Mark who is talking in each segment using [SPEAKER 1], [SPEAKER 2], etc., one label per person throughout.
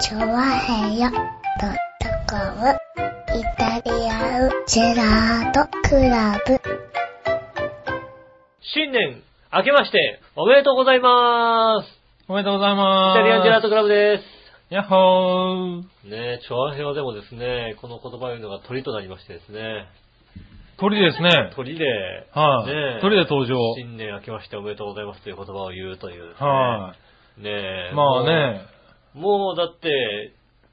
[SPEAKER 1] チョワヘヨドットコムイタリアンジェラートクラブ。
[SPEAKER 2] 新年、明けまして、おめでとうございます。
[SPEAKER 3] おめでとうござい
[SPEAKER 2] イ
[SPEAKER 3] ます。
[SPEAKER 2] タリアンジェラートクラブで
[SPEAKER 3] やっほー。
[SPEAKER 2] す。ねえ、調和平和でもですね、この言葉を言うのが鳥となりましてですね、
[SPEAKER 3] 鳥ですね。
[SPEAKER 2] 鳥で、
[SPEAKER 3] はい、
[SPEAKER 2] ねえ
[SPEAKER 3] 鳥で登場。
[SPEAKER 2] 新年明けましておめでとうございますという言葉を言うというですね。
[SPEAKER 3] はい、
[SPEAKER 2] ねえ。
[SPEAKER 3] まあ
[SPEAKER 2] も
[SPEAKER 3] ね、
[SPEAKER 2] う。もうだって、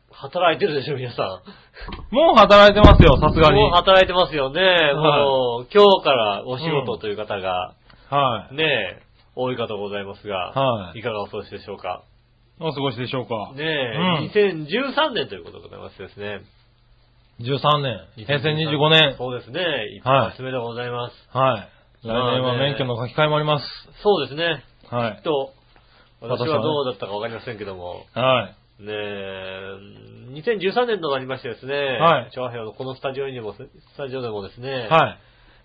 [SPEAKER 2] 働いてるでしょ、皆さ
[SPEAKER 3] もう働いてますよ、さすが
[SPEAKER 2] ん。
[SPEAKER 3] に。
[SPEAKER 2] もう
[SPEAKER 3] はい、
[SPEAKER 2] 働いてますよね。もう、今日からお仕事という方が、ねえ、多いかと思いますが、
[SPEAKER 3] はい
[SPEAKER 2] かがお過ごしでしょうか。
[SPEAKER 3] お過ごしでしょうか。
[SPEAKER 2] ねえ、
[SPEAKER 3] うん
[SPEAKER 2] 2013年ということでございますですね。
[SPEAKER 3] 13年。平成25年。
[SPEAKER 2] そうですね。一発目でございます。
[SPEAKER 3] はい。来
[SPEAKER 2] まあね
[SPEAKER 3] 年は免許の書き換えもあります。
[SPEAKER 2] そうですね。
[SPEAKER 3] は
[SPEAKER 2] きっ
[SPEAKER 3] い。
[SPEAKER 2] と、私
[SPEAKER 3] 私は
[SPEAKER 2] は
[SPEAKER 3] ね
[SPEAKER 2] どうだったかわかりませんけども、
[SPEAKER 3] はい。
[SPEAKER 2] ねえ、2013年となりましてですね、
[SPEAKER 3] はい
[SPEAKER 2] 長平のこのスタジオにも、スタジオでもですね、
[SPEAKER 3] はい。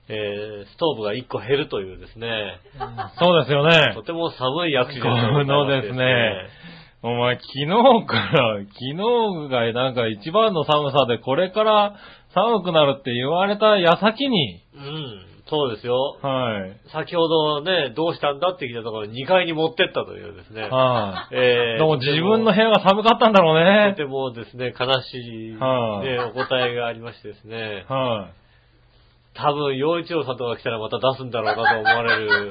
[SPEAKER 2] えーストーブが1個減るというですね、
[SPEAKER 3] そうですよね
[SPEAKER 2] と。ても寒いアクシデントでございまして
[SPEAKER 3] こお前、昨日から、昨日がなんか一番の寒さで、これから寒くなるって言われた矢先に、
[SPEAKER 2] うん、そうですよ。
[SPEAKER 3] はい。
[SPEAKER 2] 先ほどね、どうしたんだって聞いたところ2階に持ってったというですね。
[SPEAKER 3] はい。
[SPEAKER 2] えー
[SPEAKER 3] でも自分の
[SPEAKER 2] と
[SPEAKER 3] 部屋が寒かったんだろう
[SPEAKER 2] て
[SPEAKER 3] ね。
[SPEAKER 2] もとてもですね、悲しい、ね、
[SPEAKER 3] はい
[SPEAKER 2] お答えがありましてですね。
[SPEAKER 3] は
[SPEAKER 2] 多分、洋一郎さんとか来たらまた出すんだろうなと思われる。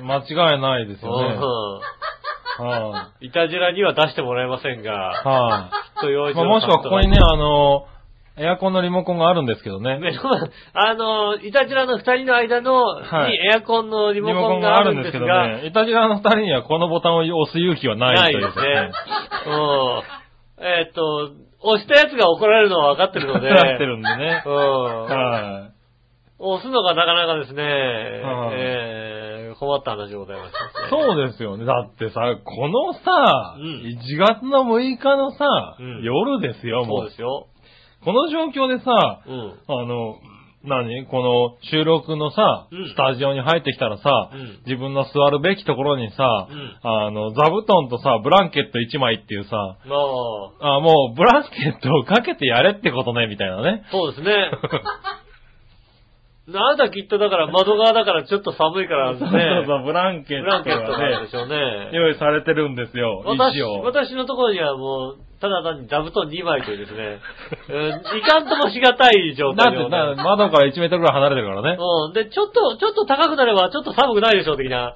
[SPEAKER 3] い。間違いないですよね。は
[SPEAKER 2] うん。いたじらには出してもらえません
[SPEAKER 3] い。
[SPEAKER 2] が、
[SPEAKER 3] は
[SPEAKER 2] き っと洋
[SPEAKER 3] い。
[SPEAKER 2] 一
[SPEAKER 3] まあ、
[SPEAKER 2] 郎
[SPEAKER 3] もし
[SPEAKER 2] さ
[SPEAKER 3] く
[SPEAKER 2] んと
[SPEAKER 3] は
[SPEAKER 2] か
[SPEAKER 3] ここにね、あの、エアコンのリモコンがあるんですけどね。
[SPEAKER 2] ね、 あの、いたじらの二人の間の、
[SPEAKER 3] はい
[SPEAKER 2] にエアコンのリ
[SPEAKER 3] リ
[SPEAKER 2] モ
[SPEAKER 3] モ
[SPEAKER 2] コ
[SPEAKER 3] コ
[SPEAKER 2] ン
[SPEAKER 3] ン
[SPEAKER 2] が
[SPEAKER 3] が
[SPEAKER 2] あ
[SPEAKER 3] あ
[SPEAKER 2] る
[SPEAKER 3] る
[SPEAKER 2] ん
[SPEAKER 3] ん
[SPEAKER 2] で
[SPEAKER 3] ですすけ
[SPEAKER 2] が、
[SPEAKER 3] どね。いたじらの二人にはこのボタンを押す勇気はないという
[SPEAKER 2] ですね。うん。えーっと、押したやつが怒られるのは分かってるの で、
[SPEAKER 3] やってるんでね
[SPEAKER 2] う。ん。
[SPEAKER 3] は
[SPEAKER 2] 押すのがなかなかですね、
[SPEAKER 3] はい
[SPEAKER 2] えー困った話でございました、
[SPEAKER 3] い。そうですよね。だってさ、このさ、
[SPEAKER 2] うん
[SPEAKER 3] 1月の6日のさ、
[SPEAKER 2] うん
[SPEAKER 3] 夜ですよ、も
[SPEAKER 2] そう
[SPEAKER 3] う
[SPEAKER 2] で。すよ。
[SPEAKER 3] この状況でさ、
[SPEAKER 2] うん。
[SPEAKER 3] あの、何この収録のさ、
[SPEAKER 2] うん
[SPEAKER 3] スタジオに入ってきたらさ、
[SPEAKER 2] うん
[SPEAKER 3] 自分の座るべきところにさ、
[SPEAKER 2] うん
[SPEAKER 3] あの、座布団とさ、ブランケット1枚っていうさ、
[SPEAKER 2] まあ、
[SPEAKER 3] あもうブランケットをかけてやれってことね、みたいなね。
[SPEAKER 2] そうです ね。あなたきっとだから窓側だからちょっと寒いからね、
[SPEAKER 3] そうそうそう、ブランケ
[SPEAKER 2] ブ
[SPEAKER 3] ット
[SPEAKER 2] ランケットな
[SPEAKER 3] が
[SPEAKER 2] ん
[SPEAKER 3] ね
[SPEAKER 2] で、しょうね。
[SPEAKER 3] 用意されてるんですよ、
[SPEAKER 2] 私
[SPEAKER 3] 一応。
[SPEAKER 2] 私のところにはもう、ただ単に座布団2枚というですね、うんいかんともしがたい状
[SPEAKER 3] だっ
[SPEAKER 2] 態で
[SPEAKER 3] て
[SPEAKER 2] ございます
[SPEAKER 3] な、窓から1メートルぐらい離れてるからね。
[SPEAKER 2] うん。で、ちょっと、ちょっと高くなれば、ちょっと寒くないでしょう、的な。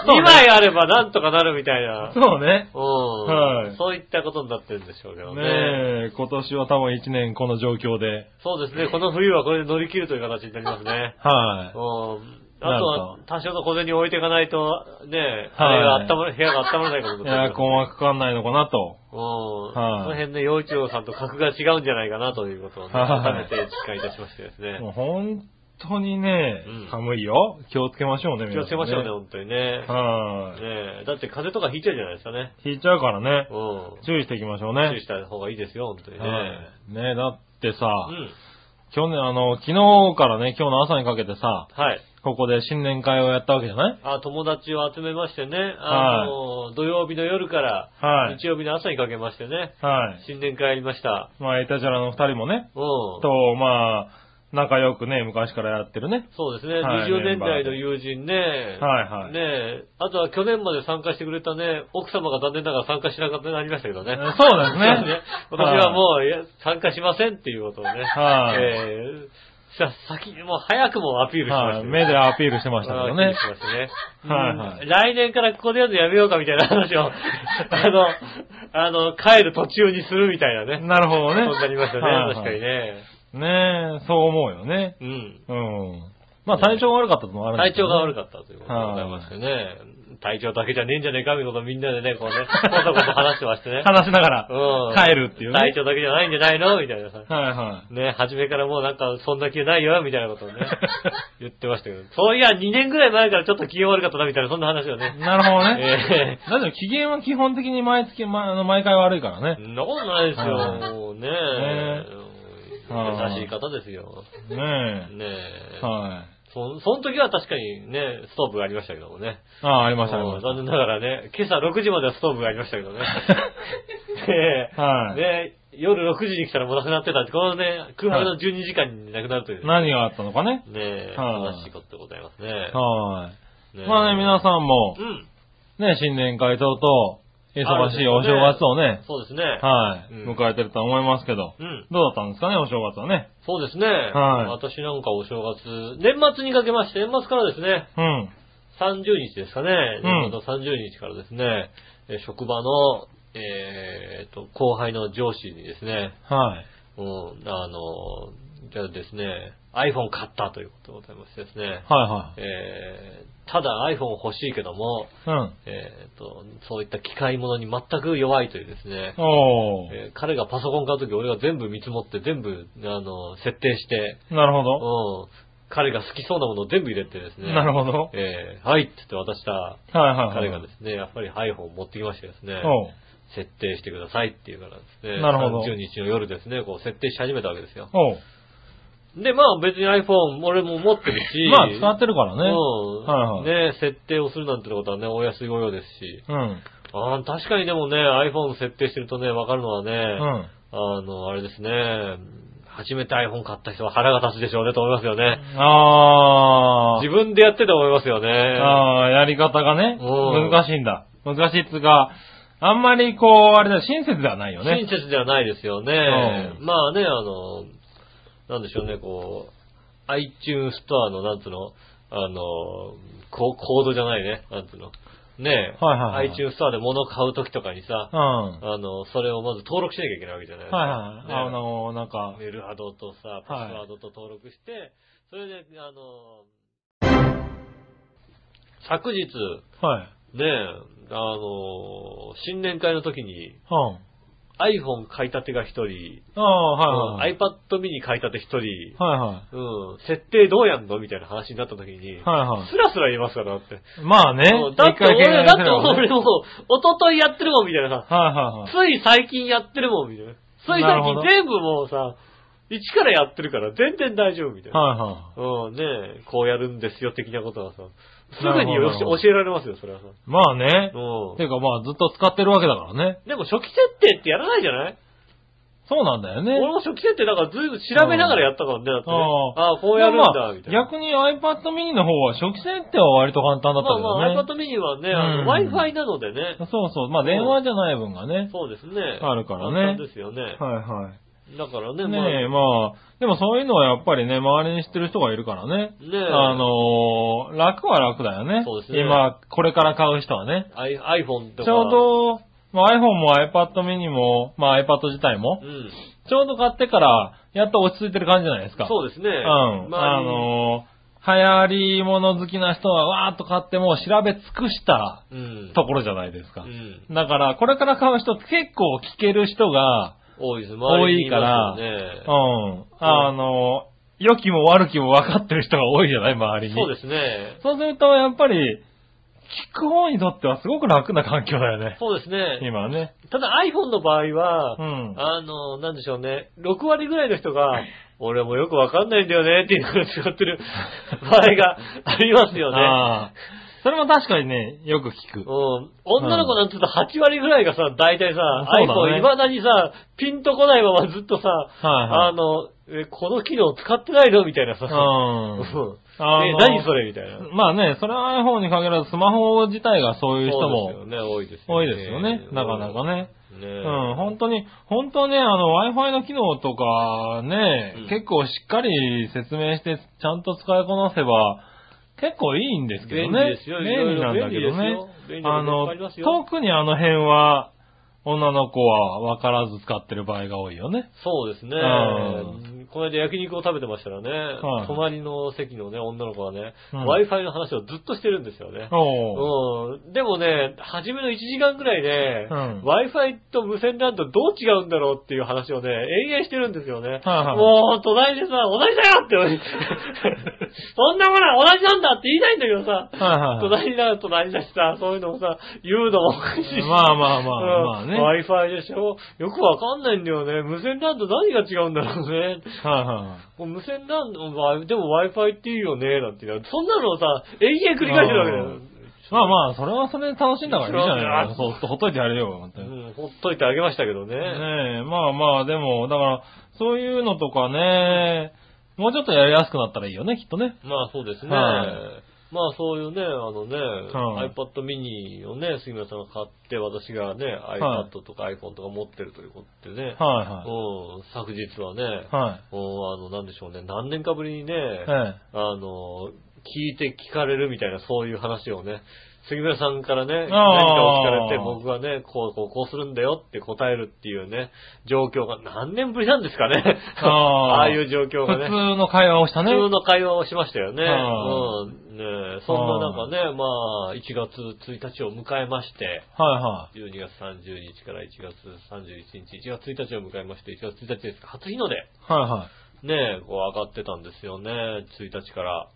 [SPEAKER 3] そうね
[SPEAKER 2] 2枚あればなんとかなるみたいな。
[SPEAKER 3] そうね。
[SPEAKER 2] うん。
[SPEAKER 3] はい
[SPEAKER 2] そういったことになってるんでしょうけどね。
[SPEAKER 3] ねえ、今年は多分1年この状況で。
[SPEAKER 2] そうですね。この冬はこれで乗り切るという形になりますね。
[SPEAKER 3] はい。
[SPEAKER 2] うん。あ
[SPEAKER 3] なる
[SPEAKER 2] と
[SPEAKER 3] ほ
[SPEAKER 2] は
[SPEAKER 3] ど、
[SPEAKER 2] 多少の小銭を置いていかないと、ね、あれが温まる、部屋が温まらないことに
[SPEAKER 3] エ
[SPEAKER 2] なっ
[SPEAKER 3] ア
[SPEAKER 2] てく
[SPEAKER 3] コンはかかんないのかなと。
[SPEAKER 2] る。うん。
[SPEAKER 3] はい
[SPEAKER 2] その辺ね、洋一郎さんと格が違うんじゃないかなということをね、
[SPEAKER 3] は
[SPEAKER 2] 改
[SPEAKER 3] い
[SPEAKER 2] めて実感いたしましてですね。
[SPEAKER 3] もう本当にね、
[SPEAKER 2] うん
[SPEAKER 3] 寒いよ。気をつけましょうね、
[SPEAKER 2] 気をつけましょうね、本当にね。
[SPEAKER 3] 皆さんね。はい。
[SPEAKER 2] ねだって風邪とかひいちゃうじゃないですかね。
[SPEAKER 3] 引いちゃうからね。
[SPEAKER 2] うん。
[SPEAKER 3] 注意していきましょう
[SPEAKER 2] 注意
[SPEAKER 3] ね。
[SPEAKER 2] した方がいいですよ、本当にね。
[SPEAKER 3] はいねだってさ、
[SPEAKER 2] うん。
[SPEAKER 3] 去年、あの、昨日からね、今日の朝にかけてさ、
[SPEAKER 2] はい。
[SPEAKER 3] ここで新年会をやったわけじゃない
[SPEAKER 2] あ、友達を集めましてね、あの、土曜日の夜から、
[SPEAKER 3] はい
[SPEAKER 2] 日曜日の朝にかけましてね、
[SPEAKER 3] はい。
[SPEAKER 2] 新年会やりました。
[SPEAKER 3] まあ、イタジャラの二人もね、
[SPEAKER 2] うん。
[SPEAKER 3] と、まあ、仲良くね、昔からやってるね。
[SPEAKER 2] そうですね、
[SPEAKER 3] はい
[SPEAKER 2] 20年代の友人ね、
[SPEAKER 3] はいはい
[SPEAKER 2] ねえあとは去年まで参加してくれたね、奥様が残念ながら参加しなかったなりましたけどね。
[SPEAKER 3] えそう ですね
[SPEAKER 2] そう私はもう、いや参加しませんっていうことをね、
[SPEAKER 3] はい
[SPEAKER 2] えーさ先にもう早くもアピールしまし
[SPEAKER 3] は
[SPEAKER 2] た
[SPEAKER 3] い。
[SPEAKER 2] ね
[SPEAKER 3] 目でアピールしてましたけ
[SPEAKER 2] あー
[SPEAKER 3] ど
[SPEAKER 2] 気に
[SPEAKER 3] ね
[SPEAKER 2] し。ましたね。
[SPEAKER 3] はいはい
[SPEAKER 2] うん来年からここでやるのやめようかみたいな話 を、あの、あの、帰る途中にするみたいなね。
[SPEAKER 3] なるほどね。
[SPEAKER 2] そうなりましたね、
[SPEAKER 3] はいはい
[SPEAKER 2] 確かにね。
[SPEAKER 3] ねえ、そう思うよね。
[SPEAKER 2] うん。
[SPEAKER 3] うん。まあ体調が悪かったのもあるんで
[SPEAKER 2] 体
[SPEAKER 3] すけ
[SPEAKER 2] 調
[SPEAKER 3] ど
[SPEAKER 2] が悪
[SPEAKER 3] ね
[SPEAKER 2] かったということでございましてね。体調だけじゃねえんじゃねえかみたいなことをみんなでね、こう ね、こそこそ話してましてね。
[SPEAKER 3] 話しながら、
[SPEAKER 2] うん。
[SPEAKER 3] 帰るっていうね
[SPEAKER 2] 体調だけじゃないんじゃないのみたいなさ。
[SPEAKER 3] はいはい。
[SPEAKER 2] ね、初めからもうなんか、そんな気ないよ、みたいな ことをね、言ってましたけど。そういや、2年ぐらい前からちょっと気が悪かったな、みたいな、そんな話をね。
[SPEAKER 3] なるほど
[SPEAKER 2] え
[SPEAKER 3] ね。だけど機嫌は基本的に毎月、まあの毎回悪いから
[SPEAKER 2] そ
[SPEAKER 3] ね。
[SPEAKER 2] んなことないです
[SPEAKER 3] はい
[SPEAKER 2] よ、もうね
[SPEAKER 3] ね
[SPEAKER 2] 優しい方ですよ。
[SPEAKER 3] ね
[SPEAKER 2] ねえ
[SPEAKER 3] え。は
[SPEAKER 2] そその時は確かにね、ストーブがありましたけどもね。
[SPEAKER 3] ああ、ありました、ありま
[SPEAKER 2] うん
[SPEAKER 3] した。
[SPEAKER 2] 残念ながらね、今朝6時まではストーブがありましたけど ね。ねえ
[SPEAKER 3] はい
[SPEAKER 2] ねえ夜6時に来たらもうなくなってたって、このね、空白の12時間になくなるという。
[SPEAKER 3] 何があったのか
[SPEAKER 2] ね
[SPEAKER 3] ね。
[SPEAKER 2] え、
[SPEAKER 3] はい
[SPEAKER 2] 悲しいことでございますね。
[SPEAKER 3] は
[SPEAKER 2] ね
[SPEAKER 3] い。まあね、皆さんも
[SPEAKER 2] う、ん。
[SPEAKER 3] ね、新年会等々、忙しいお正月をね、
[SPEAKER 2] そうですね。
[SPEAKER 3] はい、
[SPEAKER 2] うん
[SPEAKER 3] 迎えてると思いますけど、
[SPEAKER 2] うん。
[SPEAKER 3] どうだったんですかね、お正月はね。
[SPEAKER 2] そうですね。
[SPEAKER 3] はい
[SPEAKER 2] 私なんかお正月、年末にかけまして、年末からですね、
[SPEAKER 3] うん。
[SPEAKER 2] 30日ですかね。
[SPEAKER 3] うん
[SPEAKER 2] 年末の30日からですね、えー職場の、えーっと、後輩の上司にですね、
[SPEAKER 3] はい。
[SPEAKER 2] うん、あの、じゃあですね、iPhone 買ったということでございましてですね、
[SPEAKER 3] は
[SPEAKER 2] えー、ただ iPhone 欲しいけども、
[SPEAKER 3] いはい。
[SPEAKER 2] えー、と、そういった機械物に全く弱いというですね
[SPEAKER 3] うん。、おー。
[SPEAKER 2] えー彼がパソコン買うとき俺が全部見積もって全部、あの、設定して、
[SPEAKER 3] なるほ
[SPEAKER 2] う
[SPEAKER 3] ど。
[SPEAKER 2] ん、彼が好きそうなものを全部入れてですね、
[SPEAKER 3] なるほど。
[SPEAKER 2] えーはいって言って渡した
[SPEAKER 3] はいはいはい。
[SPEAKER 2] 彼がですね、やっぱり iPhone を持ってきましてですね、
[SPEAKER 3] おう
[SPEAKER 2] 設定してくださいっていうからですね、
[SPEAKER 3] なるほど
[SPEAKER 2] 30日の夜ですね、こう設定し始めたわけですよ。
[SPEAKER 3] おう
[SPEAKER 2] で、まあ別に iPhone 俺も持ってるし、
[SPEAKER 3] まあ、使ってるから
[SPEAKER 2] う
[SPEAKER 3] ね。
[SPEAKER 2] ん、
[SPEAKER 3] はい
[SPEAKER 2] ね、設定をするなんてことはね、お安いご用ですし、
[SPEAKER 3] うん。
[SPEAKER 2] あー確かにでもね、iPhone 設定してるとね、わかるのはね、
[SPEAKER 3] うん。
[SPEAKER 2] あの、あれですね、初めて iPhone 買った人は腹が立つでしょうねと思いますよね。
[SPEAKER 3] あ
[SPEAKER 2] 自分でやってて思いますよね
[SPEAKER 3] ー。。あーやり方がね、
[SPEAKER 2] うん
[SPEAKER 3] 難しいんだ。難しいっつうか、あんまりこう、あれだ、親切ではないよ
[SPEAKER 2] 親
[SPEAKER 3] ね。
[SPEAKER 2] 切ではないですよね。まあね、あの、なんでしょうね、こう、iTunes ストアの、なんつうの、あの、こうコードじゃないね、なんつうの。ねえ、
[SPEAKER 3] はいはいはい
[SPEAKER 2] iTunes ストアで物を買うときとかにさ、
[SPEAKER 3] うん。はい
[SPEAKER 2] あの、それをまず登録しなきゃいけないわけじゃないですか。
[SPEAKER 3] はい。あの、なんか
[SPEAKER 2] ね、メルハドとさ、パスワードと登録して、それで、あの、昨日、
[SPEAKER 3] はい。
[SPEAKER 2] ねえ、あの、新年会の時に
[SPEAKER 3] うん。
[SPEAKER 2] iPhone 買いたてが一人、
[SPEAKER 3] ああ、はいはい。
[SPEAKER 2] iPad mini 買いたて一人、
[SPEAKER 3] はいは
[SPEAKER 2] うん、設定どうやんのみたいな話になった時に、
[SPEAKER 3] い。はいはい。
[SPEAKER 2] スラスラ言いますからだって。
[SPEAKER 3] まあね。
[SPEAKER 2] うんだって
[SPEAKER 3] 一回経
[SPEAKER 2] 俺、
[SPEAKER 3] 験
[SPEAKER 2] だ
[SPEAKER 3] し
[SPEAKER 2] って
[SPEAKER 3] ればね
[SPEAKER 2] 俺も、一昨日やってるもんみたいなさ、
[SPEAKER 3] はいはいはい。
[SPEAKER 2] つい最近やってるもんみたいな。つい
[SPEAKER 3] な
[SPEAKER 2] 最
[SPEAKER 3] るほ
[SPEAKER 2] 近
[SPEAKER 3] ど
[SPEAKER 2] 全部もうさ、一からやってるから全然大丈夫みたいな。
[SPEAKER 3] はいは
[SPEAKER 2] う
[SPEAKER 3] い。
[SPEAKER 2] ん、ねえこうやるんですよ的なことはさ、す
[SPEAKER 3] な
[SPEAKER 2] ぐ
[SPEAKER 3] る
[SPEAKER 2] に
[SPEAKER 3] ほど
[SPEAKER 2] よし教えられますよ、それはさ。
[SPEAKER 3] まあね。
[SPEAKER 2] うん
[SPEAKER 3] て。いうかまあずっと使ってるわけだからね。
[SPEAKER 2] でも初期設定ってやらないじゃない
[SPEAKER 3] そうなんだよね。
[SPEAKER 2] 俺も初期設定だからずいぶん調べながらやったからね、だってね。
[SPEAKER 3] あ
[SPEAKER 2] ああ、こうやるん
[SPEAKER 3] でもま
[SPEAKER 2] だ、
[SPEAKER 3] あ
[SPEAKER 2] みたいな。
[SPEAKER 3] 逆に iPad mini の方は初期設定は割と簡単だったけど
[SPEAKER 2] まあ
[SPEAKER 3] ね。
[SPEAKER 2] まあ、iPad mini はね、あの
[SPEAKER 3] うん
[SPEAKER 2] Wi-Fi なのでね。
[SPEAKER 3] そうそう。まあ電話じゃない分がね。
[SPEAKER 2] そうですね。
[SPEAKER 3] あるから
[SPEAKER 2] 簡
[SPEAKER 3] ね
[SPEAKER 2] 単ですよね。
[SPEAKER 3] はいはい。
[SPEAKER 2] だからね、まあ、
[SPEAKER 3] ねえ、まあ、でもそういうのはやっぱりね、周りに知ってる人がいるからね。
[SPEAKER 2] ねえ
[SPEAKER 3] あのー楽は楽だよね。
[SPEAKER 2] そうですね
[SPEAKER 3] 今、これから買う人はね。
[SPEAKER 2] I- iPhone とか。
[SPEAKER 3] ちょうど、まあ、iPhone も iPad mini も、まあ iPad 自体も
[SPEAKER 2] う、ん。
[SPEAKER 3] ちょうど買ってから、やっと落ち着いてる感じじゃないですか。
[SPEAKER 2] そうですね。
[SPEAKER 3] うん。
[SPEAKER 2] ま
[SPEAKER 3] あ、のー、流行り物好きな人はわーっと買ってもう調べ尽くした
[SPEAKER 2] うん。
[SPEAKER 3] ところじゃないですか
[SPEAKER 2] う。ん。
[SPEAKER 3] だから、これから買う人結構聞ける人が、
[SPEAKER 2] 多いです。
[SPEAKER 3] 多いから
[SPEAKER 2] 周りにいます
[SPEAKER 3] う
[SPEAKER 2] よね
[SPEAKER 3] ん。あのー、良きも悪きも分かってる人が多いじゃない周りに。
[SPEAKER 2] そうですね。
[SPEAKER 3] そうすると、やっぱり、聞く方にとってはすごく楽な環境だよね。
[SPEAKER 2] そうですね。
[SPEAKER 3] 今はね。
[SPEAKER 2] ただ iPhone の場合は
[SPEAKER 3] う、ん。
[SPEAKER 2] あの、なんでしょうね。6割ぐらいの人が、俺もよくわかんないんだよねって言いながら使ってる場合がありますよね。
[SPEAKER 3] ああ。それも確かにね、よく聞
[SPEAKER 2] う
[SPEAKER 3] く。
[SPEAKER 2] ん、女の子なんて言うと8割ぐらいがさ、大体さ、
[SPEAKER 3] そうだね
[SPEAKER 2] iPhone 未だにさ、ピンとこないままずっとさ、
[SPEAKER 3] はい
[SPEAKER 2] あの、えこの機能使ってないのみたいなさ、
[SPEAKER 3] うん。
[SPEAKER 2] うん
[SPEAKER 3] あ
[SPEAKER 2] え
[SPEAKER 3] の
[SPEAKER 2] 何それみたいな。
[SPEAKER 3] まあね、それは iPhone に限らずスマホ自体がそういう人
[SPEAKER 2] そう
[SPEAKER 3] も
[SPEAKER 2] ですよね、多いですよね。
[SPEAKER 3] 多いですよね。なかなかね。
[SPEAKER 2] ねえ。
[SPEAKER 3] う、
[SPEAKER 2] うん
[SPEAKER 3] 本当に、本当ね、あの Wi-Fi の機能とかね、
[SPEAKER 2] うん
[SPEAKER 3] 結構しっかり説明してちゃんと使いこなせば結構いいんですけど
[SPEAKER 2] 便
[SPEAKER 3] ね。
[SPEAKER 2] 利ですよ、いろいろ
[SPEAKER 3] なんだけ
[SPEAKER 2] 便利で
[SPEAKER 3] どね。
[SPEAKER 2] すよ便利な
[SPEAKER 3] あ
[SPEAKER 2] こといっ
[SPEAKER 3] の
[SPEAKER 2] ぱいあります、よ
[SPEAKER 3] 特にあの辺は女の子は分からず使ってる場合が多いよね。
[SPEAKER 2] そうですね
[SPEAKER 3] う。
[SPEAKER 2] この間焼肉を食べてましたらね、
[SPEAKER 3] はい
[SPEAKER 2] 隣の席のね、女の子はね、
[SPEAKER 3] うん
[SPEAKER 2] Wi-Fi の話をずっとしてるんですよね。
[SPEAKER 3] おー
[SPEAKER 2] うん、でもね、初めの1時間くらいね、
[SPEAKER 3] うん
[SPEAKER 2] Wi-Fi と無線 LAN とどう違うんだろうっていう話をね、延々してるんですよね。
[SPEAKER 3] はいはい
[SPEAKER 2] もう、隣でさ、同じだよって 俺そんなものは同じなんだって言いたいんだけどさ、
[SPEAKER 3] はいはいはい
[SPEAKER 2] 隣だ、隣だしさ、そういうのもさ、言うのもおかしいし。
[SPEAKER 3] まあまあまあまあね
[SPEAKER 2] うん Wi-Fi でしょよくわかんないんだよね。無線 LAN と何が違うんだろうね。
[SPEAKER 3] はいはい。
[SPEAKER 2] もう無線 LAN のわでも Wi-Fi っていうよね、なんて言うそんなのをさ、永遠繰り返してるわけだよ。
[SPEAKER 3] まあまあ、それはそれで楽しいんだからいいじゃない
[SPEAKER 2] そ
[SPEAKER 3] の
[SPEAKER 2] う
[SPEAKER 3] そう、ほっといてやれよ、なんて。ね
[SPEAKER 2] うん、ほっといてあげましたけどね。
[SPEAKER 3] え、まあまあ、でも、だから、そういうのとかね、もうちょっとやりやすくなったらいいよね、きっとね。
[SPEAKER 2] まあそうですね。
[SPEAKER 3] はい
[SPEAKER 2] まあそういうね、あのね、
[SPEAKER 3] はい
[SPEAKER 2] iPad mini をね、杉村さんが買って、私がね、
[SPEAKER 3] はい
[SPEAKER 2] iPad とか iPhone とか持ってるということでね、
[SPEAKER 3] はいは
[SPEAKER 2] うん昨日はね
[SPEAKER 3] い。、は
[SPEAKER 2] もうあの、なんでしょうね、何年かぶりにね、
[SPEAKER 3] い。え
[SPEAKER 2] あの、聞いて聞かれるみたいなそういう話をね、杉村さんからね、何
[SPEAKER 3] あー
[SPEAKER 2] かを聞かれて、僕がね、こう、こう、こうするんだよって答えるっていうね、状況が何年ぶりなんですかね。
[SPEAKER 3] あー
[SPEAKER 2] あいう状
[SPEAKER 3] え
[SPEAKER 2] 況がね
[SPEAKER 3] 普。通の会話をしたね。
[SPEAKER 2] 普通の会話をしましたよね。
[SPEAKER 3] は
[SPEAKER 2] うん。ねえそんな中ね、まあ、1月1日を迎えまして、
[SPEAKER 3] はいは
[SPEAKER 2] 12月30日から1月31日、1月1日を迎えまして、1月1日ですか、初日の出、
[SPEAKER 3] い。はいはい。
[SPEAKER 2] ねえ、こう上がってたんですよね、1日から。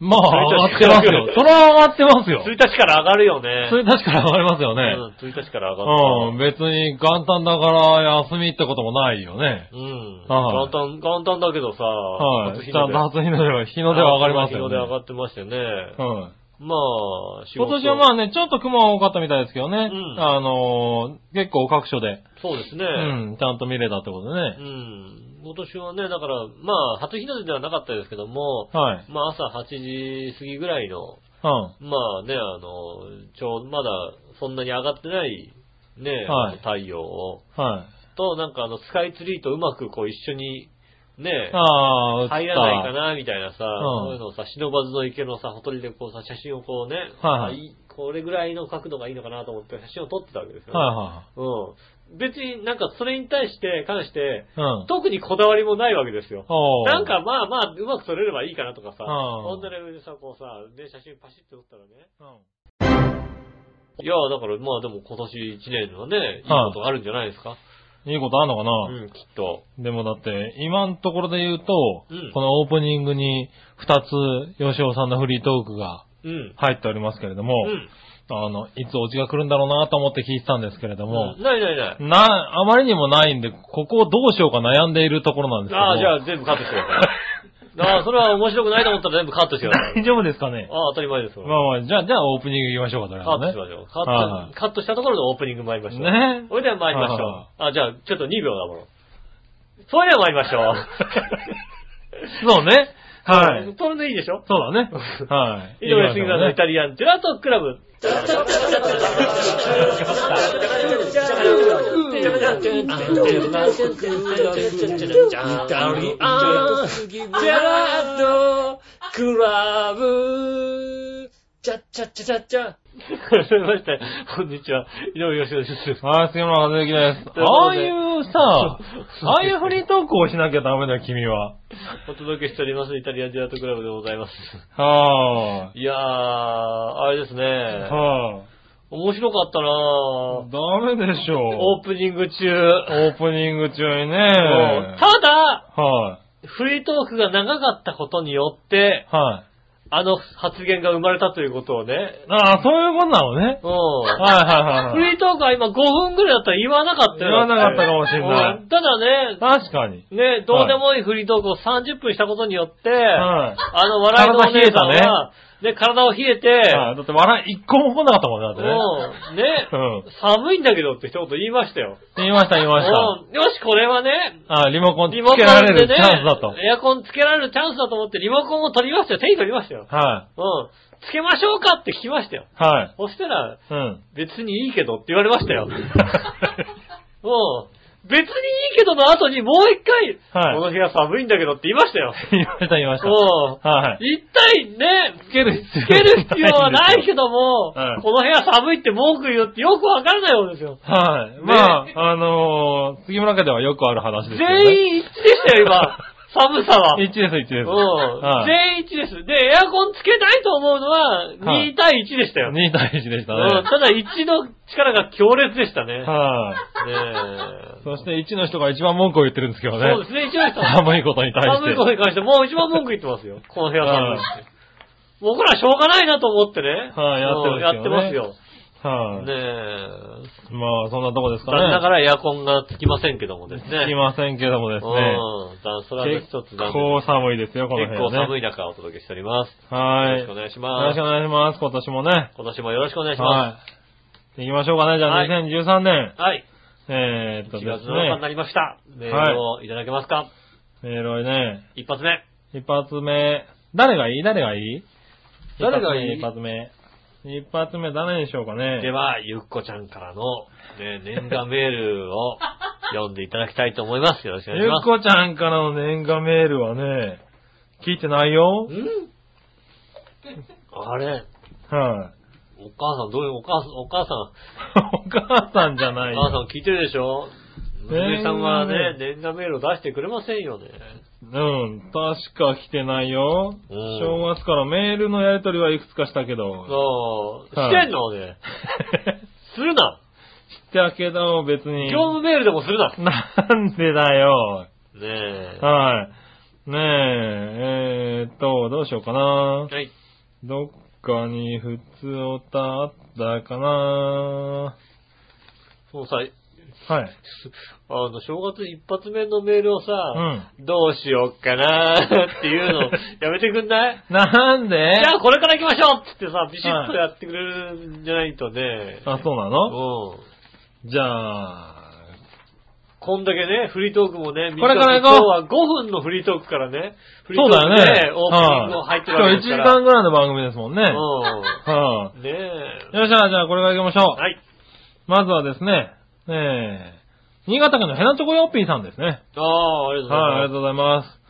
[SPEAKER 3] まあ、上が
[SPEAKER 2] 1
[SPEAKER 3] ってますよ。それは上がってますよ
[SPEAKER 2] 1。日から上がるよね。
[SPEAKER 3] それ確から上がりますよね。
[SPEAKER 2] うん、1日から上が
[SPEAKER 3] う
[SPEAKER 2] っ
[SPEAKER 3] ん、
[SPEAKER 2] た。
[SPEAKER 3] 別に元旦だから休みってこともないよね。
[SPEAKER 2] うん。
[SPEAKER 3] はい
[SPEAKER 2] 元旦、元旦だけどさ、
[SPEAKER 3] はい。
[SPEAKER 2] 初日
[SPEAKER 3] ち
[SPEAKER 2] の出
[SPEAKER 3] ゃんと初日の出は、日の出は上がりますよ、ね。
[SPEAKER 2] 日の出上がってましたよね。
[SPEAKER 3] はい。
[SPEAKER 2] まあ、仕
[SPEAKER 3] 今
[SPEAKER 2] 事
[SPEAKER 3] 年はまあね、ちょっと雲は多かったみたいですけどね。
[SPEAKER 2] うん
[SPEAKER 3] あのー結構各所で、
[SPEAKER 2] そうですね。
[SPEAKER 3] うん、ちゃんと見れたってことで
[SPEAKER 2] う
[SPEAKER 3] ね。
[SPEAKER 2] ん。今年はね、だから、まあ、初日の出ではなかったですけども、
[SPEAKER 3] はい。
[SPEAKER 2] まあ、朝8時過ぎぐらいの、
[SPEAKER 3] うん。
[SPEAKER 2] まあね、あの、ちょう、まだそんなに上がってない、ね、あ
[SPEAKER 3] はい
[SPEAKER 2] の太陽を、
[SPEAKER 3] はい。
[SPEAKER 2] と、なんかあの、スカイツリーとうまくこう一緒に、ね、
[SPEAKER 3] ああ、映った。
[SPEAKER 2] 入らないかな、みたいなさ、
[SPEAKER 3] ん
[SPEAKER 2] そういうのをさ、忍ばずの池のさ、ほとりでこうさ、写真をこうね、
[SPEAKER 3] はいは
[SPEAKER 2] あ
[SPEAKER 3] い
[SPEAKER 2] いこれぐらいの角度がいいのかなと思って写真を撮ってたわけですよ、
[SPEAKER 3] は
[SPEAKER 2] うん。別になんかそれに対して、関して、
[SPEAKER 3] いはい。うん。
[SPEAKER 2] 特にこだわりもないわけですよ。
[SPEAKER 3] おー
[SPEAKER 2] なん、かまあまあ、うまく撮れればいいかなとかさ、
[SPEAKER 3] ん
[SPEAKER 2] そんなレベルでさ、こうさ、ね、写真パシッと撮ったらね。
[SPEAKER 3] うん
[SPEAKER 2] いや、だからまあでも今年1年のね、いいことがあるんじゃないですか。
[SPEAKER 3] いいことあんのかな、
[SPEAKER 2] うん、きっと。
[SPEAKER 3] でもだって、今のところで言うと、
[SPEAKER 2] うん
[SPEAKER 3] このオープニングに2つ、吉尾さんのフリートークが
[SPEAKER 2] うん。
[SPEAKER 3] 入っておりますけれども、
[SPEAKER 2] うん。
[SPEAKER 3] あの、いつオチが来るんだろうなと思って聞いてたんですけれども
[SPEAKER 2] う、んないないない。
[SPEAKER 3] な、あまりにもないんで、ここをどうしようか悩んでいるところなんですけど。
[SPEAKER 2] ああ、じゃあ全部カットしてください。ああ、それは面白くないと思ったら全部カットしてください。
[SPEAKER 3] 大丈夫ですかね
[SPEAKER 2] ああ、当たり前ですよ。
[SPEAKER 3] まあまあ、じゃあ、じゃあオープニング行きましょうか、とり
[SPEAKER 2] カット
[SPEAKER 3] あえ
[SPEAKER 2] し
[SPEAKER 3] ず
[SPEAKER 2] ましょう。カット、
[SPEAKER 3] はいはい
[SPEAKER 2] カットしたところでオープニング参りましょう。
[SPEAKER 3] ね
[SPEAKER 2] それでは参りましょう。
[SPEAKER 3] は
[SPEAKER 2] あ、じゃあ、ちょっと2秒だもの。それでは参りましょう。
[SPEAKER 3] そうね。はい。。
[SPEAKER 2] それでいいでしょ
[SPEAKER 3] そうだ ね。はい。
[SPEAKER 2] 以上です。杉村のイ
[SPEAKER 3] ね
[SPEAKER 2] タリアンジェラートクラブ。すみません。こんにちは。井上義雄です。
[SPEAKER 3] はい、杉村和之です。
[SPEAKER 2] ということ
[SPEAKER 3] ああ
[SPEAKER 2] で
[SPEAKER 3] い うさ、ああいうフリートークをしなきゃダメだよ、君は。
[SPEAKER 2] お届けしております。イタリアンジェラートクラブでございます。
[SPEAKER 3] はい
[SPEAKER 2] やー、あれです
[SPEAKER 3] い。
[SPEAKER 2] ね。
[SPEAKER 3] は
[SPEAKER 2] 面白かった
[SPEAKER 3] い。
[SPEAKER 2] なぁ。
[SPEAKER 3] ダメでしょ
[SPEAKER 2] オープニング中。
[SPEAKER 3] オープニング中にね。
[SPEAKER 2] うん
[SPEAKER 3] は
[SPEAKER 2] ただ、
[SPEAKER 3] い。
[SPEAKER 2] フリートークが長かったことによって、
[SPEAKER 3] はい。
[SPEAKER 2] あの発言が生まれたということをね。
[SPEAKER 3] ああ、そういうことなのね。
[SPEAKER 2] うん。
[SPEAKER 3] はいはいはい
[SPEAKER 2] フ
[SPEAKER 3] はい。
[SPEAKER 2] リートークは今5分ぐらいだったら言わなかったよ。
[SPEAKER 3] 言わなかったかもしれない
[SPEAKER 2] うんただね、
[SPEAKER 3] 確かに。
[SPEAKER 2] ね、どうでもいいフリートークを30分したことによって、
[SPEAKER 3] はい。
[SPEAKER 2] あの笑いのお姉さんは、ね、体を冷えて、
[SPEAKER 3] はいだって笑い一個も来なかったもんね、だってね。
[SPEAKER 2] うん、ね、
[SPEAKER 3] うん。
[SPEAKER 2] 寒いんだけどって一言言いましたよ。
[SPEAKER 3] 言いました、言いました。
[SPEAKER 2] うんよし、これはね、
[SPEAKER 3] あ、リモコンつ
[SPEAKER 2] リモコン
[SPEAKER 3] けられる
[SPEAKER 2] で
[SPEAKER 3] チ
[SPEAKER 2] ね
[SPEAKER 3] ャンスだと。、
[SPEAKER 2] エアコンつけられるチャンスだと思ってリモコンを取りましたよ。手に取りましたよ。
[SPEAKER 3] は
[SPEAKER 2] うん。つけましょうかって聞きましたよ。
[SPEAKER 3] い。はい。
[SPEAKER 2] そしたら、
[SPEAKER 3] うん。
[SPEAKER 2] 別にいいけどって言われました よ。うん。別にいいけどの後にもう一回、
[SPEAKER 3] はい
[SPEAKER 2] この日は寒いんだけどって言いましたよ。
[SPEAKER 3] 言いました、言いました。
[SPEAKER 2] うん。
[SPEAKER 3] はい。
[SPEAKER 2] 一体ね、つ
[SPEAKER 3] ける必要
[SPEAKER 2] ける必要はないけども、
[SPEAKER 3] はい
[SPEAKER 2] この部屋寒いって文句言うってよくわからないようですよ。
[SPEAKER 3] はい。まあ、あのー、杉村家ではよくある話ですよね。
[SPEAKER 2] 全員一致でしたよ、 今。寒さは。
[SPEAKER 3] 一致です、一致です。
[SPEAKER 2] うん。
[SPEAKER 3] はい。
[SPEAKER 2] 全員1です。で、エアコンつけないと思うのは、
[SPEAKER 3] はい
[SPEAKER 2] 2対1でしたよ。
[SPEAKER 3] 2対1でしたね。
[SPEAKER 2] うん、ただ1の力が強烈でしたね。ね
[SPEAKER 3] はい。
[SPEAKER 2] え
[SPEAKER 3] そして1の人が一番文句を言ってるんですけどね。
[SPEAKER 2] そうですね、一番寒
[SPEAKER 3] 寒いことに対して。
[SPEAKER 2] いことに関して、もう一番文句言ってますよ。この部屋寒いって。僕らしょうがないなと思ってね。
[SPEAKER 3] はいやってるんですよね
[SPEAKER 2] うんやってますよ。
[SPEAKER 3] はい、
[SPEAKER 2] ねえ。
[SPEAKER 3] まあ、そんなとこですかね。
[SPEAKER 2] だからエアコンがつきませんけどもですね。
[SPEAKER 3] すいませんけどもです
[SPEAKER 2] う
[SPEAKER 3] ね。
[SPEAKER 2] ん。だそれは一つ
[SPEAKER 3] 結構
[SPEAKER 2] い。
[SPEAKER 3] 寒いですよ、この
[SPEAKER 2] 結
[SPEAKER 3] 辺、
[SPEAKER 2] 構
[SPEAKER 3] ね。
[SPEAKER 2] 寒
[SPEAKER 3] い。
[SPEAKER 2] い中お届けしております。
[SPEAKER 3] は
[SPEAKER 2] よろ
[SPEAKER 3] い。
[SPEAKER 2] し
[SPEAKER 3] よ
[SPEAKER 2] くお
[SPEAKER 3] ろ
[SPEAKER 2] 願いし
[SPEAKER 3] し
[SPEAKER 2] ま
[SPEAKER 3] く
[SPEAKER 2] す
[SPEAKER 3] お。願いします。今年もね。
[SPEAKER 2] 今年もよろしくお願いしま
[SPEAKER 3] はい。行きましょうかね。じゃあ
[SPEAKER 2] はい
[SPEAKER 3] 2013年。
[SPEAKER 2] す。はい。
[SPEAKER 3] えーっと
[SPEAKER 2] 4
[SPEAKER 3] で
[SPEAKER 2] 月
[SPEAKER 3] す
[SPEAKER 2] の7日にな
[SPEAKER 3] ね。
[SPEAKER 2] りました。メールをいただけますか
[SPEAKER 3] メールはね、
[SPEAKER 2] 一発目。
[SPEAKER 3] 一発目。誰がいい誰がいい
[SPEAKER 2] 誰がいい
[SPEAKER 3] 一発目。一発目誰にしようかね。
[SPEAKER 2] では、ゆっこちゃんからの、ね、年賀メール を読んでいただきたいと思います。よろしくお願い
[SPEAKER 3] ゆ
[SPEAKER 2] し
[SPEAKER 3] っ
[SPEAKER 2] ます。
[SPEAKER 3] こちゃんからの年賀メールはね、聞いてないよ。
[SPEAKER 2] うんあれ、
[SPEAKER 3] は
[SPEAKER 2] お
[SPEAKER 3] い、
[SPEAKER 2] 母さん、どういう、お母さん、お母さん、
[SPEAKER 3] お母さんじゃない
[SPEAKER 2] お母さ
[SPEAKER 3] よ。
[SPEAKER 2] ん聞いてるでしょ娘さんはね、年賀メールを出してくれませんよね。
[SPEAKER 3] うん、確か来てないよ。
[SPEAKER 2] うん
[SPEAKER 3] 正月からメールのやりとりはいくつかしたけ ど。
[SPEAKER 2] そう、し
[SPEAKER 3] はい
[SPEAKER 2] てんのね。するな。
[SPEAKER 3] だけど別に。
[SPEAKER 2] 業務メールでもするな。ね
[SPEAKER 3] なんでだよ。
[SPEAKER 2] え。
[SPEAKER 3] はい。ねえ、えーっと、どうしようかな。
[SPEAKER 2] はい。
[SPEAKER 3] どっかに普通おたあったかな。
[SPEAKER 2] もうさ、
[SPEAKER 3] はい。
[SPEAKER 2] あの、正月一発目のメールをさ、
[SPEAKER 3] うん。
[SPEAKER 2] どうしようかなーっていう のやめてくんない
[SPEAKER 3] なんで
[SPEAKER 2] じゃあこれから行きましょうっつってさ、ビシッとやってくれるんじゃないとね。
[SPEAKER 3] あ、そうな
[SPEAKER 2] う
[SPEAKER 3] の
[SPEAKER 2] ん。
[SPEAKER 3] じゃあ、
[SPEAKER 2] こんだけね、フリートークもね、
[SPEAKER 3] これから行
[SPEAKER 2] 今
[SPEAKER 3] こう
[SPEAKER 2] 日は5分のフリートークからね、フリ
[SPEAKER 3] そ
[SPEAKER 2] ー
[SPEAKER 3] う
[SPEAKER 2] ト
[SPEAKER 3] だ
[SPEAKER 2] ーク
[SPEAKER 3] よね。
[SPEAKER 2] オープニングを入ってるわけですから。
[SPEAKER 3] はい今日1時間ぐらいの番組ですもんね。はい、
[SPEAKER 2] うん。ねえ。
[SPEAKER 3] よっしゃ、じゃあこれから行きましょう。
[SPEAKER 2] はい。
[SPEAKER 3] まずはですね、えー、新潟県のヘナチョコヨッピーさんですね。
[SPEAKER 2] ああ、ありがとうござい
[SPEAKER 3] はい、あ
[SPEAKER 2] ま
[SPEAKER 3] りが
[SPEAKER 2] す。
[SPEAKER 3] とうございます。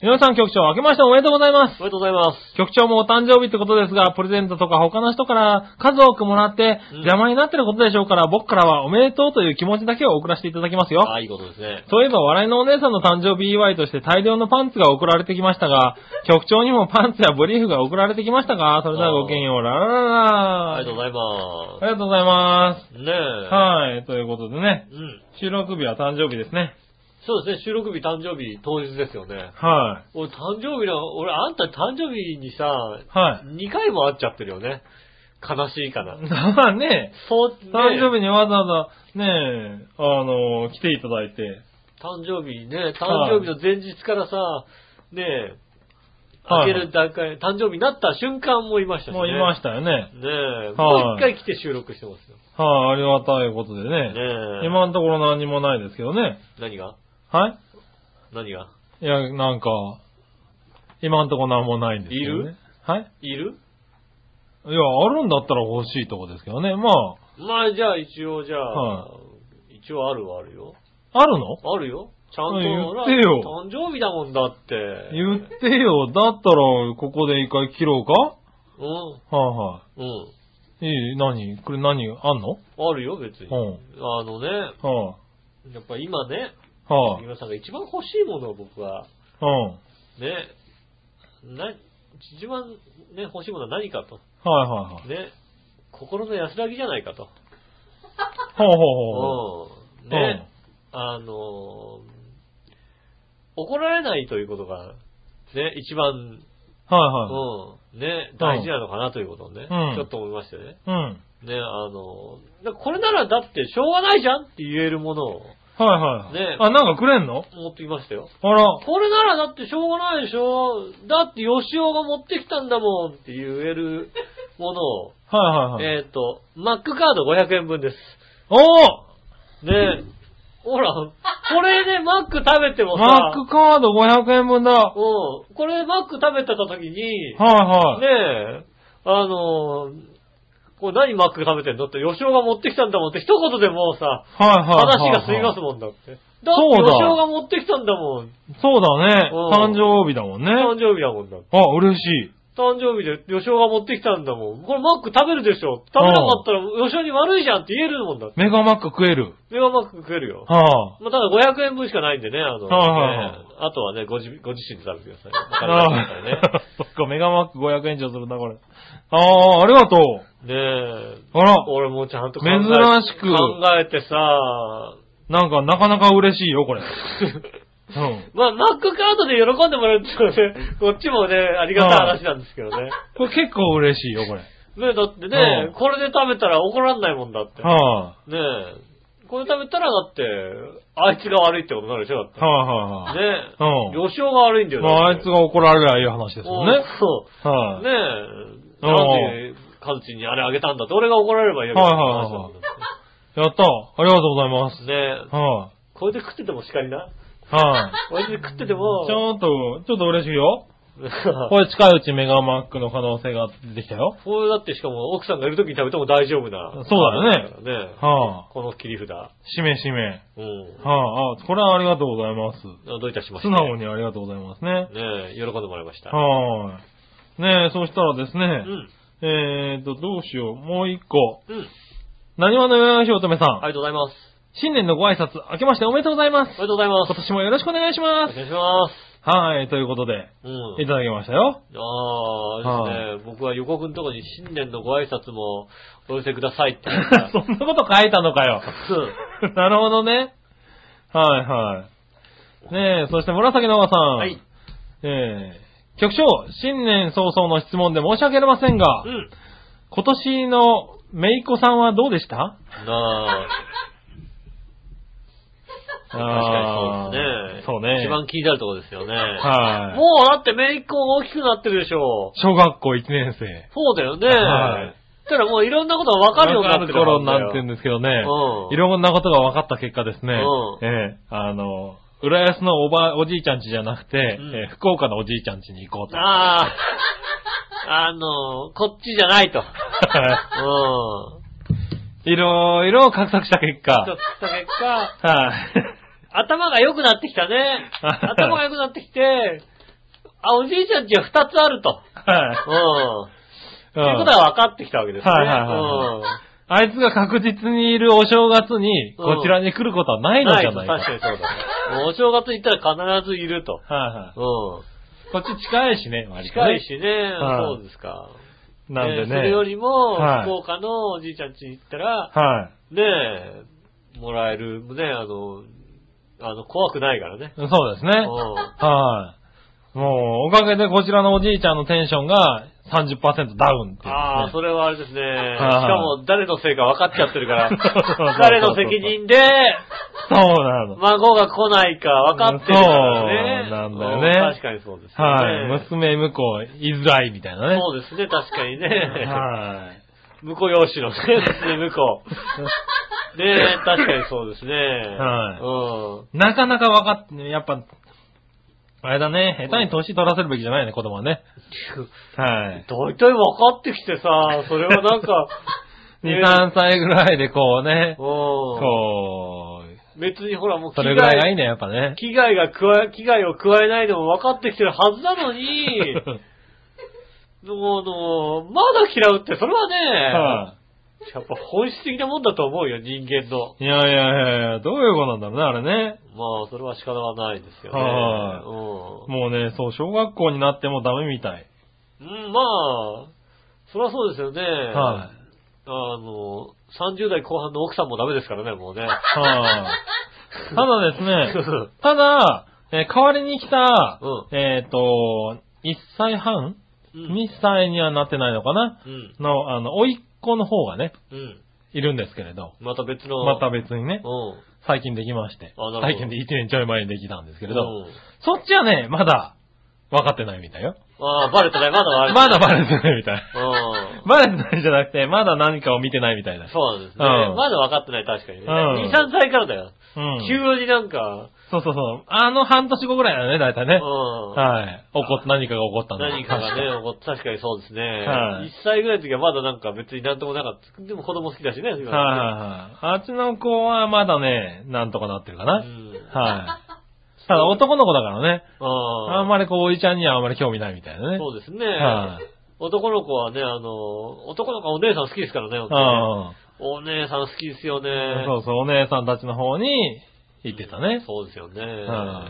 [SPEAKER 3] 皆さん局長、明けましておめでとうございます
[SPEAKER 2] お。めでとうございます。
[SPEAKER 3] 局長もお誕生日ってことですが、プレゼントとか他の人から数多くもらって
[SPEAKER 2] うん
[SPEAKER 3] 邪魔になってることでしょうから、僕からはおめでとうという気持ちだけを送らせていただきますよ。
[SPEAKER 2] ああ、いいことですね。
[SPEAKER 3] そういえば、笑いのお姉さんの誕生日祝いとして大量のパンツが送られてきましたが、局長にもパンツやブリーフが送られてきましたが、それではごきげんよう、ララララ
[SPEAKER 2] ありがとうござい
[SPEAKER 3] あ
[SPEAKER 2] ま。
[SPEAKER 3] りがとうございます
[SPEAKER 2] ねえ。
[SPEAKER 3] す。はい、ということでね、
[SPEAKER 2] うん。
[SPEAKER 3] 収録日は誕生日ですね。
[SPEAKER 2] そうですね、収録日、誕生日、当日ですよね。
[SPEAKER 3] は
[SPEAKER 2] 俺、誕生日の、俺、あんた誕生日にさ、
[SPEAKER 3] い。 は
[SPEAKER 2] 2回も会っちゃってるよね。悲しいかな。
[SPEAKER 3] い。まあね、
[SPEAKER 2] そう、ね、
[SPEAKER 3] 誕生日にわざわざね、あの、来ていただいて、
[SPEAKER 2] 誕生日ね、誕生日の前日からさ、ねえ、開
[SPEAKER 3] はい
[SPEAKER 2] ける段階、誕生日になった瞬間もいましたしね。
[SPEAKER 3] もういま
[SPEAKER 2] し
[SPEAKER 3] したよね。
[SPEAKER 2] た。ねえ、
[SPEAKER 3] はい
[SPEAKER 2] もう一回来て収録してますよ。
[SPEAKER 3] はい、ありがたいことでね。
[SPEAKER 2] ねえ。
[SPEAKER 3] 今のところ何もないですけどね。
[SPEAKER 2] 何が
[SPEAKER 3] はい
[SPEAKER 2] 何が
[SPEAKER 3] いや、なんか、今んとこなんもないんですけど
[SPEAKER 2] い
[SPEAKER 3] ね。
[SPEAKER 2] る
[SPEAKER 3] はい
[SPEAKER 2] いる
[SPEAKER 3] いや、あるんだったら欲しいとこですけどね。まあ、
[SPEAKER 2] まあ、じゃあ一応、じゃあ、
[SPEAKER 3] は
[SPEAKER 2] 一応あるはあるよ。
[SPEAKER 3] あるの
[SPEAKER 2] あるよ。ちゃんと、
[SPEAKER 3] うん言
[SPEAKER 2] ほら
[SPEAKER 3] ってよ
[SPEAKER 2] 誕生日だもんだって。
[SPEAKER 3] 言ってよ。だったら、ここで一回切ろうか
[SPEAKER 2] うん、
[SPEAKER 3] はいは
[SPEAKER 2] うん。
[SPEAKER 3] い。いい何これ何あんの
[SPEAKER 2] あるよ、別に。
[SPEAKER 3] うん
[SPEAKER 2] あのね、
[SPEAKER 3] は
[SPEAKER 2] やっぱ今ね、
[SPEAKER 3] い、はい、
[SPEAKER 2] 皆さんが一番欲しいものを僕は、
[SPEAKER 3] うん。
[SPEAKER 2] ね、な、一番ね、欲しいものは何かと。
[SPEAKER 3] はいはいはい。
[SPEAKER 2] ね、心の安らぎじゃないかと。
[SPEAKER 3] ほうほうほう
[SPEAKER 2] うん。ね、あのー怒られないということが、ね、一番、
[SPEAKER 3] ほう。は
[SPEAKER 2] うん、ね、大事なのかなということをね、
[SPEAKER 3] うん
[SPEAKER 2] ちょっと思いましてね。
[SPEAKER 3] いはい。うん。
[SPEAKER 2] ね、あのーだこれならだってしょうがないじゃんって言えるものを
[SPEAKER 3] はいはい。
[SPEAKER 2] ね
[SPEAKER 3] あ、なんかくれんの
[SPEAKER 2] 持ってきましたよ。
[SPEAKER 3] あら。
[SPEAKER 2] これならだってしょうがないでしょだって吉尾が持ってきたんだもんって言えるものを、
[SPEAKER 3] はいはいはい。
[SPEAKER 2] えっ、と、マックカード500円分です。
[SPEAKER 3] おー
[SPEAKER 2] ねえ。ほら、これでマック食べてもさ、
[SPEAKER 3] マックカード500円分だ。は
[SPEAKER 2] うん。これでマック食べてた時に、
[SPEAKER 3] い
[SPEAKER 2] ね
[SPEAKER 3] はい。
[SPEAKER 2] え、あのーこれ何マック食べてんのって、吉尾が持ってきたんだもんって、一言でもうさ、
[SPEAKER 3] はいはいはい、はい。
[SPEAKER 2] 話が済みますもんだって。だって
[SPEAKER 3] そうだ
[SPEAKER 2] 吉尾が持ってきたんだもん。
[SPEAKER 3] そうだね。
[SPEAKER 2] うん
[SPEAKER 3] 誕生日だもんね。
[SPEAKER 2] 誕生日だもんだって。
[SPEAKER 3] あ、嬉しい。
[SPEAKER 2] 誕生日で吉尾が持ってきたんだもん。これマック食べるでしょ。食べなかったら吉尾に悪いじゃんって言えるもんだって。
[SPEAKER 3] メガマック食える。
[SPEAKER 2] メガマック食えるよ。
[SPEAKER 3] は
[SPEAKER 2] まあ、ただ500円分しかないんでね、あの、
[SPEAKER 3] はいはいはい
[SPEAKER 2] ねあとはね、ご自ご自身で食べてください。お金出
[SPEAKER 3] あ。
[SPEAKER 2] しますか
[SPEAKER 3] ああそっか、メガマック500円以上するな、これ。ああ、ありがとう。
[SPEAKER 2] ら ね。ねえ。
[SPEAKER 3] あら、
[SPEAKER 2] 俺もちゃんと考え
[SPEAKER 3] 珍しく
[SPEAKER 2] 考えてさ、
[SPEAKER 3] なんかなかなか嬉しいよ、これ。うん。
[SPEAKER 2] まあ、マックカードで喜 んでもらうっていうのはね、こっちもね、ありがたい話なんですけどね。
[SPEAKER 3] これ結構嬉しいよ、これ。
[SPEAKER 2] ねねだってね、
[SPEAKER 3] うん
[SPEAKER 2] これで食べたら怒らんないもんだって。
[SPEAKER 3] は
[SPEAKER 2] ねえ。これ食べたらだって、あいつが悪いってことになるでしょだっ
[SPEAKER 3] い、はい、はい、
[SPEAKER 2] て。
[SPEAKER 3] は
[SPEAKER 2] ね
[SPEAKER 3] い。
[SPEAKER 2] え。予想が悪いんだ
[SPEAKER 3] うん。
[SPEAKER 2] よ
[SPEAKER 3] まあ、あいつが怒られりゃいい話ですもんね。
[SPEAKER 2] そう。
[SPEAKER 3] はい、
[SPEAKER 2] ねえ、なんで、カズチンにあれあげたんだって、俺が怒られればいいわけだから
[SPEAKER 3] はいはいはいやったありがとうございます。
[SPEAKER 2] ねえ、
[SPEAKER 3] は
[SPEAKER 2] これで食ってても叱りな。
[SPEAKER 3] い、はい、
[SPEAKER 2] これで食ってても、
[SPEAKER 3] ちょっと、ちょっと嬉しいよ。これ近いうちメガマックの可能性が出てきたよ。
[SPEAKER 2] これだってしかも奥さんがいる時に食べても大丈夫な。
[SPEAKER 3] そうだよ
[SPEAKER 2] ね。ねえ
[SPEAKER 3] はあ、
[SPEAKER 2] この切り札。う
[SPEAKER 3] しめしめ。
[SPEAKER 2] ん。
[SPEAKER 3] はあ、あ、これはありがとうございます。
[SPEAKER 2] どういたしまして。
[SPEAKER 3] 素直にありがとうございますね。
[SPEAKER 2] ねえ、喜んでもらいました。
[SPEAKER 3] はーい。ねえ、そしたらです
[SPEAKER 2] う
[SPEAKER 3] ね、
[SPEAKER 2] ん。
[SPEAKER 3] えーと、どうしよう、もう一個。
[SPEAKER 2] うん。
[SPEAKER 3] 何話のよしおとめさん、
[SPEAKER 2] ありがとうございます。
[SPEAKER 3] 新年のご挨拶、明けましておめでとうございます
[SPEAKER 2] あり。がとうございま
[SPEAKER 3] 今
[SPEAKER 2] す。
[SPEAKER 3] 年もよろしくお願いし
[SPEAKER 2] お
[SPEAKER 3] ます。
[SPEAKER 2] 願いします。
[SPEAKER 3] はい、ということで、
[SPEAKER 2] うん
[SPEAKER 3] い。ただきましたよ。
[SPEAKER 2] ああ、ですね。僕は予告のとこに新年のご挨拶もお寄せくださいって言った
[SPEAKER 3] そんなこと書いたのかよ。
[SPEAKER 2] うん
[SPEAKER 3] なるほどね。はいはい。ねえ、そして紫のおばさん。
[SPEAKER 2] はい。
[SPEAKER 3] えー、局長、新年早々の質問で申し訳ありませんが、
[SPEAKER 2] うん。
[SPEAKER 3] 今年のめいっ子さんはどうでした
[SPEAKER 2] なあ。確かにそうですね。一
[SPEAKER 3] そうね。
[SPEAKER 2] 番気になるところですよね。
[SPEAKER 3] はい。
[SPEAKER 2] もうだってめいっ子大きくなってるでしょ
[SPEAKER 3] 小学校1年生。
[SPEAKER 2] そうだよね。
[SPEAKER 3] はい
[SPEAKER 2] ただもういろんなことがわかるようになってる
[SPEAKER 3] わか頃に
[SPEAKER 2] はずだよ
[SPEAKER 3] なってるんですけどね。
[SPEAKER 2] うん
[SPEAKER 3] いろんなことが分かった結果ですね。
[SPEAKER 2] うん
[SPEAKER 3] ええあの、浦安のおば、おじいちゃん家じゃなくて、
[SPEAKER 2] うん
[SPEAKER 3] えー福岡のおじいちゃん家に行こうと。
[SPEAKER 2] ああ。あの、こっちじゃない と。うん。
[SPEAKER 3] いろいろ画策した結果。
[SPEAKER 2] ちょっと結果、
[SPEAKER 3] はい。
[SPEAKER 2] 頭が良くなってきた ね。頭が良くなってきて、あ、おじいちゃんちは二つあると。う
[SPEAKER 3] は
[SPEAKER 2] ん。
[SPEAKER 3] い。
[SPEAKER 2] ということは分かってきたわけですね。
[SPEAKER 3] はいはいはいあいつが確実にいるお正月に、
[SPEAKER 2] うん
[SPEAKER 3] こちらに来ることは
[SPEAKER 2] う
[SPEAKER 3] ない
[SPEAKER 2] ん。
[SPEAKER 3] の
[SPEAKER 2] ない
[SPEAKER 3] じ
[SPEAKER 2] と
[SPEAKER 3] ゃな
[SPEAKER 2] 確
[SPEAKER 3] い
[SPEAKER 2] か
[SPEAKER 3] か。
[SPEAKER 2] にそうだね。もうお正月行ったら必ずいると。
[SPEAKER 3] はいは
[SPEAKER 2] うん。
[SPEAKER 3] い。こっち近いしね、割と
[SPEAKER 2] 近い。
[SPEAKER 3] ね
[SPEAKER 2] しね、
[SPEAKER 3] はい
[SPEAKER 2] そうですか。
[SPEAKER 3] なんでね。
[SPEAKER 2] えーそれよりも、
[SPEAKER 3] はい
[SPEAKER 2] 福岡のおじいちゃん家に行ったら、
[SPEAKER 3] はい。
[SPEAKER 2] ねえ、もらえる、ねあの、あの、怖くないからね。
[SPEAKER 3] そうですね。
[SPEAKER 2] うん。
[SPEAKER 3] はい。もう、おかげでこちらのおじいちゃんのテンションが30%ダウンっていう、ね。
[SPEAKER 2] ああ、それはあれですね。し
[SPEAKER 3] い
[SPEAKER 2] かも、誰のせいか分かっちゃってるか
[SPEAKER 3] そうそうそう
[SPEAKER 2] ら、誰の責任で、
[SPEAKER 3] そうなの。
[SPEAKER 2] 孫が来ないか分かってるからね。
[SPEAKER 3] そうなんだよね
[SPEAKER 2] うん確かにそうですよね。
[SPEAKER 3] はい。娘向こう、居づらいみたいなね。
[SPEAKER 2] そうですね、確かにね。
[SPEAKER 3] はい。
[SPEAKER 2] 婿養子のね、娘 婿。ねえ、確かにそうですね。は
[SPEAKER 3] なかなかわかっ、やっぱ、あれだね、下手に年取らせるべきじゃないね、子供はね。は
[SPEAKER 2] うん
[SPEAKER 3] い。。
[SPEAKER 2] 大体分かってきてさ、それはなんか、
[SPEAKER 3] 2、3歳ぐらいでこうね、
[SPEAKER 2] う
[SPEAKER 3] こ
[SPEAKER 2] ん。別にほらもう
[SPEAKER 3] う、それぐらいがいい
[SPEAKER 2] い。
[SPEAKER 3] ね、やっぱね。
[SPEAKER 2] 危害が加え、危害を加えないのも分かってきてるはずなのに、 もうあの、まだ嫌うって、それはね、
[SPEAKER 3] は
[SPEAKER 2] やっぱ本質的なもんだと思うよ、人間の。
[SPEAKER 3] い。いやいやいやいや、どういうことなんだろうね、あれね。
[SPEAKER 2] まあ、それは仕方がないですよ
[SPEAKER 3] はい
[SPEAKER 2] ね。
[SPEAKER 3] もうね、そう、小学校になってもダメみたい。
[SPEAKER 2] うん。うん、まあ、それはそうですよね。
[SPEAKER 3] は
[SPEAKER 2] あの、30代後半の奥さんもダメですからね、もう ね。
[SPEAKER 3] い。はい。ただですね、ただ、えー代わりに来た、
[SPEAKER 2] う
[SPEAKER 3] えっ、と、1歳半
[SPEAKER 2] う
[SPEAKER 3] ?2
[SPEAKER 2] ん。
[SPEAKER 3] 歳にはなってないのかな
[SPEAKER 2] うん。
[SPEAKER 3] の、あの、甥っ子の方がね、
[SPEAKER 2] うん。
[SPEAKER 3] いるんですけれど、
[SPEAKER 2] また別の。
[SPEAKER 3] また別にね、
[SPEAKER 2] うん。
[SPEAKER 3] 最近できまして
[SPEAKER 2] あなるほど、
[SPEAKER 3] 最近で1年ちょい前にできたんですけれど、
[SPEAKER 2] うん
[SPEAKER 3] そっちはね、まだ、分かってないみたいよ。
[SPEAKER 2] ああ、バレてない、まだバレてな
[SPEAKER 3] ま
[SPEAKER 2] い。
[SPEAKER 3] だバレてないみたい。
[SPEAKER 2] うん。
[SPEAKER 3] バレてないじゃなくて、まだ何かを見てないみたいだ。
[SPEAKER 2] そうなんですね。
[SPEAKER 3] うん
[SPEAKER 2] まだ分かってない、確かにね。
[SPEAKER 3] うん
[SPEAKER 2] 2、3歳からだよ。
[SPEAKER 3] うん。
[SPEAKER 2] 急になんか、
[SPEAKER 3] そうそうそう。あの半年後ぐらいだね、大体ね。
[SPEAKER 2] うん。
[SPEAKER 3] はい。起こっ何かが起こったんだ
[SPEAKER 2] 何かが ね、起こって確かにそうですね。
[SPEAKER 3] はい
[SPEAKER 2] 1歳ぐらいの時はまだなんか別になんともなかった。でも子供好きだしね、今ね
[SPEAKER 3] はいはいはい。あっちの子はまだね、なんとかなってるかな。
[SPEAKER 2] う
[SPEAKER 3] はい。
[SPEAKER 2] ん。
[SPEAKER 3] ただ男の子だからね、あ
[SPEAKER 2] あ
[SPEAKER 3] ん
[SPEAKER 2] ん
[SPEAKER 3] まりこう、おじちゃんにはあんまり興味ないみたいなね。
[SPEAKER 2] そうですね。
[SPEAKER 3] はい
[SPEAKER 2] 男の子はね、あの、男の子はお姉さん好きですからね、本当にねお
[SPEAKER 3] あ
[SPEAKER 2] 姉さん好きですよね。
[SPEAKER 3] あそうそう、お姉さんたちの方に行ってたね。
[SPEAKER 2] そうですよね。
[SPEAKER 3] は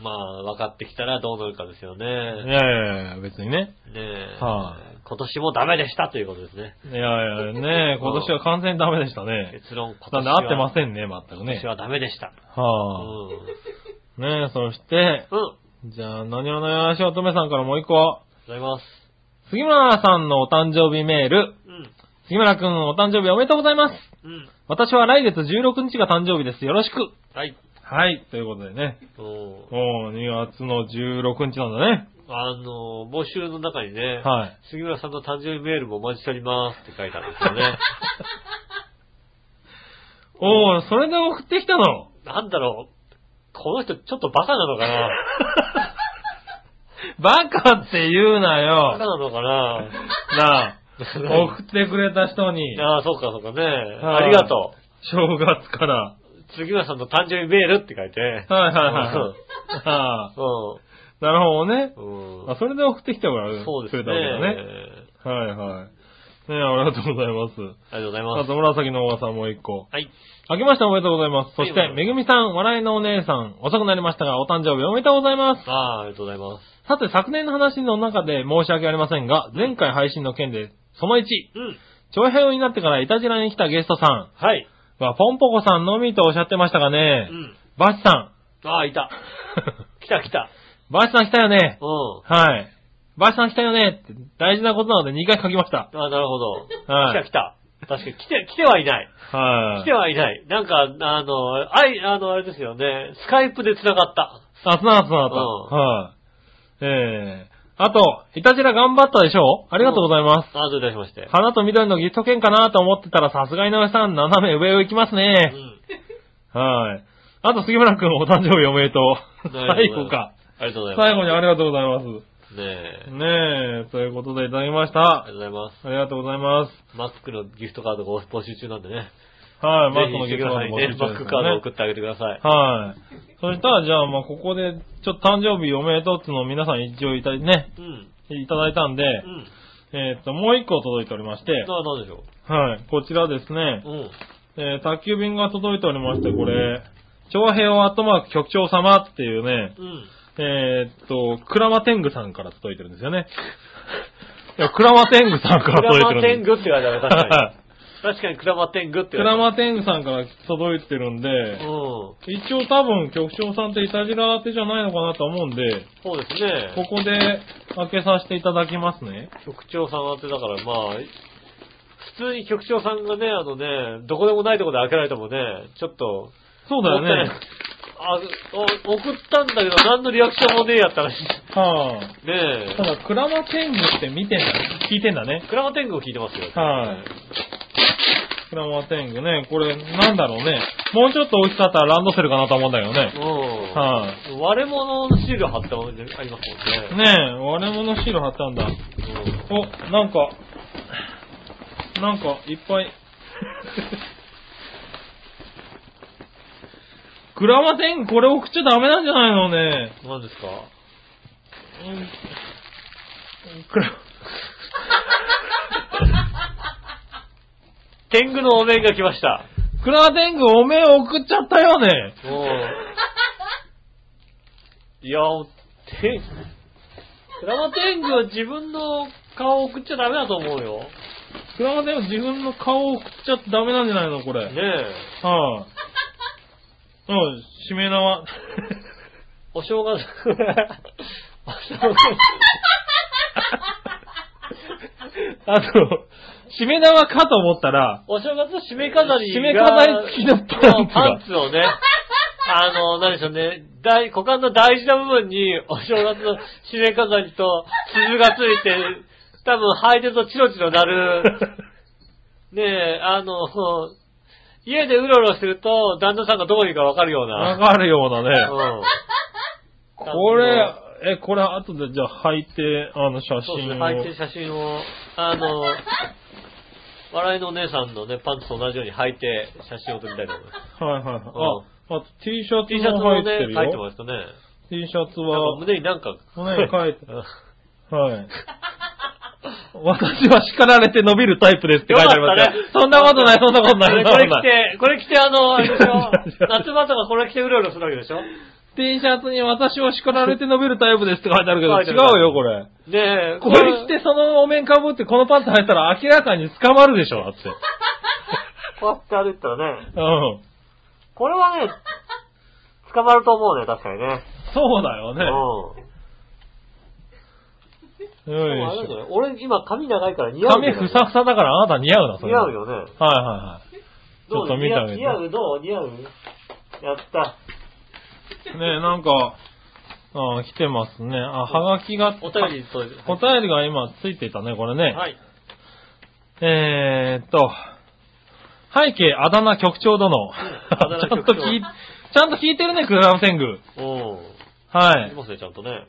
[SPEAKER 2] まあ、分かってきたらどうなるかですよね。
[SPEAKER 3] い
[SPEAKER 2] ね
[SPEAKER 3] やいやいや、別にね。
[SPEAKER 2] え
[SPEAKER 3] はい
[SPEAKER 2] 今年もダメでしたということですね。
[SPEAKER 3] いやいや、ね今年は完全にダメでしたね。
[SPEAKER 2] 結論、今年
[SPEAKER 3] なんで
[SPEAKER 2] は。
[SPEAKER 3] 合ってませんね、全く
[SPEAKER 2] 今
[SPEAKER 3] ね
[SPEAKER 2] 年。はダメでした。う
[SPEAKER 3] はあ。
[SPEAKER 2] ん。
[SPEAKER 3] ねそして、
[SPEAKER 2] うん。ありがとう
[SPEAKER 3] じゃあ、何をのよしおとめさんからもう一個。
[SPEAKER 2] ございます。
[SPEAKER 3] 杉村さんのお誕生日メール、
[SPEAKER 2] うん。
[SPEAKER 3] 杉村くん、お誕生日おめでとうございます。
[SPEAKER 2] うん。
[SPEAKER 3] 私は来月16日が誕生日です。よろしく。
[SPEAKER 2] はい。
[SPEAKER 3] はい、ということでね。
[SPEAKER 2] おー
[SPEAKER 3] おー、2月の16日なんだね。
[SPEAKER 2] あの、募集の中にね、
[SPEAKER 3] はい。
[SPEAKER 2] 杉村さんの誕生日メールもお待ちしておりますって書いてあるんですよね。
[SPEAKER 3] おー、それで送ってきたの。
[SPEAKER 2] なんだろう、この人ちょっとバカなのかな
[SPEAKER 3] バカって言うな
[SPEAKER 2] バカ
[SPEAKER 3] よ。
[SPEAKER 2] なのかな
[SPEAKER 3] なあ、
[SPEAKER 2] お
[SPEAKER 3] 送ってくれた人に、
[SPEAKER 2] ああ、そうかそうかね。
[SPEAKER 3] は
[SPEAKER 2] あ
[SPEAKER 3] い
[SPEAKER 2] りがと
[SPEAKER 3] 正月から。
[SPEAKER 2] う。杉村さんの誕生日メールって書いて。
[SPEAKER 3] はいはいはい。ああ、
[SPEAKER 2] う
[SPEAKER 3] なるほどね。
[SPEAKER 2] ん。うん
[SPEAKER 3] あ、。それで送ってきてもらう。
[SPEAKER 2] そうですね。
[SPEAKER 3] くれたわけだね。はいはい。ねありがとうございます。
[SPEAKER 2] ありがとうござい
[SPEAKER 3] あ
[SPEAKER 2] ます。
[SPEAKER 3] と、紫のおばさんもう一個。
[SPEAKER 2] はい。
[SPEAKER 3] 明けましておめでとうございます。そし
[SPEAKER 2] は
[SPEAKER 3] て、
[SPEAKER 2] い
[SPEAKER 3] めぐみさん、笑いのお姉さん、遅くなりましたが、お誕生日おめでとうございます。
[SPEAKER 2] ああ、ありがとうございます。
[SPEAKER 3] さて、昨年の話の中で申し訳ありませんが、前回配信の件で、その1、
[SPEAKER 2] うん。
[SPEAKER 3] 長編になってからいたじらに来たゲストさん
[SPEAKER 2] はい。
[SPEAKER 3] は、ポンポコさんのみとおっしゃってましたが
[SPEAKER 2] う
[SPEAKER 3] ね、
[SPEAKER 2] ん。
[SPEAKER 3] バチさん。
[SPEAKER 2] ああ、いた。来た来た。
[SPEAKER 3] バチさん来たよね。
[SPEAKER 2] うん。
[SPEAKER 3] はい。バチさん来たよねって、大事なことなので2回書きました。
[SPEAKER 2] ああ、なるほど。
[SPEAKER 3] はい
[SPEAKER 2] 来た来た。確かに来て、来てはいない。
[SPEAKER 3] は
[SPEAKER 2] 来てはいない。なんか、あの、あい、あの、あれですよね。スカイプで繋がった。
[SPEAKER 3] あ、つながった、つながった。
[SPEAKER 2] うん
[SPEAKER 3] はい、ええあと、いたじら頑張ったでしょありがとうございます。
[SPEAKER 2] ああ、どういたしまして。
[SPEAKER 3] 花と緑のギフト券かなと思ってたら、さすが井上さん、斜め上を行きます
[SPEAKER 2] う
[SPEAKER 3] ね。
[SPEAKER 2] ん。
[SPEAKER 3] はい。あと、杉村くん、お誕生日おめでとう。
[SPEAKER 2] な
[SPEAKER 3] 最
[SPEAKER 2] るほ
[SPEAKER 3] 後
[SPEAKER 2] ど
[SPEAKER 3] か。
[SPEAKER 2] ありがとうございます。
[SPEAKER 3] 最後にありがとうございます。
[SPEAKER 2] ねえ。
[SPEAKER 3] ねえ、ということでいただきまし
[SPEAKER 2] あ
[SPEAKER 3] た。
[SPEAKER 2] りがとうございます。
[SPEAKER 3] ありがとうございます。
[SPEAKER 2] マックのギフトカードが募集中なんでね。
[SPEAKER 3] はい、
[SPEAKER 2] ぜ
[SPEAKER 3] マック
[SPEAKER 2] ひ
[SPEAKER 3] の
[SPEAKER 2] して
[SPEAKER 3] ゲ
[SPEAKER 2] く
[SPEAKER 3] スト
[SPEAKER 2] ださいね。マッ
[SPEAKER 3] の
[SPEAKER 2] クカードを送ってあげてください。
[SPEAKER 3] はい。そしたら、じゃあ、まあ、ここで、ちょっと誕生日おめでとうっていうのを皆さん一応いた、ね、
[SPEAKER 2] うん。
[SPEAKER 3] いただいたんで、
[SPEAKER 2] うん。
[SPEAKER 3] えっ、と、もう一個届いておりまして、
[SPEAKER 2] な、なんでしょ
[SPEAKER 3] はい、こちらですね
[SPEAKER 2] う。、うん。
[SPEAKER 3] えー宅急便が届いておりまして、これ、長平を後マーク局長様っていうね、
[SPEAKER 2] うん。
[SPEAKER 3] えーっと、クラマテングさんから届いてるんですよ ね。いや、クラマテングさん
[SPEAKER 2] ク
[SPEAKER 3] から
[SPEAKER 2] ラ
[SPEAKER 3] 届い
[SPEAKER 2] マ
[SPEAKER 3] て
[SPEAKER 2] テ
[SPEAKER 3] るん
[SPEAKER 2] ン
[SPEAKER 3] です。
[SPEAKER 2] グって言われたら確か
[SPEAKER 3] はい
[SPEAKER 2] に。確かにクラマテングって
[SPEAKER 3] ク
[SPEAKER 2] 言
[SPEAKER 3] ラ
[SPEAKER 2] われ
[SPEAKER 3] マテングさんから届いてるんで、
[SPEAKER 2] た。うん。
[SPEAKER 3] 一応多分局長さんってイタジラ当てじゃないのかなと思うんで、
[SPEAKER 2] そうです
[SPEAKER 3] こ
[SPEAKER 2] ね。
[SPEAKER 3] こで開けさせていただきますね。
[SPEAKER 2] 局長さん宛てだから、まあ、普通に局長さんがね、あのね、どこでもないところで開けられてもね、ちょっと、
[SPEAKER 3] そうだ
[SPEAKER 2] も
[SPEAKER 3] よ
[SPEAKER 2] っ
[SPEAKER 3] ね
[SPEAKER 2] たいない。あ、お送ったんだけど、何のリアクションもねえやったらしい。
[SPEAKER 3] はあ。
[SPEAKER 2] ね
[SPEAKER 3] ただ、クラマテングって見てんだね。聞いてんだね
[SPEAKER 2] え。。クラマテングを聞いてますよ。
[SPEAKER 3] はいクラマテングね。これ、なんだろうね。もうちょっと大きかったらランドセルかなと思うんだけどね。
[SPEAKER 2] うん。
[SPEAKER 3] はい、
[SPEAKER 2] 割れ物のシール貼ったものにありますもんね。
[SPEAKER 3] ねえ、割れ物シール貼ったんだ。お、なんか、なんか、いっぱい。クラマテング、これ送っちゃダメなんじゃないのね。
[SPEAKER 2] うん。何ですか
[SPEAKER 3] クラ、
[SPEAKER 2] 天狗のお面が来ました。
[SPEAKER 3] クラマテング、おめえ送っちゃったよね。
[SPEAKER 2] おいや、天、クラマ天狗は自分の顔を送っちゃダメだと思うよ。
[SPEAKER 3] クラマテング、自分の顔を送っちゃってダメなんじゃないのこれ。
[SPEAKER 2] ねえ。
[SPEAKER 3] はい、うん、しめ縄。
[SPEAKER 2] お正月、 お正
[SPEAKER 3] あと、締め縄かと思った ら、
[SPEAKER 2] 月、お正月の締め飾りが。
[SPEAKER 3] 締め飾り付きのパンツが
[SPEAKER 2] パンツをね、あの、何でしょうね、大、股間の大事な部分に、お正月の締め飾りと鈴がついて、多分履いてるとチロチロなるねえ、あの、家でうろうろしてると、旦那さんがどこにいるかわかるよう
[SPEAKER 3] わ
[SPEAKER 2] な。
[SPEAKER 3] かるようなね。
[SPEAKER 2] うん。
[SPEAKER 3] これ、え、これ後でじゃあ履いて、あの写
[SPEAKER 2] そうです
[SPEAKER 3] 真
[SPEAKER 2] ね、履い
[SPEAKER 3] を。
[SPEAKER 2] てる写真を、あの、笑いのお姉さんのね、パンツと同じように履いて写真を撮りたいと思 います。
[SPEAKER 3] はいはいはい。あ、あと T シャツ
[SPEAKER 2] T シャツ
[SPEAKER 3] も入
[SPEAKER 2] も
[SPEAKER 3] っ
[SPEAKER 2] ね
[SPEAKER 3] てる、
[SPEAKER 2] 書いてま
[SPEAKER 3] よ。
[SPEAKER 2] したね。
[SPEAKER 3] T シャツ
[SPEAKER 2] なんか
[SPEAKER 3] は、
[SPEAKER 2] 胸になんか、
[SPEAKER 3] 胸に書いて
[SPEAKER 2] うん
[SPEAKER 3] はい。私は叱られて伸びるタイプですって
[SPEAKER 2] よ
[SPEAKER 3] 書い
[SPEAKER 2] か
[SPEAKER 3] て
[SPEAKER 2] っ
[SPEAKER 3] ありま
[SPEAKER 2] た
[SPEAKER 3] す
[SPEAKER 2] ね
[SPEAKER 3] よ。。そんなことない、そんなことない、そんな
[SPEAKER 2] こ
[SPEAKER 3] こ
[SPEAKER 2] れ着
[SPEAKER 3] とない。
[SPEAKER 2] て、これ着てあの、あれでし ょ夏場とかこれ着てうろうろするわけでしょ
[SPEAKER 3] T シャツに私は叱られて伸びるタイプですって書いてあるけど、
[SPEAKER 2] 書いてある
[SPEAKER 3] 違うよ、これ。
[SPEAKER 2] ねえ、
[SPEAKER 3] これ着てそのお面かぶってこのパンツ履いたら明らかに捕まるでしょ、だって。
[SPEAKER 2] こうやって歩いてたらね、
[SPEAKER 3] うん。
[SPEAKER 2] これ はね、捕まると思うね、確かにね。
[SPEAKER 3] そうだよね。
[SPEAKER 2] うでもあれなんじゃない俺今髪長いから似合うよ
[SPEAKER 3] 髪
[SPEAKER 2] ね。
[SPEAKER 3] ふさふさだからあなた似合うな、それ。
[SPEAKER 2] 似合う。よね。
[SPEAKER 3] はいはいはい。ちょっと見てあげて
[SPEAKER 2] 似合う、どう似合うやった。
[SPEAKER 3] ねえ、なんか、あ来てますね。あ、はがきが、
[SPEAKER 2] お便り、そうです。
[SPEAKER 3] お便りが今ついていたね、これね。
[SPEAKER 2] はい。
[SPEAKER 3] えーっと、背景、あだ名局長殿。
[SPEAKER 2] あだ名
[SPEAKER 3] ちゃんと
[SPEAKER 2] 局長
[SPEAKER 3] 聞い、ちゃんと聞いてるね、クラムテング。
[SPEAKER 2] おー。
[SPEAKER 3] はい
[SPEAKER 2] い。ますね、ちゃんとね。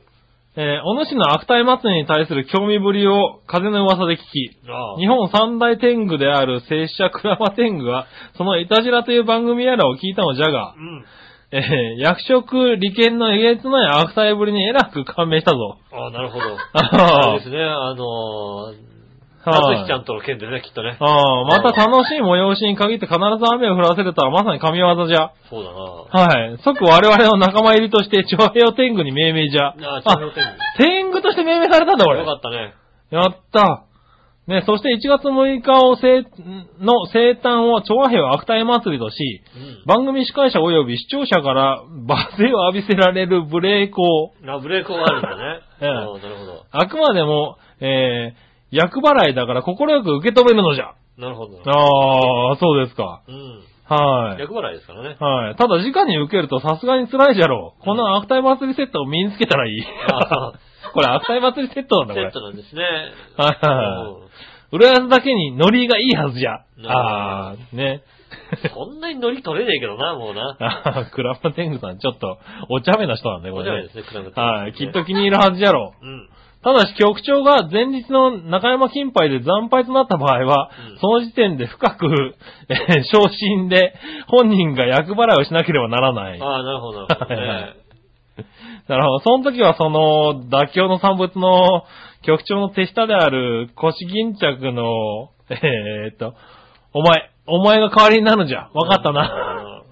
[SPEAKER 3] えーお主の悪態祭りに対する興味ぶりを風の噂で聞き、
[SPEAKER 2] ああ。
[SPEAKER 3] 日本三大天狗である拙者クラマ天狗は、そのいたじらという番組やらを聞いたのじゃが
[SPEAKER 2] う、ん。
[SPEAKER 3] えー役職、利権のえげつない悪態ぶりにえらく感銘したぞ。
[SPEAKER 2] ああ、なるほど。
[SPEAKER 3] あー
[SPEAKER 2] あれですね、あのー、
[SPEAKER 3] は
[SPEAKER 2] なず
[SPEAKER 3] い
[SPEAKER 2] ひちゃんとの件でね、きっとね。
[SPEAKER 3] ああ、また楽しい催しに限って必ず雨を降らせるとはまさに神業じゃ。
[SPEAKER 2] そうだ
[SPEAKER 3] はい。即我々の仲間入りとして、長平天狗に命名じゃ。
[SPEAKER 2] なああ、長編
[SPEAKER 3] 天狗として命名されたんだ、俺。
[SPEAKER 2] よかったね。
[SPEAKER 3] やった。ね、そして1月6日をせいの生誕を調和平悪態祭りとし、
[SPEAKER 2] うん。
[SPEAKER 3] 番組司会者及び視聴者から罵声を浴びせられる無礼講。。
[SPEAKER 2] ラブレイクがあるんだね
[SPEAKER 3] ええ
[SPEAKER 2] ああなるほど。
[SPEAKER 3] あくまでも、えー、役払いだから心よく受け止めるのじゃ。
[SPEAKER 2] なるほど。
[SPEAKER 3] ああ、そうですか。
[SPEAKER 2] うん。
[SPEAKER 3] はい。
[SPEAKER 2] 役払いですからね。
[SPEAKER 3] はい。ただ、直に受けるとさすがに辛いじゃろう。この悪態祭りセットを身につけたらいい
[SPEAKER 2] あ。
[SPEAKER 3] これ悪態祭りセットなんだ、こ
[SPEAKER 2] セ
[SPEAKER 3] れ
[SPEAKER 2] ッ。トなんですね。
[SPEAKER 3] はいはいはい浦安だけにノリがいいはずじゃ。ああ、ね。
[SPEAKER 2] うんそんなにノリ取れねえけどな、もうな。
[SPEAKER 3] あークラマテングさん、ちょっと、お茶目な人なんだね、こ
[SPEAKER 2] 面
[SPEAKER 3] れ
[SPEAKER 2] 白い
[SPEAKER 3] ね
[SPEAKER 2] ですね、クラブ
[SPEAKER 3] はい、きっと。気に入るはずじゃろう。
[SPEAKER 2] うん。
[SPEAKER 3] ただし、局長が前日の中山金杯で惨敗となった場合は、
[SPEAKER 2] うん
[SPEAKER 3] その時点で深く、 えー昇進で、本人が役払いをしなければならない。
[SPEAKER 2] ああ、なるほど、なるほど
[SPEAKER 3] はいは
[SPEAKER 2] ね
[SPEAKER 3] い。なるほど。その時は、その、妥協の産物の局長の手下である、腰巾着の、 えーっと、お前、お前が代わりになるんじゃ。わかったな。
[SPEAKER 2] あ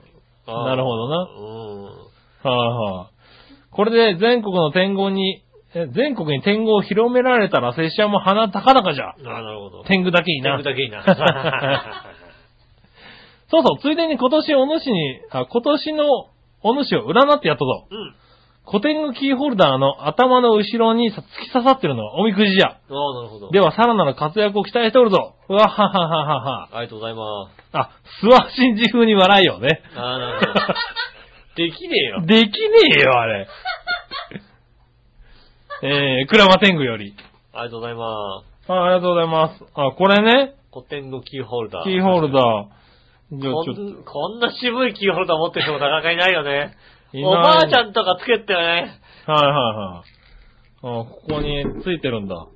[SPEAKER 2] あ。
[SPEAKER 3] なるほどな
[SPEAKER 2] うん。
[SPEAKER 3] はいはい。これで全国の天狗に、え全国に天狗を広められたら拙者も鼻高々じゃ。
[SPEAKER 2] ああ、なるほど。
[SPEAKER 3] 天狗だけに
[SPEAKER 2] 天
[SPEAKER 3] な
[SPEAKER 2] 狗。だけいい な。
[SPEAKER 3] そうそう、ついでに今年お主に、あ、今年のお主を占ってやったぞ。
[SPEAKER 2] うん。
[SPEAKER 3] 古典具キーホルダーの頭の後ろにさ突き刺さってるのはおみくじじゃ。
[SPEAKER 2] ああ、なるほど。
[SPEAKER 3] ではさらなる活躍を期待しておるぞ。うわははははは。
[SPEAKER 2] ありがとうございます。
[SPEAKER 3] あ、諏訪神事風に笑いよね。
[SPEAKER 2] ああ、なるほど。できねえよ。
[SPEAKER 3] できねえよ、あれ。えー、クラマ天狗より。
[SPEAKER 2] ありがとうございます。
[SPEAKER 3] あありがとうございます。あ、これね、
[SPEAKER 2] 古典のキーホルダー。
[SPEAKER 3] キーホルダ
[SPEAKER 2] ー。
[SPEAKER 3] ー。じゃあ
[SPEAKER 2] こ
[SPEAKER 3] ちょっ
[SPEAKER 2] んこんな渋いキーホルダー持ってる人もなかなかいないよね。
[SPEAKER 3] と。いない
[SPEAKER 2] おばあちゃんとかつけてたよね。
[SPEAKER 3] はいはいはい。あ、ここについてるんだ。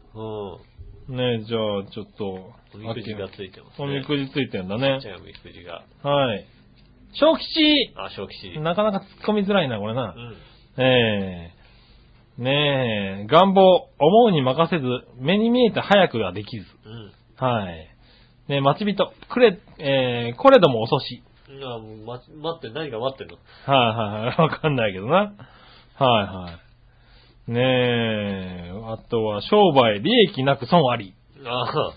[SPEAKER 2] うん。
[SPEAKER 3] ねじゃあちょっと。
[SPEAKER 2] おみくじがついてます、ね。
[SPEAKER 3] おみくじついてんだ
[SPEAKER 2] ち
[SPEAKER 3] ね
[SPEAKER 2] っち。ゃいおみくじが。
[SPEAKER 3] はい。小吉
[SPEAKER 2] あ、小吉。
[SPEAKER 3] なかなか突っ込みづらいな、これな
[SPEAKER 2] う。ん。
[SPEAKER 3] ええねえ、願望、思うに任せず、目に見えて早くができず。
[SPEAKER 2] うん。
[SPEAKER 3] はい。ねえ、待ち人、くれ、えー、これども遅し。
[SPEAKER 2] いや、もうま、待って、何が待ってんの
[SPEAKER 3] はいはいはい。 わかんないけどな。はいはい。ねえ、あとは商売、利益なく損あり。
[SPEAKER 2] ああ、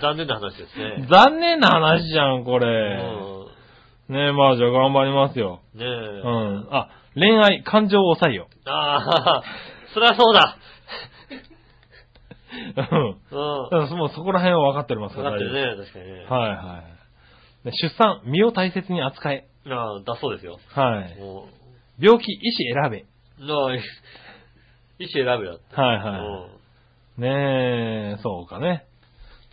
[SPEAKER 2] 残念な話ですね。
[SPEAKER 3] 残念な話じゃん、これ。
[SPEAKER 2] う
[SPEAKER 3] ねえ、まあじゃあ頑張りますよ。
[SPEAKER 2] ん。ねえ。
[SPEAKER 3] うん。あ、恋愛、感情を抑えよ
[SPEAKER 2] ああ、そりゃそうだ。うん。
[SPEAKER 3] う。うん。
[SPEAKER 2] わ
[SPEAKER 3] だからもうそこら辺は分かっております
[SPEAKER 2] かって
[SPEAKER 3] 大丈
[SPEAKER 2] るね、確かにね。
[SPEAKER 3] 夫はいはい。ね出産、身を大切に扱え。
[SPEAKER 2] ああ、だそうですよ。
[SPEAKER 3] はい。
[SPEAKER 2] も
[SPEAKER 3] 病気、医師選べ。
[SPEAKER 2] う、なあ、医師選べだって。
[SPEAKER 3] はい
[SPEAKER 2] うん。
[SPEAKER 3] は。い。ねえ、そうかね。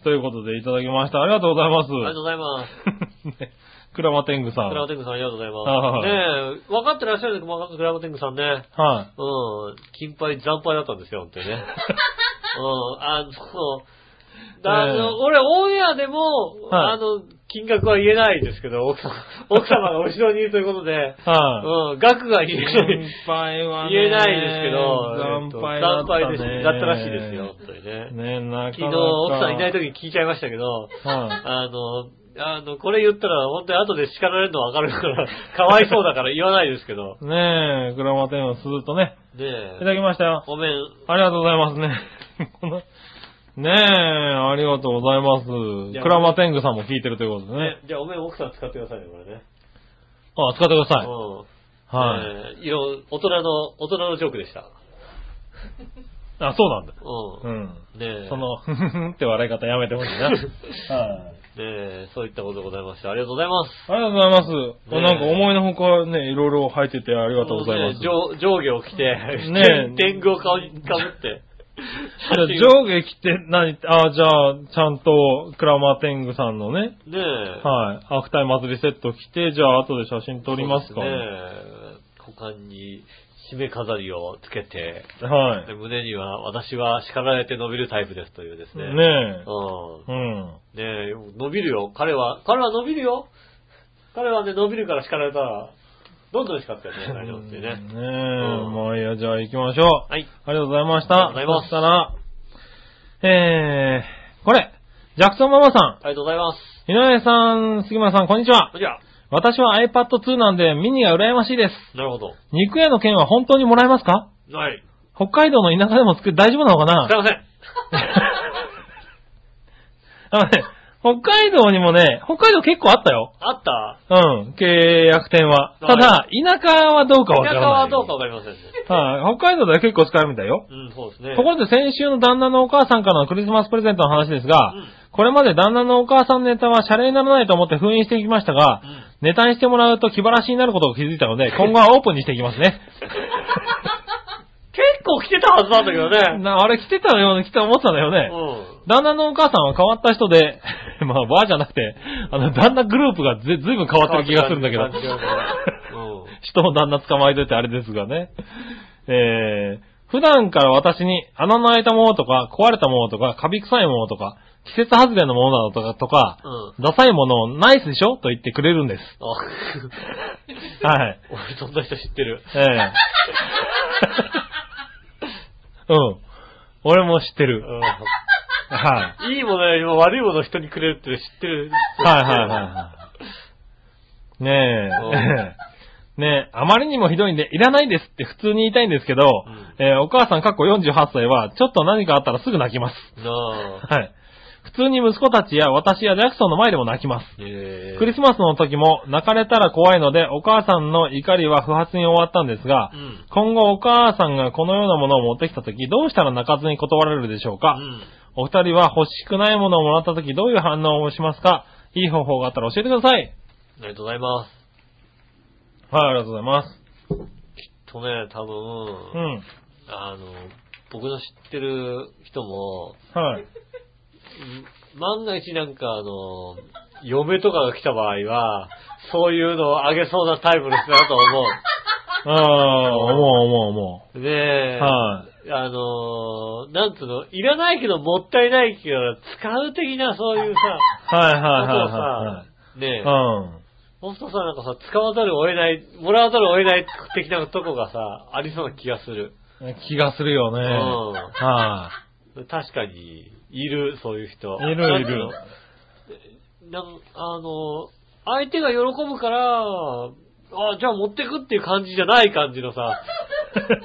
[SPEAKER 3] ということでいただきました。ありがとうございます。
[SPEAKER 2] ありがとうございます。
[SPEAKER 3] ねクラマテングさん。
[SPEAKER 2] クラ
[SPEAKER 3] は
[SPEAKER 2] ブ
[SPEAKER 3] い、
[SPEAKER 2] テングさんありがとうござい
[SPEAKER 3] は
[SPEAKER 2] ます。ねえ、分かってらっしゃるんですかクラブテングさんね。うん、金杯惨敗だったんですよ、本当に ね。うん、あの、だあの
[SPEAKER 3] ええ
[SPEAKER 2] 俺、オンエアでも、
[SPEAKER 3] はい
[SPEAKER 2] あの、金額は言えないですけど、奥 様奥様が後ろにいるということで、
[SPEAKER 3] はい、
[SPEAKER 2] うん、額が言えない。
[SPEAKER 3] 惨敗はね。
[SPEAKER 2] 言えないですけど、
[SPEAKER 3] 惨敗
[SPEAKER 2] え
[SPEAKER 3] だ
[SPEAKER 2] っ
[SPEAKER 3] っ
[SPEAKER 2] と
[SPEAKER 3] た、ね。
[SPEAKER 2] 惨敗でしだったらしいですよ、本当にね。
[SPEAKER 3] ねなかなか。
[SPEAKER 2] 昨日、奥さんいない時に聞いちゃいましたけど、
[SPEAKER 3] はい、
[SPEAKER 2] あの、あの、これ言ったら、本当に後で叱られるのわかるから、かわいそうだから言わないですけど。
[SPEAKER 3] ねえ、クラマテングするとね。
[SPEAKER 2] ね
[SPEAKER 3] いた
[SPEAKER 2] え、
[SPEAKER 3] だきましたよ。
[SPEAKER 2] ごめん、
[SPEAKER 3] ありがとうございますね。 このねえ、ありがとうございます。
[SPEAKER 2] いや
[SPEAKER 3] クラマテングさんも聞いてるということでね。
[SPEAKER 2] じゃあ、お面奥さん使ってくださいね、これね。
[SPEAKER 3] あ、使ってください。
[SPEAKER 2] うん。
[SPEAKER 3] はい。
[SPEAKER 2] えー色、大人の、大人のジョークでした。
[SPEAKER 3] あ、そうなんだ。
[SPEAKER 2] う。
[SPEAKER 3] うんん。
[SPEAKER 2] ねえ。
[SPEAKER 3] その、 ふふふんって笑い方やめ てほしいな。はい。
[SPEAKER 2] ねえ、そういったことでございまして、ありがとうございます。
[SPEAKER 3] ありがとうございます。
[SPEAKER 2] え
[SPEAKER 3] なんか思いのほかね、いろいろ入っててありがとうございま
[SPEAKER 2] ね
[SPEAKER 3] す。
[SPEAKER 2] 上上下を着て、
[SPEAKER 3] ねえ
[SPEAKER 2] 天狗をかぶかぶって。
[SPEAKER 3] じ ゃあ上下着て、何、あ、じゃあ、ちゃんと、クラマーテングさんのね、
[SPEAKER 2] ねえ。
[SPEAKER 3] はい、アフタイ祭りセット着て、じゃあ、後で写真撮りますか。
[SPEAKER 2] そうですね股間に締め飾りをつけて、
[SPEAKER 3] はい
[SPEAKER 2] で。胸には私は叱られて伸びるタイプですというですね。
[SPEAKER 3] ねえ。
[SPEAKER 2] うん。
[SPEAKER 3] うん。
[SPEAKER 2] ねえ、伸びるよ。彼は、彼は伸びるよ。彼はね、伸びるから叱られたら、どんどん叱ったよね、大丈夫ってね。
[SPEAKER 3] ねえ、
[SPEAKER 2] ん
[SPEAKER 3] まあいいや、じゃあ行きましょう。
[SPEAKER 2] はい。
[SPEAKER 3] ありがとうございました。
[SPEAKER 2] ありがとうございます
[SPEAKER 3] そしたら、えー、これ、ジャクソンママ
[SPEAKER 2] あ
[SPEAKER 3] さ
[SPEAKER 2] りがとうございます。
[SPEAKER 3] ん、井上さん、杉村さん、こんにちは
[SPEAKER 2] こ。んにちは。
[SPEAKER 3] 私は iPad2 なんでミニが羨ましいです。
[SPEAKER 2] なるほど。
[SPEAKER 3] 肉屋の券は本当にもらえますか
[SPEAKER 2] はい。
[SPEAKER 3] 北海道の田舎でも作る、大丈夫なのか
[SPEAKER 2] すい ま
[SPEAKER 3] な
[SPEAKER 2] せ ん。
[SPEAKER 3] あのね、北海道にもね、北海道結構あったよ。
[SPEAKER 2] あった
[SPEAKER 3] うん、契約店は。ただ
[SPEAKER 2] は、
[SPEAKER 3] 田舎はどうかわか
[SPEAKER 2] 田
[SPEAKER 3] ら
[SPEAKER 2] 舎
[SPEAKER 3] ない。
[SPEAKER 2] はどうかわかりませんね。
[SPEAKER 3] はい、北海道では結構使えるみたいよ。
[SPEAKER 2] うん、そうですね。
[SPEAKER 3] ところで先週の旦那のお母さんからのクリスマスプレゼントの話ですが、
[SPEAKER 2] うん
[SPEAKER 3] これまで旦那のお母さんネタはシャレにならないと思って封印してきましたが、
[SPEAKER 2] うん
[SPEAKER 3] ネタにしてもらうと気晴らしになることを気づいた ので、今後はオープンにしていきますね。
[SPEAKER 2] 結構来てたはずなんだけどね。
[SPEAKER 3] なあれ来てたように来て思ってたんだよね。
[SPEAKER 2] う
[SPEAKER 3] 旦那のお母さんは変わった人で、 まあ、バーじゃなくて、あの、旦那グループがずずいぶん変わってる気がするんだけど。
[SPEAKER 2] 変わってる感
[SPEAKER 3] 人の旦那捕まえといてあれですがね。えー、普段から私に穴の開いたものとか、壊れたものとか、カビ臭いものとか、季節外れのものなどとか、とか、
[SPEAKER 2] ん。うん。
[SPEAKER 3] ダサいものをナイスでしょと言ってくれるんです。
[SPEAKER 2] あ、
[SPEAKER 3] はい。
[SPEAKER 2] 俺そんな人知ってる。
[SPEAKER 3] ええうん。俺も知ってる。はい。
[SPEAKER 2] いいものよりも悪いものを人にくれるって知ってる。
[SPEAKER 3] はいはいはいはい。ねえ。ねえ、あまりにもひどいんで、いらないですって普通に言いたいんですけど、
[SPEAKER 2] ん
[SPEAKER 3] えーお母さんかっこ48歳は、ちょっと何かあったらすぐ泣きます。
[SPEAKER 2] い。なあ。
[SPEAKER 3] はい。普通に息子たちや私やジャクソンの前でも泣きます。
[SPEAKER 2] えー
[SPEAKER 3] クリスマスの時も泣かれたら怖いので、お母さんの怒りは不発に終わったんですが、
[SPEAKER 2] うん。
[SPEAKER 3] 今後お母さんがこのようなものを持ってきた時、どうしたら泣かずに断られるでしょうか、
[SPEAKER 2] うん。
[SPEAKER 3] お二人は欲しくないものをもらった時どういう反応をしますかいい方法があったら教えてください。
[SPEAKER 2] ありがとうございます。
[SPEAKER 3] はい、ありがとうございます。
[SPEAKER 2] とね、多
[SPEAKER 3] う
[SPEAKER 2] 分、
[SPEAKER 3] ん。
[SPEAKER 2] あの、僕の知ってる人も、
[SPEAKER 3] はい。
[SPEAKER 2] 万が一なんかあの、嫁とかが来た場合は、そういうのをあげそうなタイプの人だと思
[SPEAKER 3] ああ、思う思う思
[SPEAKER 2] う。ねえ。
[SPEAKER 3] う。は
[SPEAKER 2] あのー、なんつうの、いらないけどもったいないけど、使う的なそういうさ、
[SPEAKER 3] い。はいはい
[SPEAKER 2] ことを
[SPEAKER 3] は
[SPEAKER 2] さ、ね
[SPEAKER 3] いはい。
[SPEAKER 2] え
[SPEAKER 3] う、
[SPEAKER 2] ほんとさ、なんかさ、使わざるを得ない、もらわざるを得ない的なとこがさ、ありそうな気がする。
[SPEAKER 3] ん。気がするよね。
[SPEAKER 2] う
[SPEAKER 3] は
[SPEAKER 2] 確かに、いる、そういう人。
[SPEAKER 3] い。いるいる。
[SPEAKER 2] なんかあの、相手が喜ぶから、あ、じゃあ持ってくっていう感じじゃない感じの さ、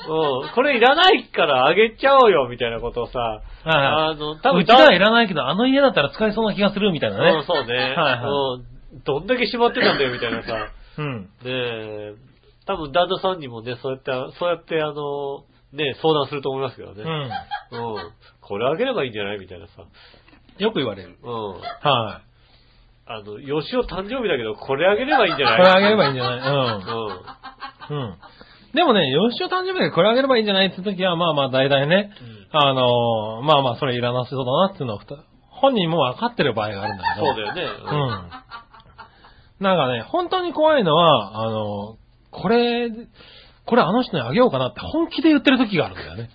[SPEAKER 2] うん、これいらないからあげちゃおうよ、みたいなことをさ、
[SPEAKER 3] はい
[SPEAKER 2] あの、多分
[SPEAKER 3] うちらいらないけど、あの家だったら使えそうな気がするみたいな
[SPEAKER 2] うん、
[SPEAKER 3] ね。
[SPEAKER 2] そうね。
[SPEAKER 3] はいは
[SPEAKER 2] うん、どんだけ縛ってたんだよ、みたいなさ。
[SPEAKER 3] うん。
[SPEAKER 2] ねえ、多分旦那さんにもね、そうやって、そうやって、あの、ね相談すると思いますけどね。
[SPEAKER 3] う
[SPEAKER 2] う
[SPEAKER 3] ん。
[SPEAKER 2] ん。これあげればいいんじゃないみたいなさ。
[SPEAKER 3] よく言われる。
[SPEAKER 2] うん。
[SPEAKER 3] は
[SPEAKER 2] あの、吉尾誕生日だけど、これあげればいいんじ
[SPEAKER 3] い。
[SPEAKER 2] ゃな
[SPEAKER 3] こ
[SPEAKER 2] い
[SPEAKER 3] れあげればいいんじ
[SPEAKER 2] ゃ
[SPEAKER 3] ゃないうん。
[SPEAKER 2] な
[SPEAKER 3] うん。でもね、吉尾誕生日でこれあげればいいんじゃないって時は、まあまあ大体ね、
[SPEAKER 2] うん
[SPEAKER 3] あのーまあまあそれいらなそうだなっていうのはふた、本人も分かってる場合があるんだけ
[SPEAKER 2] い。うん。そ
[SPEAKER 3] ど。
[SPEAKER 2] うだよね。
[SPEAKER 3] うん。なんかね、本当に怖いのは、あのーこれ、これあの人にあげようかなって本気で言ってる時があるんだよね。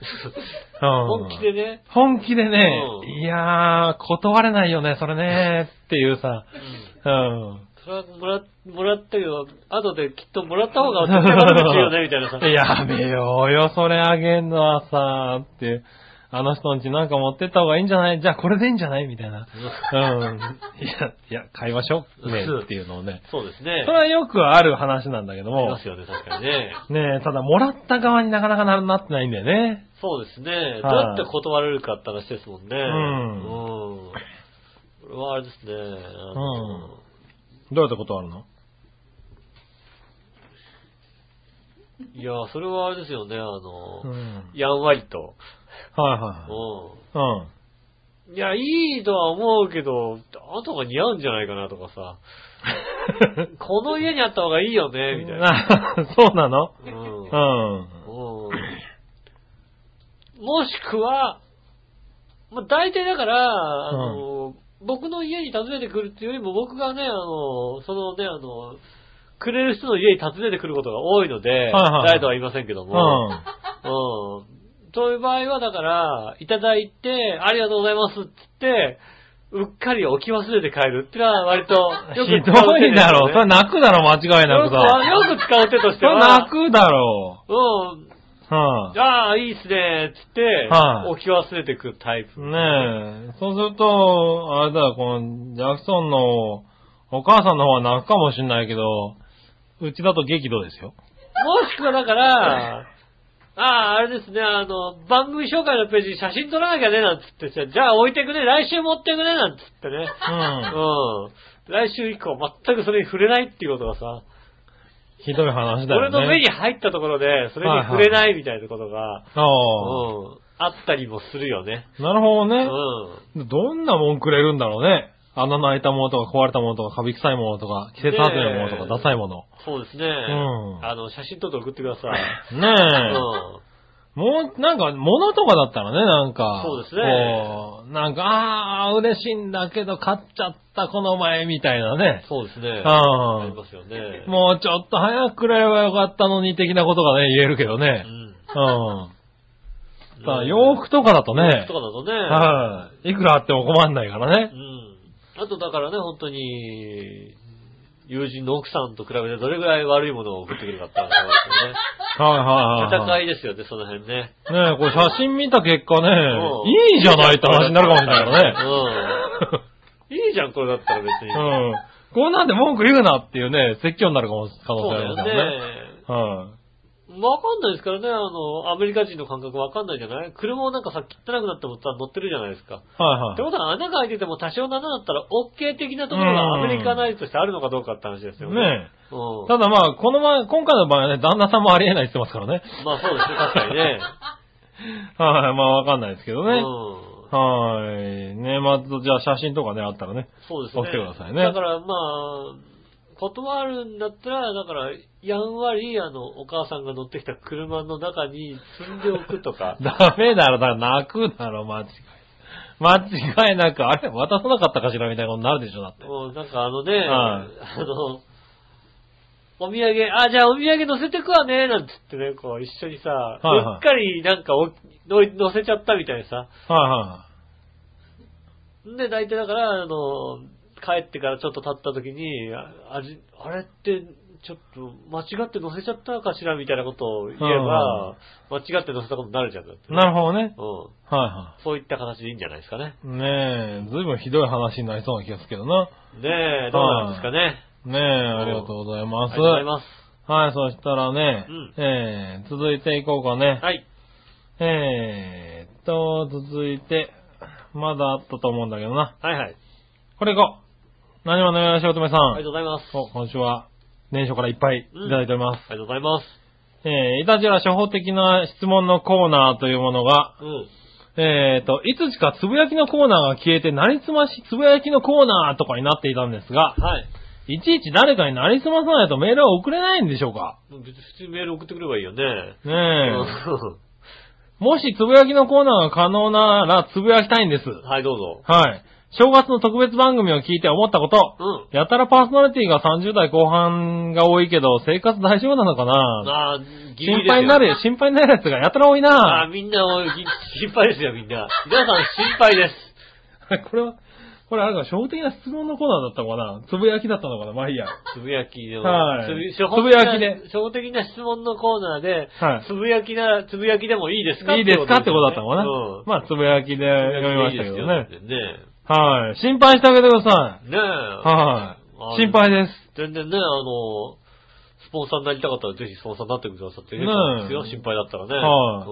[SPEAKER 3] うん
[SPEAKER 2] 本気でね。
[SPEAKER 3] 本気でね、
[SPEAKER 2] うん
[SPEAKER 3] いやー、断れないよね、それねっていうさ、
[SPEAKER 2] うん。
[SPEAKER 3] うん。
[SPEAKER 2] それはもら、もらったけど、後できっともらった方が絶対悪口言うよね、みたいな さ。
[SPEAKER 3] やめようよ、それあげんのはさ、って。あの人んちなんか持ってった方がいいんじゃないじゃあこれでいいんじゃないみたいな。うん。いや、いや、買いましょう。ね
[SPEAKER 2] うん
[SPEAKER 3] っていうのをね。
[SPEAKER 2] そうです
[SPEAKER 3] そ
[SPEAKER 2] ね。
[SPEAKER 3] れはよくある話なんだけど
[SPEAKER 2] あり
[SPEAKER 3] も
[SPEAKER 2] ま。すよね、確かにね。
[SPEAKER 3] ねえ、ただもらった側になかなかななってないんだよね。
[SPEAKER 2] そうですね。どうや
[SPEAKER 3] はい
[SPEAKER 2] って断られるかって話ですもんね。うんうん。これはあれですね。あの
[SPEAKER 3] どうやって断るの
[SPEAKER 2] いや、それはあれですよね、あ
[SPEAKER 3] う
[SPEAKER 2] の、
[SPEAKER 3] ん。
[SPEAKER 2] やんわりと。
[SPEAKER 3] はいはいう
[SPEAKER 2] うん。いや、いいとは思うけど、あとが似合うんじゃないかなとかさ、この家にあった方がいいよね、みたいな。
[SPEAKER 3] ん。 そうなの
[SPEAKER 2] う
[SPEAKER 3] うんん。
[SPEAKER 2] うんもしくは、まあ、大体だから、あの、僕の家に訪ねてくるっていうよりも、僕がね、あの、そのね、あの、くれる人の家に訪ねてくることが多いので、
[SPEAKER 3] はいはい
[SPEAKER 2] 誰とは言いませんけど
[SPEAKER 3] うん。
[SPEAKER 2] も、うん。そういう場合は、だから、いただいて、ありがとうございますってって、うっかり置き忘れて帰るってのは割とよく
[SPEAKER 3] ひ
[SPEAKER 2] 使う
[SPEAKER 3] ど
[SPEAKER 2] 手
[SPEAKER 3] い
[SPEAKER 2] です
[SPEAKER 3] だ
[SPEAKER 2] よ
[SPEAKER 3] ろ。
[SPEAKER 2] ね
[SPEAKER 3] それ泣くだろ、間違いな
[SPEAKER 2] よ
[SPEAKER 3] く
[SPEAKER 2] く
[SPEAKER 3] さ。
[SPEAKER 2] よく使う手とし
[SPEAKER 3] そ
[SPEAKER 2] て
[SPEAKER 3] れ
[SPEAKER 2] は
[SPEAKER 3] 泣、くだろ。
[SPEAKER 2] うん、
[SPEAKER 3] は
[SPEAKER 2] ああ、いいっすね、つって、
[SPEAKER 3] はい
[SPEAKER 2] 置き忘れてくタイ
[SPEAKER 3] い。
[SPEAKER 2] プ。
[SPEAKER 3] ねえ。そうすると、あれだ、この、ジャクソンのお母さんの方は泣くかもしんないけど、うちだと激怒ですよ。
[SPEAKER 2] もしくはだから、 ああ、あれですね、あの、番組紹介のページに写真撮らなきゃね、なんつってさ、じゃあ置いてくね、来週持ってくね、なんつってね。
[SPEAKER 3] うん。
[SPEAKER 2] うん。来週以降全くそれに触れないっていうことがさ、
[SPEAKER 3] ひどい話だよね。
[SPEAKER 2] 俺の目に入ったところで、それに触れないみたいなことが、
[SPEAKER 3] あ
[SPEAKER 2] うん、あったりもするよね。
[SPEAKER 3] あ。なるほど
[SPEAKER 2] う
[SPEAKER 3] ね。
[SPEAKER 2] ん。
[SPEAKER 3] どんなもんくれるんだろうね。穴の開いたものとか壊れたものとか、カビ臭いものとか、季節外れのものと
[SPEAKER 2] ねえ
[SPEAKER 3] か、ダサいもの。
[SPEAKER 2] そうですね。
[SPEAKER 3] ん
[SPEAKER 2] あの、写真撮って送ってくださ い。
[SPEAKER 3] ねえ。
[SPEAKER 2] うん。
[SPEAKER 3] もう、なんか、物とかだったらね、なんか。
[SPEAKER 2] そうですね
[SPEAKER 3] こうなんか、ああ、嬉しいんだけど、買っちゃった、この前、みたいなね。
[SPEAKER 2] そうですね。
[SPEAKER 3] うん
[SPEAKER 2] ありますよね。
[SPEAKER 3] もうちょっと早くくれればよかったのに、的なことがね、言えるけど
[SPEAKER 2] う
[SPEAKER 3] ね。
[SPEAKER 2] ん。
[SPEAKER 3] うん。さあ、
[SPEAKER 2] うん
[SPEAKER 3] 洋服とかだとね
[SPEAKER 2] と、かだとね。
[SPEAKER 3] はい。いくらあっても困んないからね
[SPEAKER 2] う。ん。あとだからね、本当に、友人の奥さんと比べてどれぐらい悪いものを送ってくるかって話です
[SPEAKER 3] はいはい
[SPEAKER 2] よ
[SPEAKER 3] はい
[SPEAKER 2] ね。
[SPEAKER 3] は
[SPEAKER 2] 戦
[SPEAKER 3] い。
[SPEAKER 2] いですよね、その辺ね。
[SPEAKER 3] ねえ、これ写真見た結果
[SPEAKER 2] うん
[SPEAKER 3] ね、いいじゃないって話になるかもしれないからね。
[SPEAKER 2] うん。いいじゃん、これだったら別に。
[SPEAKER 3] うん。こんなんで文句言うなっていうね、説教になるかも、可能
[SPEAKER 2] そう
[SPEAKER 3] 性あ
[SPEAKER 2] だ
[SPEAKER 3] り
[SPEAKER 2] よ
[SPEAKER 3] ますからね。
[SPEAKER 2] ね。
[SPEAKER 3] は
[SPEAKER 2] わかんないですからね、あの、アメリカ人の感覚わかんないじゃない車もなんかさ、汚くなってもさ、乗ってるじゃないですか。
[SPEAKER 3] い。は
[SPEAKER 2] っ
[SPEAKER 3] い
[SPEAKER 2] て
[SPEAKER 3] は
[SPEAKER 2] ことは穴が開いてても多少7だったら OK 的なところがアメリカナイズとしてあるのかどうかって話ですよ
[SPEAKER 3] い。
[SPEAKER 2] ね。
[SPEAKER 3] ねえ。
[SPEAKER 2] うん。
[SPEAKER 3] ただまあ、この前、今回の場合はね、旦那さんもありえないって言ってますからね。
[SPEAKER 2] まあそうですね、確かにね。
[SPEAKER 3] はい、まあわかんないですけど
[SPEAKER 2] う
[SPEAKER 3] ね。
[SPEAKER 2] ん。
[SPEAKER 3] はい。ねまず、じゃあ写真とかね、あったらね。
[SPEAKER 2] そうですね。
[SPEAKER 3] 起きてくださいね。
[SPEAKER 2] だからまあ、断るんだったら、だから、やんわり、あの、お母さんが乗ってきた車の中に積んでおくとか
[SPEAKER 3] ダメ だろ、だから泣くだろ、間違い。間違いなく、あれ、渡さなかったかしらみたいなことになるでしょ、だって。
[SPEAKER 2] もうなんかあのね、
[SPEAKER 3] は
[SPEAKER 2] あの、お土産、あ、じゃあお土産乗せてくわね、なんつってね、こう一緒にさ、
[SPEAKER 3] いはいう
[SPEAKER 2] っかりなんかお乗り乗せちゃったみたいなさ。
[SPEAKER 3] はいは
[SPEAKER 2] で、大体だから、あの、帰ってからちょっと経った時に、ああれあれって、ちょっと間違って乗せちゃったかしらみたいなことを言えば、間違って乗せたことになるじゃんだって。
[SPEAKER 3] い。なるほどね。
[SPEAKER 2] うん。
[SPEAKER 3] は
[SPEAKER 2] そういった形でいいんじゃないですかね。
[SPEAKER 3] いはい。ねえ、ずいぶんひどい話になりそうな気がするけどな。
[SPEAKER 2] ねえ、どうなんですかね。
[SPEAKER 3] ねえ、ありがとうござい
[SPEAKER 2] あ
[SPEAKER 3] ま
[SPEAKER 2] り
[SPEAKER 3] す。
[SPEAKER 2] がとうございます。
[SPEAKER 3] はい、そしたらね、
[SPEAKER 2] うん
[SPEAKER 3] えー、続いていこうかね。
[SPEAKER 2] はい。
[SPEAKER 3] えーっと、続いて、まだあったと思うんだけどな。
[SPEAKER 2] はいはい。
[SPEAKER 3] これいこう。何話のよろしおとめさん。
[SPEAKER 2] ありがとうございます。
[SPEAKER 3] お、今週は、年初からいっぱいいただいております。
[SPEAKER 2] ありがとうございます。
[SPEAKER 3] えー、いたじら初歩的な質問のコーナーというものが、
[SPEAKER 2] うん。
[SPEAKER 3] えーっと、いつしかつぶやきのコーナーが消えて、なりすましつぶやきのコーナーとかになっていたんですが、
[SPEAKER 2] はい。
[SPEAKER 3] いちいち誰かになりすまさないとメールを送れないんでしょうか
[SPEAKER 2] 別に普通にメール送ってくればいいよね。
[SPEAKER 3] ね
[SPEAKER 2] う
[SPEAKER 3] え。
[SPEAKER 2] ん
[SPEAKER 3] もしつぶやきのコーナーが可能なら、つぶやきたいんです。
[SPEAKER 2] はい、どうぞ。
[SPEAKER 3] はい。正月の特別番組を聞いて思ったこと。
[SPEAKER 2] うん。
[SPEAKER 3] やたらパーソナリティが30代後半が多いけど、生活大丈夫なのかな
[SPEAKER 2] ああ、ギリギリですよ
[SPEAKER 3] 心配になる、心配になるやつがやたら多い
[SPEAKER 2] ああ、
[SPEAKER 3] な
[SPEAKER 2] みんな、おいぎ心配ですよ、みんな。皆さん心配です。
[SPEAKER 3] これは、これあれか、小的な質問のコーナーだったのかなつぶやきだったのかなまあいいや。
[SPEAKER 2] つぶやきの、
[SPEAKER 3] はい
[SPEAKER 2] つぶ
[SPEAKER 3] つぶやきで。
[SPEAKER 2] 初歩的な質問のコーナーで、
[SPEAKER 3] はい
[SPEAKER 2] つぶやきな、つぶやきでもいいですか
[SPEAKER 3] いいですかってことだったのかな、
[SPEAKER 2] うん。
[SPEAKER 3] まあ、つぶやきで読みましたけどね。
[SPEAKER 2] つぶやきでいいですよ
[SPEAKER 3] はい。心配してあげてください。
[SPEAKER 2] ねえ。あ
[SPEAKER 3] は
[SPEAKER 2] の
[SPEAKER 3] い。心。配です。
[SPEAKER 2] 全然ね、あの、スポンサーになりたかったらぜひスポンサーになってくださっていいですよ、
[SPEAKER 3] ねえ
[SPEAKER 2] 心配だったらね。
[SPEAKER 3] は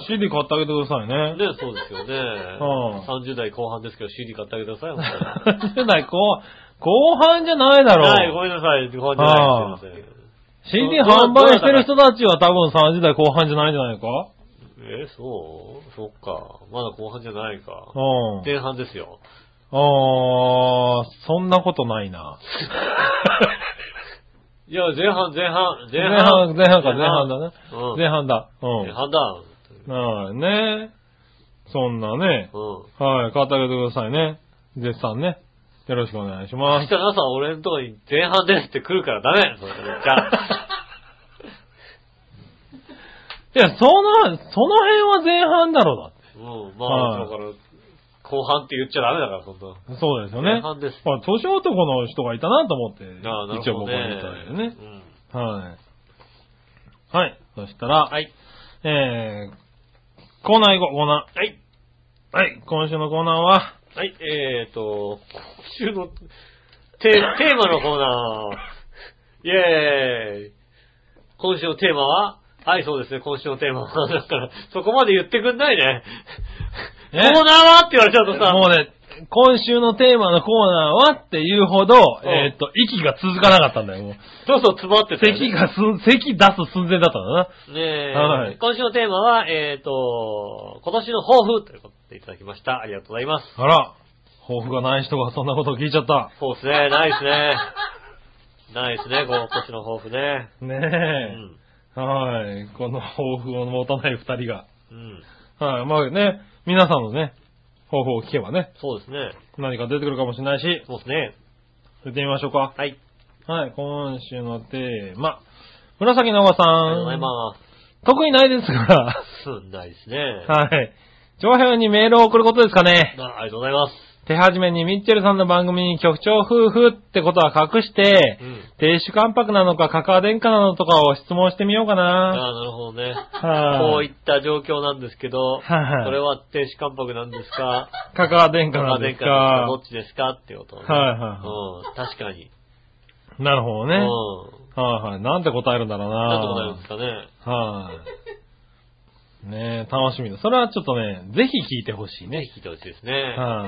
[SPEAKER 3] い。あ、CD 買ってあげてください
[SPEAKER 2] うん。
[SPEAKER 3] ね。
[SPEAKER 2] ねそうですよね。
[SPEAKER 3] うん
[SPEAKER 2] 30代後半ですけど CD 買ってあげてください、 本当に
[SPEAKER 3] 30代後、後半じゃないだろう。
[SPEAKER 2] はい、ごめんなさい。ごめんなさい。すいません
[SPEAKER 3] CD 販売してる人たちは多分30代後半じゃないんじゃないか
[SPEAKER 2] えーそうそっか。まだ後半じゃないか。
[SPEAKER 3] うん。
[SPEAKER 2] 前半ですよ。
[SPEAKER 3] あー、そんなことない な。
[SPEAKER 2] いや、前半、前半、
[SPEAKER 3] 前
[SPEAKER 2] 前
[SPEAKER 3] 半、
[SPEAKER 2] 半。
[SPEAKER 3] 前半か、前半だね。
[SPEAKER 2] うん
[SPEAKER 3] 前半だ。う
[SPEAKER 2] 前半だ。
[SPEAKER 3] ん。はい、ね。そんなね。
[SPEAKER 2] うん。
[SPEAKER 3] はい、語ってあげてくださいね。絶賛ね。よろしくお願いし
[SPEAKER 2] 明
[SPEAKER 3] ま
[SPEAKER 2] 日
[SPEAKER 3] す。
[SPEAKER 2] の朝俺のとこに前半ですって来るからダメそれめっち ゃ。
[SPEAKER 3] いや、その、その辺は前半だろ
[SPEAKER 2] うん、ま
[SPEAKER 3] は
[SPEAKER 2] あ、だ
[SPEAKER 3] い
[SPEAKER 2] から、後半って言っちゃダメだから、そんな。
[SPEAKER 3] うだ。そうですよ
[SPEAKER 2] 前
[SPEAKER 3] ね。
[SPEAKER 2] 半です。
[SPEAKER 3] まあ、年男の人がいたなと思って、
[SPEAKER 2] ああ、な
[SPEAKER 3] 一
[SPEAKER 2] るほ
[SPEAKER 3] 応僕
[SPEAKER 2] ど
[SPEAKER 3] は
[SPEAKER 2] ね
[SPEAKER 3] 見たんだよね。。
[SPEAKER 2] うん
[SPEAKER 3] はい。はい。そしたら、
[SPEAKER 2] はい。
[SPEAKER 3] えー、コーナー行こう、コーナー。はい。はい、今週のコーナーは、
[SPEAKER 2] はい、えーと、今週のテテーマのコーナー。イェーイ。今週のテーマははい、そうですね、今週のテーマは。だから、そこまで言ってくんないね。コ
[SPEAKER 3] え
[SPEAKER 2] ーナーはって言われちゃうとさ、
[SPEAKER 3] もうね、今週のテーマのコーナーはっていうほど、
[SPEAKER 2] ん
[SPEAKER 3] えーっと、息が続かなかったんだよ、もう。
[SPEAKER 2] そうそう詰まってたよね
[SPEAKER 3] 咳がすん、咳出す寸前だったんだな。
[SPEAKER 2] ねえ、
[SPEAKER 3] はい
[SPEAKER 2] 今週のテーマは、えーと、今年の抱負ということでいただきました。ありがとうございます。
[SPEAKER 3] あら、抱負がない人がそんなことを聞いちゃった。
[SPEAKER 2] そうですね、ないですね。ないですね、この今年の抱負ね。う
[SPEAKER 3] ね
[SPEAKER 2] ん。
[SPEAKER 3] え。はい。この抱負を持たない二人が。
[SPEAKER 2] うん。
[SPEAKER 3] はい。まあね、皆さんのね、抱負を聞けばね、
[SPEAKER 2] そうですね。
[SPEAKER 3] 何か出てくるかもしれないし、
[SPEAKER 2] そうですね。
[SPEAKER 3] 行ってみましょうか。
[SPEAKER 2] はい。
[SPEAKER 3] はい。今週のテーマ、紫のおばさん。
[SPEAKER 2] ありがとうございます。
[SPEAKER 3] 特にないですが、
[SPEAKER 2] うん、ないですね。
[SPEAKER 3] はい。長編にメールを送ることですかね。
[SPEAKER 2] あありがとうございます。
[SPEAKER 3] 手始めにミッチェルさんの番組に局長夫婦ってことは隠して、
[SPEAKER 2] うん。
[SPEAKER 3] 亭主関白なのか、カカア殿下なのとかを質問してみようか
[SPEAKER 2] あ
[SPEAKER 3] な。
[SPEAKER 2] あ、なるほどね。こ
[SPEAKER 3] は
[SPEAKER 2] うい
[SPEAKER 3] い。
[SPEAKER 2] った状況なんですけど、
[SPEAKER 3] はい
[SPEAKER 2] それは亭主関白なんですか
[SPEAKER 3] カカア殿下な
[SPEAKER 2] か
[SPEAKER 3] んです
[SPEAKER 2] ど
[SPEAKER 3] か
[SPEAKER 2] っ。ちですかっていうことをね、
[SPEAKER 3] はいは
[SPEAKER 2] うん、確かに。
[SPEAKER 3] なるほど
[SPEAKER 2] う
[SPEAKER 3] ね。
[SPEAKER 2] ん。
[SPEAKER 3] はいはい。なんて答えるんだろうな。
[SPEAKER 2] なんてことなんですかね。
[SPEAKER 3] はい。ねえ、楽しみだ。それはちょっとね、ぜひ聞いてほしいね。
[SPEAKER 2] ね、聞いてほしいですね。
[SPEAKER 3] は
[SPEAKER 2] う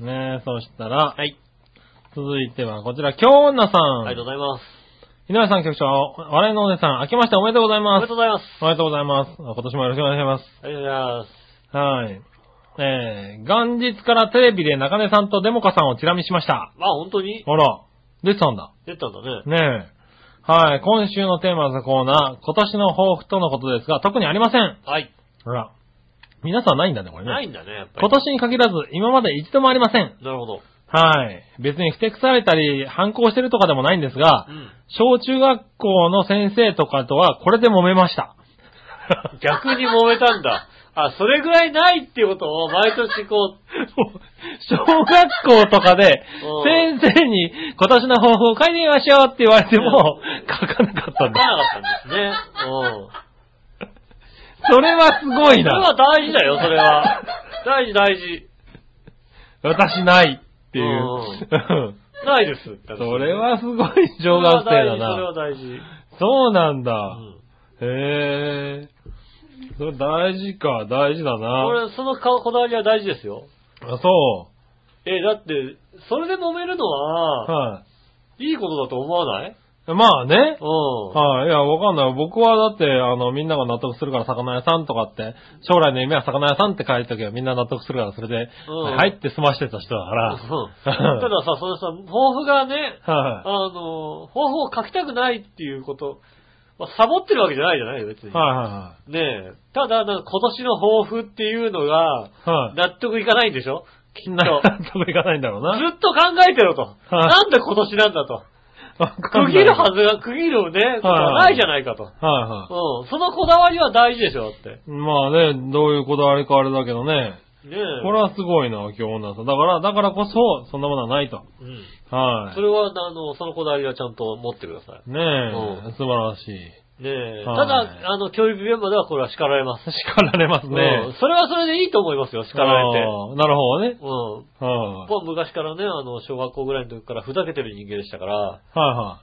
[SPEAKER 3] い。
[SPEAKER 2] ん。
[SPEAKER 3] ねえ、そしたら、
[SPEAKER 2] はい。
[SPEAKER 3] 続いてはこちら、京女さん。
[SPEAKER 2] ありがとうございます。
[SPEAKER 3] 井上さん局長、笑いのお姉さん、明けましておめでとうござい
[SPEAKER 2] おめ
[SPEAKER 3] ま
[SPEAKER 2] ですとう。ございます。
[SPEAKER 3] おめでとうございます。今年もよろしくお願いします。
[SPEAKER 2] ありがとうございます。
[SPEAKER 3] はい。えー、元日からテレビで中根さんとデモカさんをチラ見しました。
[SPEAKER 2] まあ、本当に
[SPEAKER 3] あら、出てたんだ。
[SPEAKER 2] 出たんだね。
[SPEAKER 3] ねえ。はい、今週のテーマのコーナー、今年の抱負とのことですが、特にありません。
[SPEAKER 2] はい。
[SPEAKER 3] ほら。皆さんないんだね、これね。
[SPEAKER 2] ないんだね、やっぱり。
[SPEAKER 3] 今年に限らず、今まで一度もありません。
[SPEAKER 2] なるほど。
[SPEAKER 3] はい。別にふてくされたり、反抗してるとかでもないんですが
[SPEAKER 2] う、ん。
[SPEAKER 3] 小中学校の先生とかとは、これで揉めました。
[SPEAKER 2] 逆に揉めたんだ。あ、それぐらいないっていうことを毎年こ
[SPEAKER 3] 小学校とかで、
[SPEAKER 2] うん
[SPEAKER 3] 先生に今年の抱負を書いてみましょうって言われても、書かなかっ
[SPEAKER 2] う、
[SPEAKER 3] た
[SPEAKER 2] 出
[SPEAKER 3] ん
[SPEAKER 2] なか
[SPEAKER 3] だ。
[SPEAKER 2] ったんですね。うん。
[SPEAKER 3] それはすご
[SPEAKER 2] そ
[SPEAKER 3] い
[SPEAKER 2] れ
[SPEAKER 3] な
[SPEAKER 2] は。大事だよ、それは。大事、大事。
[SPEAKER 3] 私ないっていう。
[SPEAKER 2] ないですって話。
[SPEAKER 3] うん それはすごい小学生だ
[SPEAKER 2] それは
[SPEAKER 3] な。
[SPEAKER 2] 大事。それは
[SPEAKER 3] そうなんだ
[SPEAKER 2] 大事。う。ん
[SPEAKER 3] へえ。それ大事か、大事だ
[SPEAKER 2] こ
[SPEAKER 3] な。
[SPEAKER 2] れ、その顔、こだわりは大事ですよ。
[SPEAKER 3] あそ
[SPEAKER 2] え、だって、それで揉めるの
[SPEAKER 3] う。
[SPEAKER 2] は、
[SPEAKER 3] はい
[SPEAKER 2] いことだと思わない
[SPEAKER 3] い。まあね。
[SPEAKER 2] うん。
[SPEAKER 3] はい。いや、わかんない。僕はだって、あの、みんなが納得するから魚屋さんとかって、将来の夢は魚屋さんって書いとけばみんな納得するから、それで、
[SPEAKER 2] うん
[SPEAKER 3] はいって済ましてた人だ から。
[SPEAKER 2] うんたださ、そのさ、抱負がね、あ
[SPEAKER 3] は
[SPEAKER 2] の、抱負を書きたくないっていうこと、まあ、サボってるわけじゃないじゃないよ、別
[SPEAKER 3] い。
[SPEAKER 2] に。
[SPEAKER 3] は
[SPEAKER 2] ねえ。ただ、なんか今年の抱負っていうのが、
[SPEAKER 3] いはいはい。はい。
[SPEAKER 2] 納得いかないんでしょきっと。
[SPEAKER 3] 納得いかないんだろうな。
[SPEAKER 2] ずっと考えてろと。
[SPEAKER 3] はい
[SPEAKER 2] なんで今年なんだと。
[SPEAKER 3] わかん
[SPEAKER 2] 区
[SPEAKER 3] ない
[SPEAKER 2] 切るはずが、区切るね、ことはないじゃないかと。
[SPEAKER 3] はいは
[SPEAKER 2] うん。そのこだわりは大事でしょ、だって。ね
[SPEAKER 3] い。まあね、どういうこだわりかあれだけどね。
[SPEAKER 2] え。
[SPEAKER 3] これはすごいな、今日女さん。だから、だからこそ、そんなものはないと。
[SPEAKER 2] うん。
[SPEAKER 3] は
[SPEAKER 2] それは、あの、そのこだわりはちゃんと持ってくださ
[SPEAKER 3] い。ねえ、素晴らしい。
[SPEAKER 2] い。ねえ。た
[SPEAKER 3] はい
[SPEAKER 2] だ、あの、教育現場ではこれは叱られます。
[SPEAKER 3] 叱られますね。
[SPEAKER 2] うん。それはそれでいいと思いますよ、叱られて。
[SPEAKER 3] あーなるほどね。
[SPEAKER 2] うん。
[SPEAKER 3] はい
[SPEAKER 2] 僕は昔からね、あの、小学校ぐらいの時からふざけてる人間でしたから、
[SPEAKER 3] はいは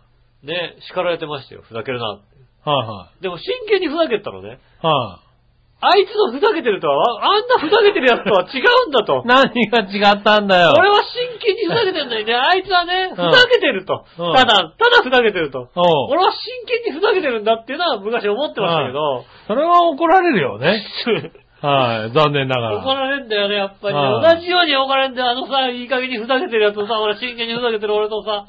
[SPEAKER 2] ね、叱られてましたよ、ふざけるなって。
[SPEAKER 3] い。はいはい。
[SPEAKER 2] でも真剣にふざけてたのね。
[SPEAKER 3] は
[SPEAKER 2] あいつのふざけてるとは、あんなふざけてるやつとは違うんだ と。
[SPEAKER 3] 何が違ったんだよ。
[SPEAKER 2] 俺は真剣にふざけてんだよね。 あいつはね、ふ
[SPEAKER 3] うん
[SPEAKER 2] ざけてると。
[SPEAKER 3] うん
[SPEAKER 2] ただ、ただふざけてると。
[SPEAKER 3] おう
[SPEAKER 2] 俺は真剣にふざけてるんだっていうのは昔思ってましたけど、
[SPEAKER 3] それは怒られるよね。 はい、残念なが
[SPEAKER 2] 怒
[SPEAKER 3] ら。
[SPEAKER 2] られんだよね、やっぱりね、
[SPEAKER 3] はい
[SPEAKER 2] 同じように怒られんだよ。あのさ、いい加減にふざけてるやつとさ、俺真剣にふざけてる俺とさ、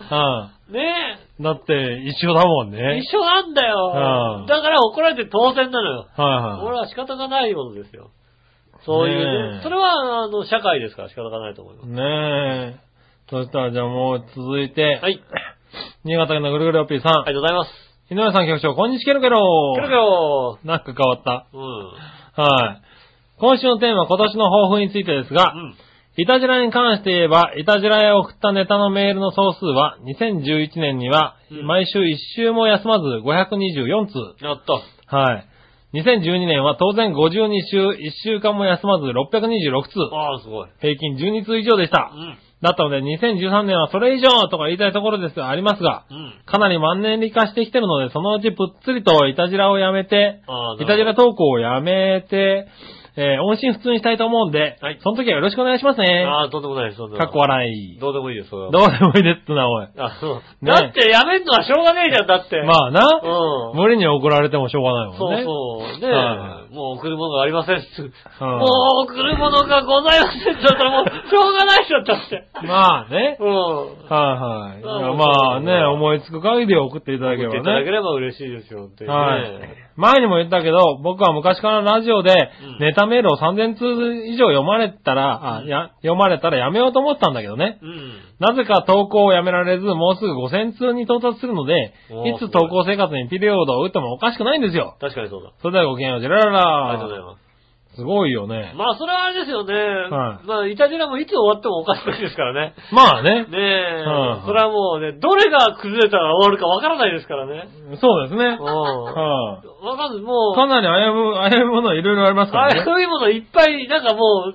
[SPEAKER 2] ね
[SPEAKER 3] うん。だって、一緒だもん
[SPEAKER 2] え、
[SPEAKER 3] ね。
[SPEAKER 2] 一緒なんだ
[SPEAKER 3] う
[SPEAKER 2] よ
[SPEAKER 3] ん。
[SPEAKER 2] だから怒られて当然なのよ。
[SPEAKER 3] はい
[SPEAKER 2] 俺
[SPEAKER 3] はい。
[SPEAKER 2] は仕方がないことですよ。そういうね
[SPEAKER 3] ねえ
[SPEAKER 2] それは、あの、社会ですから仕方がないと思います。
[SPEAKER 3] ねえ。そしたらじゃあもう続いて、
[SPEAKER 2] はい。
[SPEAKER 3] 新潟県のぐるぐるおっぴーさん。
[SPEAKER 2] ありがとうございます。
[SPEAKER 3] 井上さん局長、こんにちはケロケロ
[SPEAKER 2] ケロケロ
[SPEAKER 3] なんか変わっ
[SPEAKER 2] うん。
[SPEAKER 3] た。はい。今週のテーマ、今年の抱負についてですが、
[SPEAKER 2] うん。
[SPEAKER 3] イタジラに関して言えば、イタジラへ送ったネタのメールの総数は、2011年には
[SPEAKER 2] う、ん
[SPEAKER 3] 毎週1週も休まず524通。
[SPEAKER 2] やった。
[SPEAKER 3] はい。2012年は当然52週、1週間も休まず626通。
[SPEAKER 2] ああ、すごい。
[SPEAKER 3] 平均12通以上でし
[SPEAKER 2] う
[SPEAKER 3] た。
[SPEAKER 2] ん。
[SPEAKER 3] だったので、2013年はそれ以上とか言いたいところですが、ありますが、
[SPEAKER 2] うん。
[SPEAKER 3] かなり万年理化してきてるので、そのうちぷっつりとイタジラをやめて、
[SPEAKER 2] ああ、
[SPEAKER 3] イタジラ
[SPEAKER 2] と。
[SPEAKER 3] 投稿をやめて、えー音信不通にしたいと思うんで、
[SPEAKER 2] はい
[SPEAKER 3] その時はよろしくお願いしますね。
[SPEAKER 2] ああ、とんでもないです、とんでも
[SPEAKER 3] か
[SPEAKER 2] ない。
[SPEAKER 3] っこ笑い。
[SPEAKER 2] どうでもいいです、それは
[SPEAKER 3] どうでもいいですな、おい。
[SPEAKER 2] あ、そう。
[SPEAKER 3] ね
[SPEAKER 2] だってやめんのはしょうがねえじゃん、だって。
[SPEAKER 3] まあ
[SPEAKER 2] う
[SPEAKER 3] な、
[SPEAKER 2] ん。
[SPEAKER 3] 無理に怒られてもしょうがないもんね。
[SPEAKER 2] そうそう。ね
[SPEAKER 3] は
[SPEAKER 2] もう贈るものがありません。
[SPEAKER 3] ん
[SPEAKER 2] もう贈るものがございませんだったらもう、しょうがないじゃん、だ って。
[SPEAKER 3] まあね。
[SPEAKER 2] うん。
[SPEAKER 3] はいはい。い
[SPEAKER 2] まあ
[SPEAKER 3] やまあ
[SPEAKER 2] そう
[SPEAKER 3] ね、思いつく限り送っていただけ
[SPEAKER 2] 送
[SPEAKER 3] れ
[SPEAKER 2] っていただ
[SPEAKER 3] ば
[SPEAKER 2] け
[SPEAKER 3] ね。
[SPEAKER 2] れば嬉しいですよ、本当にね
[SPEAKER 3] はい。前にも言ったけど、僕は昔からラジオで、
[SPEAKER 2] ん
[SPEAKER 3] ネタメールを3000通以上読まれたら、あ
[SPEAKER 2] うん
[SPEAKER 3] や読まれたらやめようと思ったんだけどね。
[SPEAKER 2] うん。
[SPEAKER 3] なぜか投稿をやめられず、もうすぐ5000通に到達するので、
[SPEAKER 2] おー
[SPEAKER 3] いつ投稿生活にピリオドを打ってもおかしくないんですよ。
[SPEAKER 2] 確かにそうだ。
[SPEAKER 3] それではごきげんよう、ジェラララ。。
[SPEAKER 2] ありがとうございます
[SPEAKER 3] ごいよね
[SPEAKER 2] す。。まあ、それはあれですよね。
[SPEAKER 3] はい
[SPEAKER 2] まあ、イタジラもいつ終わってもおかしくないですから ね。
[SPEAKER 3] まあね
[SPEAKER 2] ね。え、
[SPEAKER 3] はい
[SPEAKER 2] それはもうね、どれが崩れたら終わるかわからないですからね。
[SPEAKER 3] そうですね
[SPEAKER 2] う。ん。わ
[SPEAKER 3] は
[SPEAKER 2] かんない、
[SPEAKER 3] い。か
[SPEAKER 2] もう、
[SPEAKER 3] なり危ぶ、危ぶものいろいろありますから
[SPEAKER 2] あ
[SPEAKER 3] ね。
[SPEAKER 2] そういうものいっぱい、なんかもう、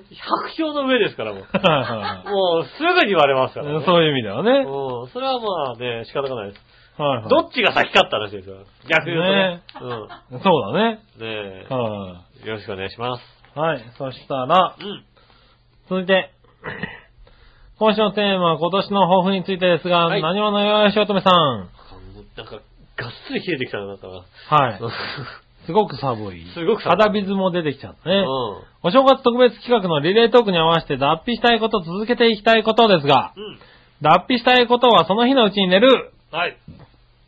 [SPEAKER 2] 白氷の上ですから、 もう。
[SPEAKER 3] はいはい
[SPEAKER 2] もう、すぐに言われますから、ね。
[SPEAKER 3] そういう意味ではね。はい
[SPEAKER 2] うん。それはまあね、仕方がないです。
[SPEAKER 3] はい。
[SPEAKER 2] どっちが先かって話ですよ。逆に言うとね。
[SPEAKER 3] そうだね。
[SPEAKER 2] うん。ね
[SPEAKER 3] は
[SPEAKER 2] え、よろしくお願いします。
[SPEAKER 3] い。はい。そしたら、
[SPEAKER 2] うん。
[SPEAKER 3] 続いて、今週のテーマは今年の抱負についてですが、
[SPEAKER 2] はい
[SPEAKER 3] 何者よよしおとめさん。
[SPEAKER 2] なんか、がっつり冷えてきたな、だから。
[SPEAKER 3] はい。
[SPEAKER 2] う
[SPEAKER 3] すごく寒い。
[SPEAKER 2] すごく寒い
[SPEAKER 3] 肌水も出てきちゃったね。
[SPEAKER 2] ん。
[SPEAKER 3] お正月特別企画のリレートークに合わせて脱皮したいこと、続けていきたいことですが、
[SPEAKER 2] うん。
[SPEAKER 3] 脱皮したいことはその日のうちに寝る。
[SPEAKER 2] はい。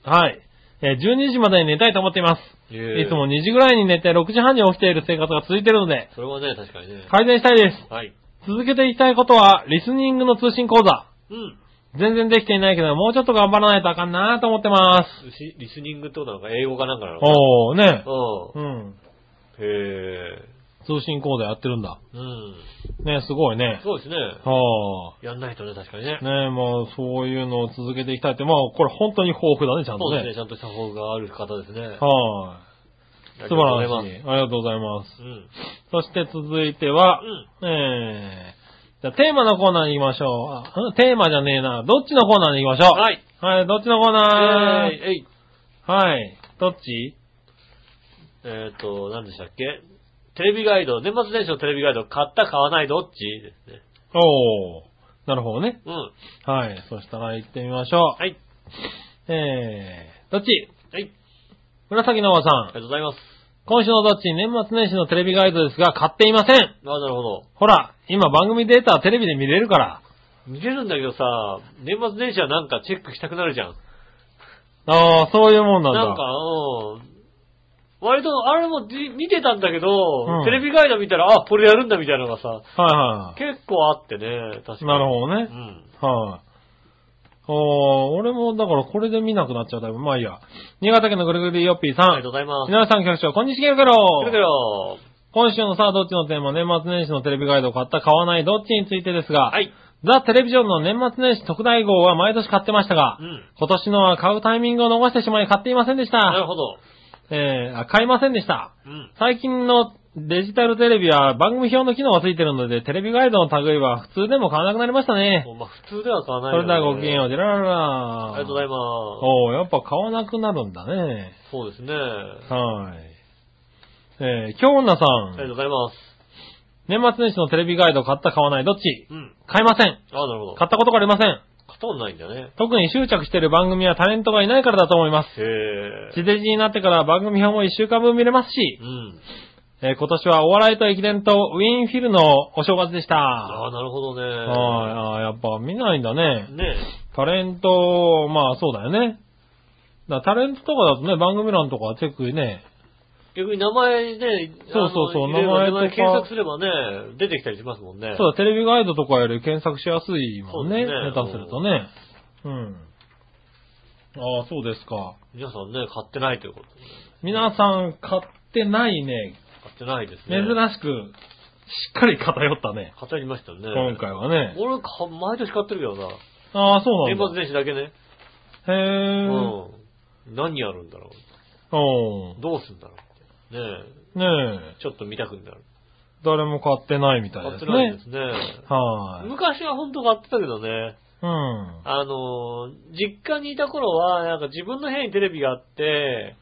[SPEAKER 3] はい。えー12時までに寝たいと思っています。
[SPEAKER 2] い
[SPEAKER 3] いつも2時ぐらいに寝て6時半に起きている生活が続いているので、
[SPEAKER 2] それはね、確かにね。
[SPEAKER 3] 改善したいです。
[SPEAKER 2] はい。
[SPEAKER 3] 続けていきたいことは、リスニングの通信講座。
[SPEAKER 2] うん。
[SPEAKER 3] 全然できていないけど、もうちょっと頑張らないとあかんなと思ってます。
[SPEAKER 2] リスリスニングってことなのか、英語かなんかなのか。
[SPEAKER 3] おー、ね。
[SPEAKER 2] う
[SPEAKER 3] うん。
[SPEAKER 2] ん。へえ。
[SPEAKER 3] 通信講座やってるんだ。
[SPEAKER 2] うん。
[SPEAKER 3] ね、すごいね。
[SPEAKER 2] そうですね。
[SPEAKER 3] は
[SPEAKER 2] やんないとね、確かにね
[SPEAKER 3] あ。。ねまあ、そういうのを続けていきたいって、まあ、これ本当に豊富だね、ちゃん
[SPEAKER 2] そ
[SPEAKER 3] と
[SPEAKER 2] うですね、
[SPEAKER 3] ね。
[SPEAKER 2] ちゃんとした方がある方ですね。
[SPEAKER 3] は
[SPEAKER 2] あり
[SPEAKER 3] い。
[SPEAKER 2] が
[SPEAKER 3] 素
[SPEAKER 2] とうござ
[SPEAKER 3] 晴ら
[SPEAKER 2] います
[SPEAKER 3] しい。ありがとうございます。
[SPEAKER 2] うん。
[SPEAKER 3] そして続いては、えー、じゃあテーマのコーナーに行きましょう。あうんテーマじゃねえな。どっちのコーナーに行きましょう。
[SPEAKER 2] はい。
[SPEAKER 3] はい、どっちのコー
[SPEAKER 2] えー、
[SPEAKER 3] ナー
[SPEAKER 2] えい。
[SPEAKER 3] はい。どっち
[SPEAKER 2] えっ、ー、と、何でしたっけテレビガイド、年末年始のテレビガイド、買った、買わない、どっちですね。
[SPEAKER 3] おー。なるほどね。
[SPEAKER 2] うん。
[SPEAKER 3] はい。そしたら行ってみましょ
[SPEAKER 2] はい。
[SPEAKER 3] う。えー、どっち
[SPEAKER 2] はい。
[SPEAKER 3] 紫のおばさ
[SPEAKER 2] ありが
[SPEAKER 3] ん。
[SPEAKER 2] とうございます。
[SPEAKER 3] 今週のどっち年末年始のテレビガイドですが、買っていませ
[SPEAKER 2] あ
[SPEAKER 3] ん。
[SPEAKER 2] なるほど。
[SPEAKER 3] ほら、今番組データはテレビで見れるから。
[SPEAKER 2] 見れるんだけどさ、年末年始はなんかチェックしたくなるじゃん。
[SPEAKER 3] あー、そういうもんなんだ。
[SPEAKER 2] なんか、うん。割と、あれもじ見てたんだけど、
[SPEAKER 3] うん
[SPEAKER 2] テレビガイド見たら、あ、これやるんだみたいなのがさ、
[SPEAKER 3] はいはいは
[SPEAKER 2] 結構あってね、確か
[SPEAKER 3] い。
[SPEAKER 2] に。
[SPEAKER 3] なるほどね。
[SPEAKER 2] うん。
[SPEAKER 3] はい、あー。俺も、だからこれで見なくなっちゃうタイプ。まあいいや。新潟県のぐるぐるよっぴーさ。
[SPEAKER 2] ありがとうんございます。
[SPEAKER 3] 皆さん局長、こんにちはケロ
[SPEAKER 2] くるくる
[SPEAKER 3] 今週のさあ、どっちのテーマ、年末年始のテレビガイドを買った、買わない、どっちについてですが、
[SPEAKER 2] はい。
[SPEAKER 3] ザ・テレビジョンの年末年始特大号は毎年買ってましたが、
[SPEAKER 2] うん。
[SPEAKER 3] 今年のは買うタイミングを逃してしまい買っていませんでし
[SPEAKER 2] なる
[SPEAKER 3] た。
[SPEAKER 2] ほど。
[SPEAKER 3] えーあ、買いませんでした。
[SPEAKER 2] うん。
[SPEAKER 3] 最近のデジタルテレビは番組表の機能がついてるので、テレビガイドの類は普通でも買わなくなりましたね。
[SPEAKER 2] もうまあ普通では買わない
[SPEAKER 3] そ
[SPEAKER 2] よ
[SPEAKER 3] れ
[SPEAKER 2] ね
[SPEAKER 3] ではごきげんよう、ジェララ
[SPEAKER 2] あり
[SPEAKER 3] ラ
[SPEAKER 2] がとうございます。
[SPEAKER 3] おーやっぱ買わなくなるんだね。
[SPEAKER 2] そうですね。
[SPEAKER 3] はい。えー、京女さ、
[SPEAKER 2] ありがとうんございます。
[SPEAKER 3] 年末年始のテレビガイド買った買わないどっち
[SPEAKER 2] うん。
[SPEAKER 3] 買いません。
[SPEAKER 2] ああ、なるほど。買
[SPEAKER 3] 買ったことがありません。
[SPEAKER 2] ったことないんだね。
[SPEAKER 3] 特に執着している番組はタレントがいないからだと思います。
[SPEAKER 2] へえ。
[SPEAKER 3] 地デジになってから番組表も一週間分見れますし
[SPEAKER 2] う、ん。
[SPEAKER 3] えー今年はお笑いと駅伝とウィーンフィルのお正月でした。
[SPEAKER 2] ああ、
[SPEAKER 3] はい
[SPEAKER 2] なるほどね。
[SPEAKER 3] あー、やっぱ見ないんだね。
[SPEAKER 2] ね
[SPEAKER 3] タレント、まあそうだよね。だからタレントとかだとね、番組欄とかチェックね。
[SPEAKER 2] 逆に名前ね、
[SPEAKER 3] そうそうそ
[SPEAKER 2] あ
[SPEAKER 3] う
[SPEAKER 2] の入れれば
[SPEAKER 3] 名前とか
[SPEAKER 2] 名前検索すればね、出てきたりしますもんね。
[SPEAKER 3] そうだ、テレビガイドとかより検索しやすいもん
[SPEAKER 2] そう
[SPEAKER 3] ね。
[SPEAKER 2] ですね
[SPEAKER 3] 下手するとね。うん。ああ、そうですか。
[SPEAKER 2] 皆さんね、買ってないということで。
[SPEAKER 3] 皆さん買ってないね。
[SPEAKER 2] 買ってないですね。
[SPEAKER 3] 珍しく、しっかり偏ったね。
[SPEAKER 2] 語りましたね。
[SPEAKER 3] 今回はね。
[SPEAKER 2] 俺か、毎年買ってるけどな。
[SPEAKER 3] ああ、そう
[SPEAKER 2] 年
[SPEAKER 3] なん
[SPEAKER 2] 末
[SPEAKER 3] だ。
[SPEAKER 2] 年始だけね。
[SPEAKER 3] へ
[SPEAKER 2] う
[SPEAKER 3] え。
[SPEAKER 2] ん。何やるんだろ
[SPEAKER 3] おう
[SPEAKER 2] う。どうすんだろう。ね
[SPEAKER 3] ねえ
[SPEAKER 2] え。。ちょっと見たくなる。
[SPEAKER 3] 誰も買ってないみたい
[SPEAKER 2] 買
[SPEAKER 3] で
[SPEAKER 2] っ
[SPEAKER 3] す
[SPEAKER 2] てないで
[SPEAKER 3] ね。
[SPEAKER 2] すね。
[SPEAKER 3] はーい。
[SPEAKER 2] 昔は本当買ってたけどね。
[SPEAKER 3] うん。
[SPEAKER 2] あのー、実家にいた頃は、なんか自分の部屋にテレビがあって、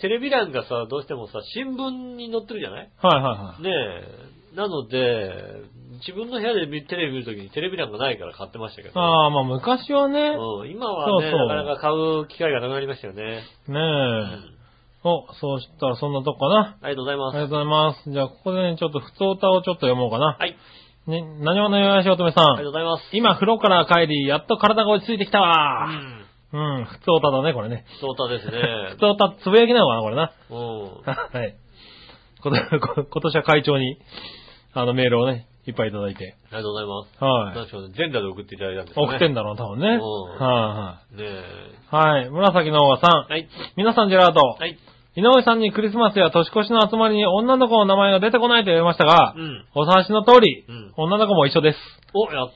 [SPEAKER 2] テレビ欄がさ、どうしてもさ、新聞に載ってるじゃない
[SPEAKER 3] はいは
[SPEAKER 2] ねえ。なので、自分の部屋で見テレビ見るときにテレビ欄がないから買ってましたけ
[SPEAKER 3] いはい。
[SPEAKER 2] ど。
[SPEAKER 3] ああ、まあ昔はね、
[SPEAKER 2] うん、今はね
[SPEAKER 3] そうそう
[SPEAKER 2] なかなか買う機会がなくなりましたよね。
[SPEAKER 3] ね
[SPEAKER 2] う
[SPEAKER 3] え。
[SPEAKER 2] ん
[SPEAKER 3] お、そうしたらそんなとこかな。
[SPEAKER 2] ありがとうござい
[SPEAKER 3] あ
[SPEAKER 2] ま
[SPEAKER 3] りがと
[SPEAKER 2] す。
[SPEAKER 3] うございます。じゃあ、ここでね、ちょっと普通歌をちょっと読もうかな。
[SPEAKER 2] はい。
[SPEAKER 3] ね、何者よやしおとめさ。
[SPEAKER 2] ありがとうんございます。
[SPEAKER 3] 今、風呂から帰り、やっと体が落ち着いてきた
[SPEAKER 2] う
[SPEAKER 3] わ。
[SPEAKER 2] ん。
[SPEAKER 3] うん、普通歌だね、これね。
[SPEAKER 2] そうたですね
[SPEAKER 3] 普。通歌、つぶやきなのかな、これな。
[SPEAKER 2] うん。
[SPEAKER 3] はい。ことこ今年は会長に、あの、メールをね、いっぱいいただいて。
[SPEAKER 2] ありがとうございます。
[SPEAKER 3] はい。
[SPEAKER 2] 何でしょうね。全裸で送っていただいたんですよね。
[SPEAKER 3] 送ってんだろうな、多分ね。
[SPEAKER 2] うん
[SPEAKER 3] は
[SPEAKER 2] ねえ。
[SPEAKER 3] いはい。はい。紫のおばさん。
[SPEAKER 2] はい。
[SPEAKER 3] 皆さん、ジェラート。
[SPEAKER 2] はい。
[SPEAKER 3] 井上さんにクリスマスや年越しの集まりに女の子の名前が出てこないと言われましたが、
[SPEAKER 2] うん。
[SPEAKER 3] お察しの通り、
[SPEAKER 2] うん
[SPEAKER 3] 女の子も一緒です。
[SPEAKER 2] お、やっ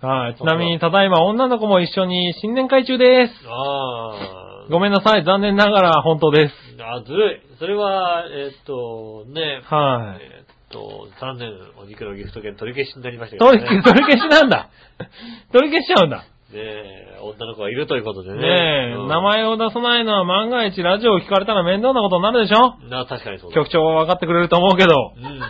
[SPEAKER 2] た。
[SPEAKER 3] はい。ちなみに、ただいま女の子も一緒に新年会中です。
[SPEAKER 2] あー。
[SPEAKER 3] ごめんなさい。残念ながら本当です。
[SPEAKER 2] あ、ずるい。それは、えーっと、ねえ。
[SPEAKER 3] はい。
[SPEAKER 2] えーっと、残念、お肉のギフト券取り消しになりましたけど
[SPEAKER 3] 取
[SPEAKER 2] ね。
[SPEAKER 3] り消し、取り消しなんだ。 取り消しちゃうんだ。
[SPEAKER 2] ねえ、女の子がいるということでね。
[SPEAKER 3] ねえ、
[SPEAKER 2] うん
[SPEAKER 3] 名前を出さないのは万が一ラジオを聞かれたら面倒なことになるでしょ
[SPEAKER 2] な、確かにそうだ。
[SPEAKER 3] 局長は分かってくれると思うけど
[SPEAKER 2] う。 ん。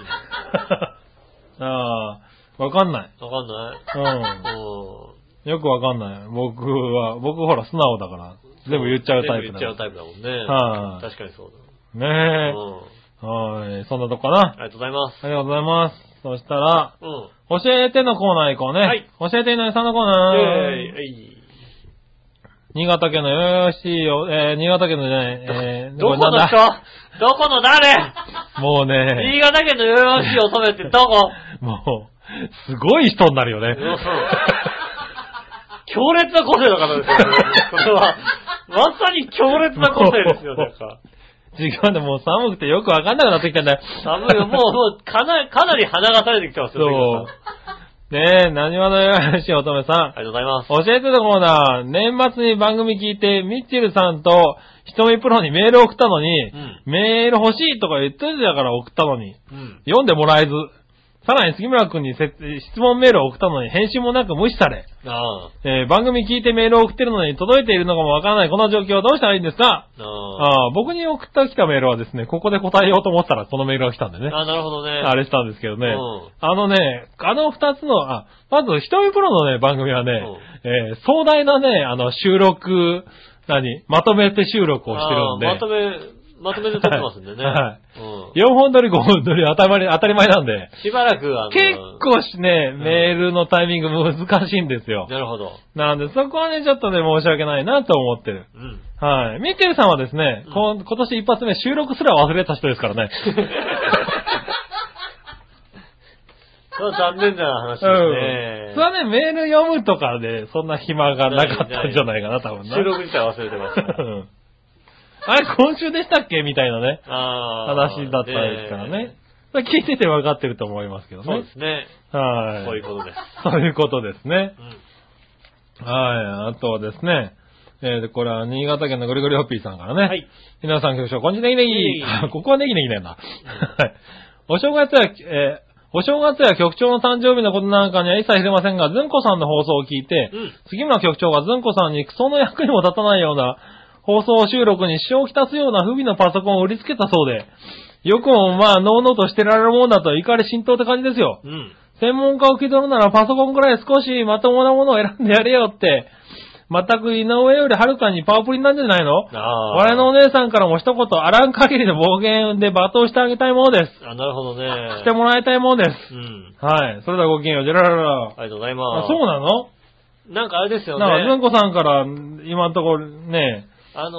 [SPEAKER 3] ああ、わかんない。
[SPEAKER 2] わかんない。
[SPEAKER 3] う
[SPEAKER 2] うん
[SPEAKER 3] ん。よくわかんない。僕は、僕ほら素直だから、全部言っちゃうタイ
[SPEAKER 2] 全部言
[SPEAKER 3] プだ
[SPEAKER 2] っちゃう
[SPEAKER 3] か
[SPEAKER 2] タイプだもんね。
[SPEAKER 3] はい
[SPEAKER 2] 確かにそうだ。
[SPEAKER 3] ら。
[SPEAKER 2] うん。
[SPEAKER 3] ねえ。はい。そんなとこかな。
[SPEAKER 2] ありがとうございます。
[SPEAKER 3] ありがとうございます。そしたら、
[SPEAKER 2] うん。
[SPEAKER 3] 教えてのコーナー行こうね。
[SPEAKER 2] はい
[SPEAKER 3] 教えていないさんのコー
[SPEAKER 2] イェー
[SPEAKER 3] ナー。
[SPEAKER 2] イはい
[SPEAKER 3] 新潟県のよよしいよ、えー、新潟県のじゃない、えー、
[SPEAKER 2] どこ
[SPEAKER 3] れ
[SPEAKER 2] の
[SPEAKER 3] なん
[SPEAKER 2] 人
[SPEAKER 3] だ
[SPEAKER 2] どこの誰
[SPEAKER 3] もうね、
[SPEAKER 2] 新潟県のよよしを止めってど こ
[SPEAKER 3] もう、すごい人になるよ
[SPEAKER 2] う
[SPEAKER 3] ね。
[SPEAKER 2] ん強烈な個性の方ですよね。これは、まさに強烈な個性ですよ、なんか。
[SPEAKER 3] 時間でもう寒くてよくわかんなくなってきたんだよ。
[SPEAKER 2] 寒いよ、もう、もう、かなり、かなり鼻が垂れてきてますよ、
[SPEAKER 3] そ
[SPEAKER 2] ね
[SPEAKER 3] う。ねえ、何話のよよしい乙女さん。
[SPEAKER 2] ありがとうございます。
[SPEAKER 3] 教えてのコーナー、年末に番組聞いて、ミッチェルさんと、ひとみプロにメールを送ったのに、
[SPEAKER 2] うん
[SPEAKER 3] メール欲しいとか言ってんだから送ったのに、
[SPEAKER 2] うん。
[SPEAKER 3] 読んでもらえず、さらに杉村くんにせ質問メールを送ったのに返信もなく無視され、
[SPEAKER 2] ああ、
[SPEAKER 3] えー番組聞いてメールを送ってるのに届いているのかもわからないこの状況をどうしたらいいんですか
[SPEAKER 2] ああ。
[SPEAKER 3] ああ、僕に送ってきたメールはですね、ここで答えようと思ったらこのメールが来たんでね。
[SPEAKER 2] ああ、なるほどね。
[SPEAKER 3] あれしたんですけどね。
[SPEAKER 2] うん
[SPEAKER 3] あのね、あの二つの、あ、まず、ひとみプロのね、番組はね、えー壮大なね、あの、収録、何まとめて収録をしてるんで
[SPEAKER 2] あー、まとめ、まとめて撮ってますんでね。
[SPEAKER 3] はい
[SPEAKER 2] うん
[SPEAKER 3] 4本撮り5本撮り当たり前当たり前なんで、
[SPEAKER 2] しばらく、あの、
[SPEAKER 3] 結構しね、
[SPEAKER 2] ん
[SPEAKER 3] メールのタイミング難しいんですよ。
[SPEAKER 2] なるほど。
[SPEAKER 3] なんで、そこはね、ちょっとね、申し訳ないなと思ってる。
[SPEAKER 2] うん。
[SPEAKER 3] はい。ミッチェルさんはですね、
[SPEAKER 2] うん
[SPEAKER 3] こん今年一発目収録すら忘れた人で すからね。
[SPEAKER 2] それは残念な話です
[SPEAKER 3] うん。それ
[SPEAKER 2] ね。
[SPEAKER 3] はね、メール読むとかで、そんな暇がなかったんじゃないかな、多分な。
[SPEAKER 2] 収録自体忘れてました
[SPEAKER 3] う。ん あれ、今週でしたっけみたいなね、
[SPEAKER 2] あー
[SPEAKER 3] 話だったですからね。。それ聞いてて分かってると思いますけど
[SPEAKER 2] え
[SPEAKER 3] ね。
[SPEAKER 2] そうですね。
[SPEAKER 3] はい。
[SPEAKER 2] そういうことです。
[SPEAKER 3] そういうことですね。
[SPEAKER 2] うん
[SPEAKER 3] はい。あとはですね、えーと、これは新潟県のぐりぐりほっぴーさんからね。
[SPEAKER 2] はい。
[SPEAKER 3] 皆さん、局長、こんにちねぎね
[SPEAKER 2] ねぎ
[SPEAKER 3] ぎ
[SPEAKER 2] ねぎ。
[SPEAKER 3] ここはねぎねぎなんだ。はいお正月や、えーお正月や局長の誕生日のことなんかには一切触れませんが、ずんこさんの放送を聞いて、
[SPEAKER 2] うん
[SPEAKER 3] 杉村局長がずんこさんにクソの役にも立たないような放送収録に支障をきたすような不備のパソコンを売りつけたそうで、よくもまあ、のうのうとしてられるもんだと怒り浸透って感じですよ。
[SPEAKER 2] うん。
[SPEAKER 3] 専門家を受け取るならパソコンくらい少しまともなものを選んでやれよって、全く井上よりはるかにパワープリンなんじゃないの
[SPEAKER 2] ああ。
[SPEAKER 3] 我のお姉さんからも一言、あらん限りの暴言で罵倒してあげたいものです。
[SPEAKER 2] あ、なるほどね。
[SPEAKER 3] してもらいたいものです。
[SPEAKER 2] うん。
[SPEAKER 3] はい。それではごきげんよう、ジェラララ。
[SPEAKER 2] ありがとうございます。
[SPEAKER 3] あ、そうなの
[SPEAKER 2] なんかあれですよ
[SPEAKER 3] なんか、ずん
[SPEAKER 2] ね。
[SPEAKER 3] こさんから、今のところね、
[SPEAKER 2] あのー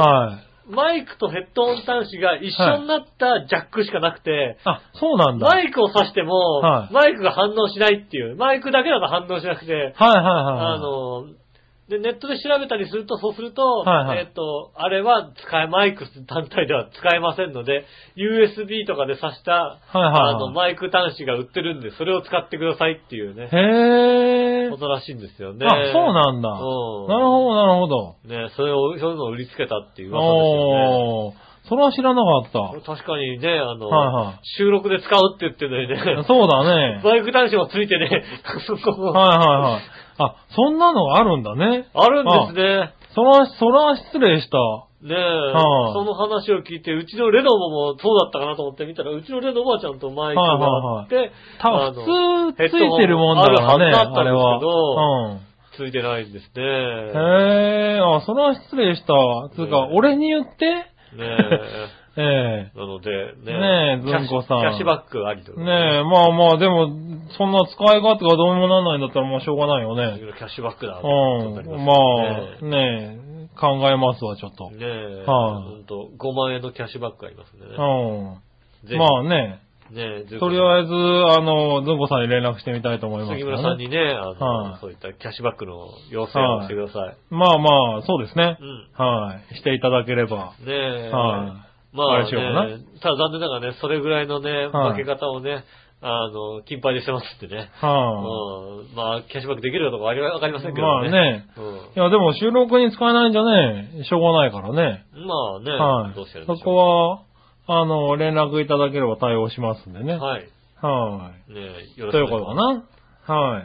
[SPEAKER 3] はい。
[SPEAKER 2] マイクとヘッドホン端子が一緒になったジャックしかなくて、
[SPEAKER 3] あ、そうなんだ。は
[SPEAKER 2] マ
[SPEAKER 3] い
[SPEAKER 2] イクを挿しても、
[SPEAKER 3] はい
[SPEAKER 2] マイクが反応しないっていう、マイクだけだと反応しなくて、
[SPEAKER 3] はいはい。
[SPEAKER 2] あのーで、ネットで調べたりすると、そうすると、
[SPEAKER 3] はいはい
[SPEAKER 2] えっ、と、あれは使え、マイク単体では使えませんので、USB とかで挿した、
[SPEAKER 3] はいはい
[SPEAKER 2] あの、マイク端子が売ってるんで、それを使ってくださいっていうね、
[SPEAKER 3] へー
[SPEAKER 2] こ。とらしいんですよね。
[SPEAKER 3] あ、そうなんだ。な
[SPEAKER 2] うん
[SPEAKER 3] るほど、なるほど。
[SPEAKER 2] ね、それを、そういうのを売りつけたっていう噂で
[SPEAKER 3] おー。それは知らなか
[SPEAKER 2] すよね
[SPEAKER 3] っ。
[SPEAKER 2] 確かにね、あの、
[SPEAKER 3] はいはい
[SPEAKER 2] 収録で使うって言ってるのに
[SPEAKER 3] た。
[SPEAKER 2] ね、
[SPEAKER 3] そうだね。
[SPEAKER 2] バイク男子もついてね、そこも、
[SPEAKER 3] はいはいはい。あ、そんなのがあるんだね。
[SPEAKER 2] あるんで
[SPEAKER 3] そら、そら失礼した。
[SPEAKER 2] すね。ねえ、
[SPEAKER 3] はい
[SPEAKER 2] その話を聞いて、うちのレノボもそうだったかなと思って見たら、うちのレノボはちゃんとマイクがあって、
[SPEAKER 3] 多
[SPEAKER 2] あの
[SPEAKER 3] 分普通ついてるもんだからね、
[SPEAKER 2] ヘッドホンあ
[SPEAKER 3] あ
[SPEAKER 2] る
[SPEAKER 3] れ
[SPEAKER 2] はずだった
[SPEAKER 3] は。うん。
[SPEAKER 2] ついてないんですね。
[SPEAKER 3] へえ、あ、それは失礼した。つうか、
[SPEAKER 2] ね
[SPEAKER 3] 俺に言って、
[SPEAKER 2] ね
[SPEAKER 3] ええ
[SPEAKER 2] え、なので、ねえ、
[SPEAKER 3] ねえ
[SPEAKER 2] キャッシュ
[SPEAKER 3] ずんこさん
[SPEAKER 2] キャッシュバックありと。
[SPEAKER 3] ねえ、まあまあ、でも、そんな使い勝手がどうにもなんないんだったら、まあしょうがないよ
[SPEAKER 2] キ
[SPEAKER 3] ね。
[SPEAKER 2] ャッシュバックだ。
[SPEAKER 3] うん。まあ、ねえ、考えますわ、ちょっと。
[SPEAKER 2] ねえ、
[SPEAKER 3] はい
[SPEAKER 2] ほんと、5万円のキャッシュバックありますんでね。
[SPEAKER 3] う
[SPEAKER 2] ぜひ
[SPEAKER 3] ん。まあね、
[SPEAKER 2] ねえ、
[SPEAKER 3] とりあえず、あの、ずんこさんに連絡してみたいと思います
[SPEAKER 2] 杉
[SPEAKER 3] け
[SPEAKER 2] 村
[SPEAKER 3] ど
[SPEAKER 2] さん
[SPEAKER 3] ね。
[SPEAKER 2] にね、あの、
[SPEAKER 3] はい
[SPEAKER 2] そういったキャッシュバックの要請をしてください。
[SPEAKER 3] まあまあ、そうですね
[SPEAKER 2] う。ん。
[SPEAKER 3] はい。していただければ。
[SPEAKER 2] ねえ、
[SPEAKER 3] は
[SPEAKER 2] まあ、
[SPEAKER 3] あれしようかな
[SPEAKER 2] ねただ残念ながらね、それぐらいのね、
[SPEAKER 3] はい
[SPEAKER 2] 負け方をね、あの、金牌でしてますってね。
[SPEAKER 3] い。は
[SPEAKER 2] うん。まあ、キャッシュバックできるかどうかわかりわかりませんけ
[SPEAKER 3] ま
[SPEAKER 2] ど
[SPEAKER 3] あ
[SPEAKER 2] ね。
[SPEAKER 3] ね。い。いや、でも収録に使えないんじゃねしょうがないからね。
[SPEAKER 2] うん。まあね、
[SPEAKER 3] はい
[SPEAKER 2] どうしてるん。
[SPEAKER 3] そ
[SPEAKER 2] でし
[SPEAKER 3] こ
[SPEAKER 2] ょ
[SPEAKER 3] は、あの、連絡いただければ対応しますんで
[SPEAKER 2] う。
[SPEAKER 3] ね。
[SPEAKER 2] はい。
[SPEAKER 3] は
[SPEAKER 2] ねえ、
[SPEAKER 3] い。
[SPEAKER 2] よろしく
[SPEAKER 3] ということかな。はい。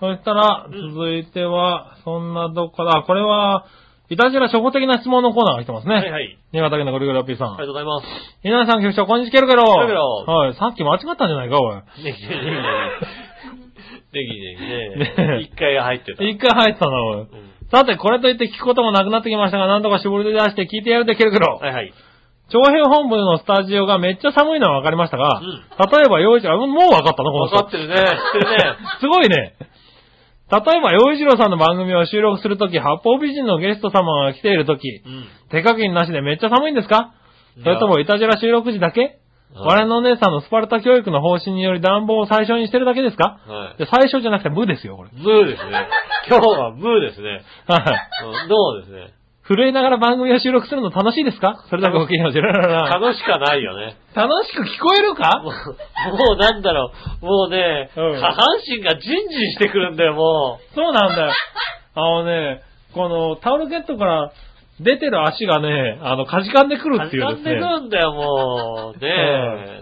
[SPEAKER 3] そしたら、
[SPEAKER 2] うん
[SPEAKER 3] 続いては、そんなどこだ、あこれは、いたじら初歩的な質問のコーナーが来てますね。
[SPEAKER 2] はいはい。
[SPEAKER 3] 新潟県のゴリゴリラッピーさ
[SPEAKER 2] ありがと
[SPEAKER 3] ん。
[SPEAKER 2] うございます。
[SPEAKER 3] 稲田さん局長、こんにちは、ケロケロ。
[SPEAKER 2] ケロケロ
[SPEAKER 3] はい。さっき間違ったんじゃないか、おい。
[SPEAKER 2] ネギネギネギ。ネギネギね。
[SPEAKER 3] ね
[SPEAKER 2] 一回入ってた。
[SPEAKER 3] 一回入ってたな、おい。
[SPEAKER 2] うん
[SPEAKER 3] さて、これといって聞くこともなくなってきましたが、なんとか絞り出して聞いてやるで、ケロケロ。
[SPEAKER 2] はいはい。
[SPEAKER 3] 長編本部のスタジオがめっちゃ寒いのは分かりましたが、
[SPEAKER 2] うん
[SPEAKER 3] 例えば洋一郎、あもう分かったのこの
[SPEAKER 2] わ
[SPEAKER 3] 人。
[SPEAKER 2] かってるね。知ってるね。
[SPEAKER 3] すごいね。例えば洋一郎さんの番組を収録するとき、八方美人のゲスト様が来ているとき、
[SPEAKER 2] うん。
[SPEAKER 3] 手加減なしでめっちゃ寒いんですか
[SPEAKER 2] いや
[SPEAKER 3] それともいたじら収録時だけ
[SPEAKER 2] はい
[SPEAKER 3] 我のお姉さんのスパルタ教育の方針により暖房を最小にしてるだけですか
[SPEAKER 2] はい。
[SPEAKER 3] で最小じゃなくて無ですよ、これ。
[SPEAKER 2] ムーですね。今日はムーですね。
[SPEAKER 3] はい
[SPEAKER 2] うんどうですね。
[SPEAKER 3] 震えながら番組を収録するの楽しいですかそれだけごきげんよう、ジェラララ
[SPEAKER 2] 楽しかないよね。
[SPEAKER 3] 楽しく聞こえるか
[SPEAKER 2] もう、もうなんだろう。もうね、
[SPEAKER 3] うん
[SPEAKER 2] 下半身がジンジンしてくるんだよ、も
[SPEAKER 3] そうなんだよ。あのね、このタオルケットから出てる足がね、あの、かじかんでく
[SPEAKER 2] う。
[SPEAKER 3] るっていう
[SPEAKER 2] か
[SPEAKER 3] で
[SPEAKER 2] ん
[SPEAKER 3] す
[SPEAKER 2] でく
[SPEAKER 3] ね。
[SPEAKER 2] るんだよ、もう。ねえ。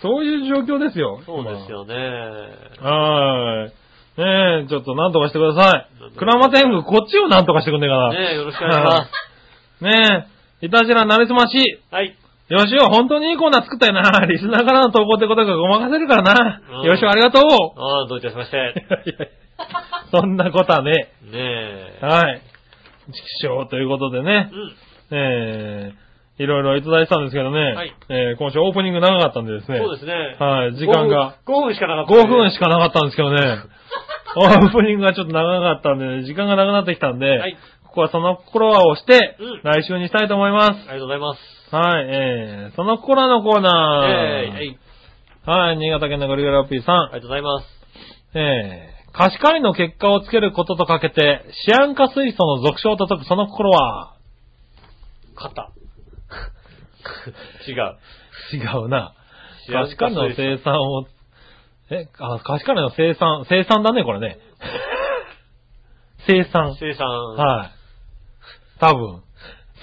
[SPEAKER 3] そういう状況ですよ。
[SPEAKER 2] そうですよね。
[SPEAKER 3] 今。はーい。ねえ、ちょっとなんとかしてくださ
[SPEAKER 2] なんとか
[SPEAKER 3] い。クラマ天狗、こっちをなんとかしてくんねえかな。
[SPEAKER 2] ねえ、よろしくお願いしま
[SPEAKER 3] ねえ、いたじらなれすまし。
[SPEAKER 2] す。はい。
[SPEAKER 3] よしお、本当にいいコーナー作ったよな。リスナーからの投稿ってことがごまかせるから
[SPEAKER 2] うん
[SPEAKER 3] な。よしお、ありがとう。
[SPEAKER 2] ああ、どういたしまして。ね
[SPEAKER 3] そんなことはね。
[SPEAKER 2] え。
[SPEAKER 3] はい。畜生ということでね
[SPEAKER 2] う。ん。
[SPEAKER 3] えー、いろいろいただいてたんですけどね、
[SPEAKER 2] はい
[SPEAKER 3] えー、今週オープニング長かったんでですね、
[SPEAKER 2] そうですね。
[SPEAKER 3] はい時間が
[SPEAKER 2] 5分。5分しかなかった、
[SPEAKER 3] 5分しかなかったんですけど ね、オープニングがちょっと長かったんで、時間がなくなってきたんで、
[SPEAKER 2] はい。
[SPEAKER 3] ここはその心は押して、
[SPEAKER 2] うん
[SPEAKER 3] 来週にしたいと思います。
[SPEAKER 2] ありがとうございます。
[SPEAKER 3] はい、えー、その心はのコー
[SPEAKER 2] えー、
[SPEAKER 3] ナー。
[SPEAKER 2] はい。
[SPEAKER 3] はい、新潟県のゴリゴラピーさ
[SPEAKER 2] あり
[SPEAKER 3] ん、
[SPEAKER 2] がとうございます。
[SPEAKER 3] えー、貸し借りの結果をつけることとかけて、シアン化水素の俗称と解くその心は、
[SPEAKER 2] 肩。違う。
[SPEAKER 3] 違うな。
[SPEAKER 2] アン
[SPEAKER 3] 貸し借りの生産を、え、あ、貸し借りの生産、生産だね、これね。生産。
[SPEAKER 2] 生産。
[SPEAKER 3] はい。多分。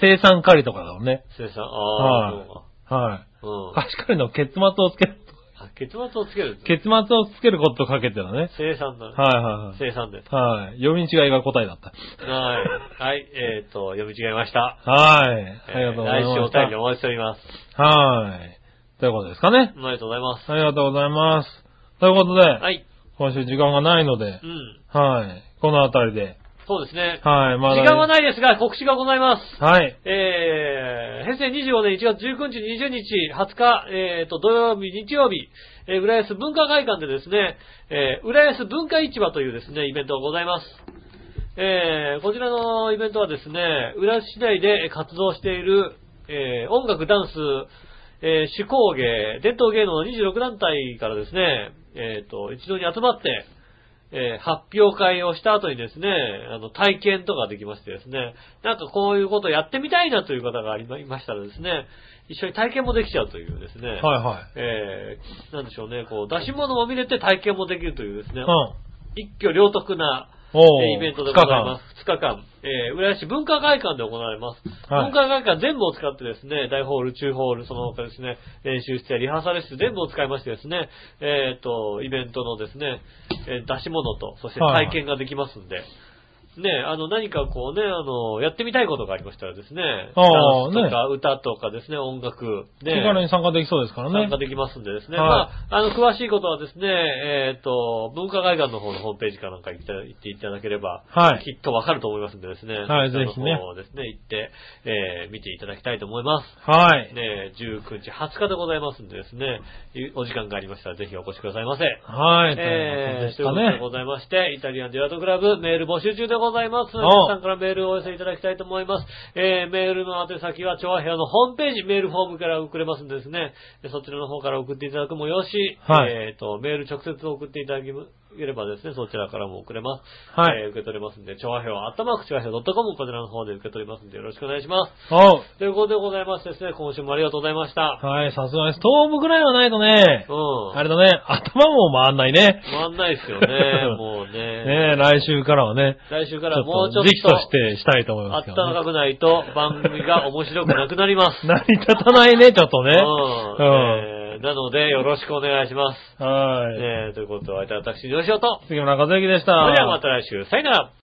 [SPEAKER 3] 生産借りとかだもんね。
[SPEAKER 2] 生産。ああ、
[SPEAKER 3] はい
[SPEAKER 2] そうか
[SPEAKER 3] は
[SPEAKER 2] う
[SPEAKER 3] い。
[SPEAKER 2] ん。
[SPEAKER 3] 貸し借りの結末をつける
[SPEAKER 2] あ結末をつける。
[SPEAKER 3] 結末をつけることとかけてだね。
[SPEAKER 2] 生産だね。
[SPEAKER 3] はいはい
[SPEAKER 2] 生産で。
[SPEAKER 3] はい。はい。読み違いが答えだった。
[SPEAKER 2] はい。はい、えっ、と、読み違えました。
[SPEAKER 3] はい。ありがとうござ
[SPEAKER 2] えー来
[SPEAKER 3] い
[SPEAKER 2] 週お
[SPEAKER 3] ま
[SPEAKER 2] 便り
[SPEAKER 3] す
[SPEAKER 2] お待ちしております。。
[SPEAKER 3] はい。ということですかね。
[SPEAKER 2] ありがとうございます。
[SPEAKER 3] ありがとうございます。ということで、
[SPEAKER 2] はい。
[SPEAKER 3] 今週時間がないので
[SPEAKER 2] う、ん。
[SPEAKER 3] はい。このあたりで、
[SPEAKER 2] そうですね。
[SPEAKER 3] はい。ま
[SPEAKER 2] 時
[SPEAKER 3] だ、
[SPEAKER 2] 間はないですが、告知がございます。
[SPEAKER 3] はい。
[SPEAKER 2] えー、平成25年1月19日、20日、20日、えーと、土曜日、日曜日、えー、浦安文化会館でですね、えー、浦安文化市場というですね、イベントがございます。えー、こちらのイベントはですね、浦安市内で活動している、えー、音楽、ダンス、えー、手工芸、伝統芸能の26団体からですね、えーと、一堂に集まって、えー発表会をした後にですね、あの、体験とかできましてですね、なんかこういうことをやってみたいなという方がありまいましたらですね、一緒に体験もできちゃうというですね、
[SPEAKER 3] はいはい。
[SPEAKER 2] えーなんでしょうね、こう、出し物も見れて体験もできるというですね、
[SPEAKER 3] うん。
[SPEAKER 2] 一挙両得な、
[SPEAKER 3] お
[SPEAKER 2] えーイベントでございます。2日間、えー、浦安市文化会館で行われます。
[SPEAKER 3] はい
[SPEAKER 2] 文化会館全部を使ってですね、大ホール、中ホール、その他ですね、練習室やリハーサル室全部を使いましてですね、えっ、と、イベントのですね、えー出し物と、そして
[SPEAKER 3] はいはい
[SPEAKER 2] 体験ができますんで、ね、あの、何かこうね、あの、やってみたいことがありましたらですね、
[SPEAKER 3] あ
[SPEAKER 2] ダ
[SPEAKER 3] ー
[SPEAKER 2] ンスとか歌とかですね、音楽、
[SPEAKER 3] 気
[SPEAKER 2] ね、
[SPEAKER 3] 軽に参加できそうですからね。
[SPEAKER 2] 参加できますんでですね。
[SPEAKER 3] は
[SPEAKER 2] まあ、あの、詳しいことはですね、えっ、と、文化会館の方のホームページかなんか行って行っていただければ、
[SPEAKER 3] はい
[SPEAKER 2] きっとわかると思いますんでですね。
[SPEAKER 3] はいぜひね
[SPEAKER 2] そちらの方をですね、行って、えー見ていただきたいと思います。
[SPEAKER 3] はい。
[SPEAKER 2] ねえ、19日20日でございますんでですね、いお時間がありましたらぜひお越しくださいませ。
[SPEAKER 3] はい。と
[SPEAKER 2] え
[SPEAKER 3] い
[SPEAKER 2] ー、
[SPEAKER 3] う
[SPEAKER 2] と
[SPEAKER 3] こ
[SPEAKER 2] いうこととで
[SPEAKER 3] で
[SPEAKER 2] ございまして、イタリアンデュラートクラブ、メール募集中でございます。
[SPEAKER 3] お
[SPEAKER 2] 皆さんからメールをお寄せいただきたいと思います。えー、メールの宛先は、調和部屋のホームページ、メールフォームから送れますんでですね、でそちらの方から送っていただくもよし、
[SPEAKER 3] はい
[SPEAKER 2] えーと、メール直接送っていただければですね、そちらからも送れます。
[SPEAKER 3] はい
[SPEAKER 2] えー受け取れますんで、調和部屋、あったまく調和部屋 .com、こちらの方で受け取りますんで、よろしくお願いします。
[SPEAKER 3] す。おう
[SPEAKER 2] ということでございましてですね、今週もありがとうございました。
[SPEAKER 3] はい、さすがにストーブぐらいはないとね
[SPEAKER 2] う、ん。
[SPEAKER 3] あれだね、頭も回んないね。
[SPEAKER 2] 回んないですよね、もうね。
[SPEAKER 3] ねえ来週からはね、
[SPEAKER 2] 来週
[SPEAKER 3] ち
[SPEAKER 2] からも
[SPEAKER 3] ょ
[SPEAKER 2] う
[SPEAKER 3] っ
[SPEAKER 2] ちょ
[SPEAKER 3] と
[SPEAKER 2] っと
[SPEAKER 3] 時期としてしたいと思い
[SPEAKER 2] あ
[SPEAKER 3] ま
[SPEAKER 2] っ
[SPEAKER 3] す
[SPEAKER 2] た
[SPEAKER 3] け
[SPEAKER 2] ま
[SPEAKER 3] ど、ね。
[SPEAKER 2] かくないと番組が面白くなくなり ます。
[SPEAKER 3] 成り立たないね、ちょっとね。
[SPEAKER 2] うんえーなので、よろしくお願いします。
[SPEAKER 3] はい。
[SPEAKER 2] えーということは、私、吉尾と。
[SPEAKER 3] 杉村和之でした。
[SPEAKER 2] それではまた来週、さよなら。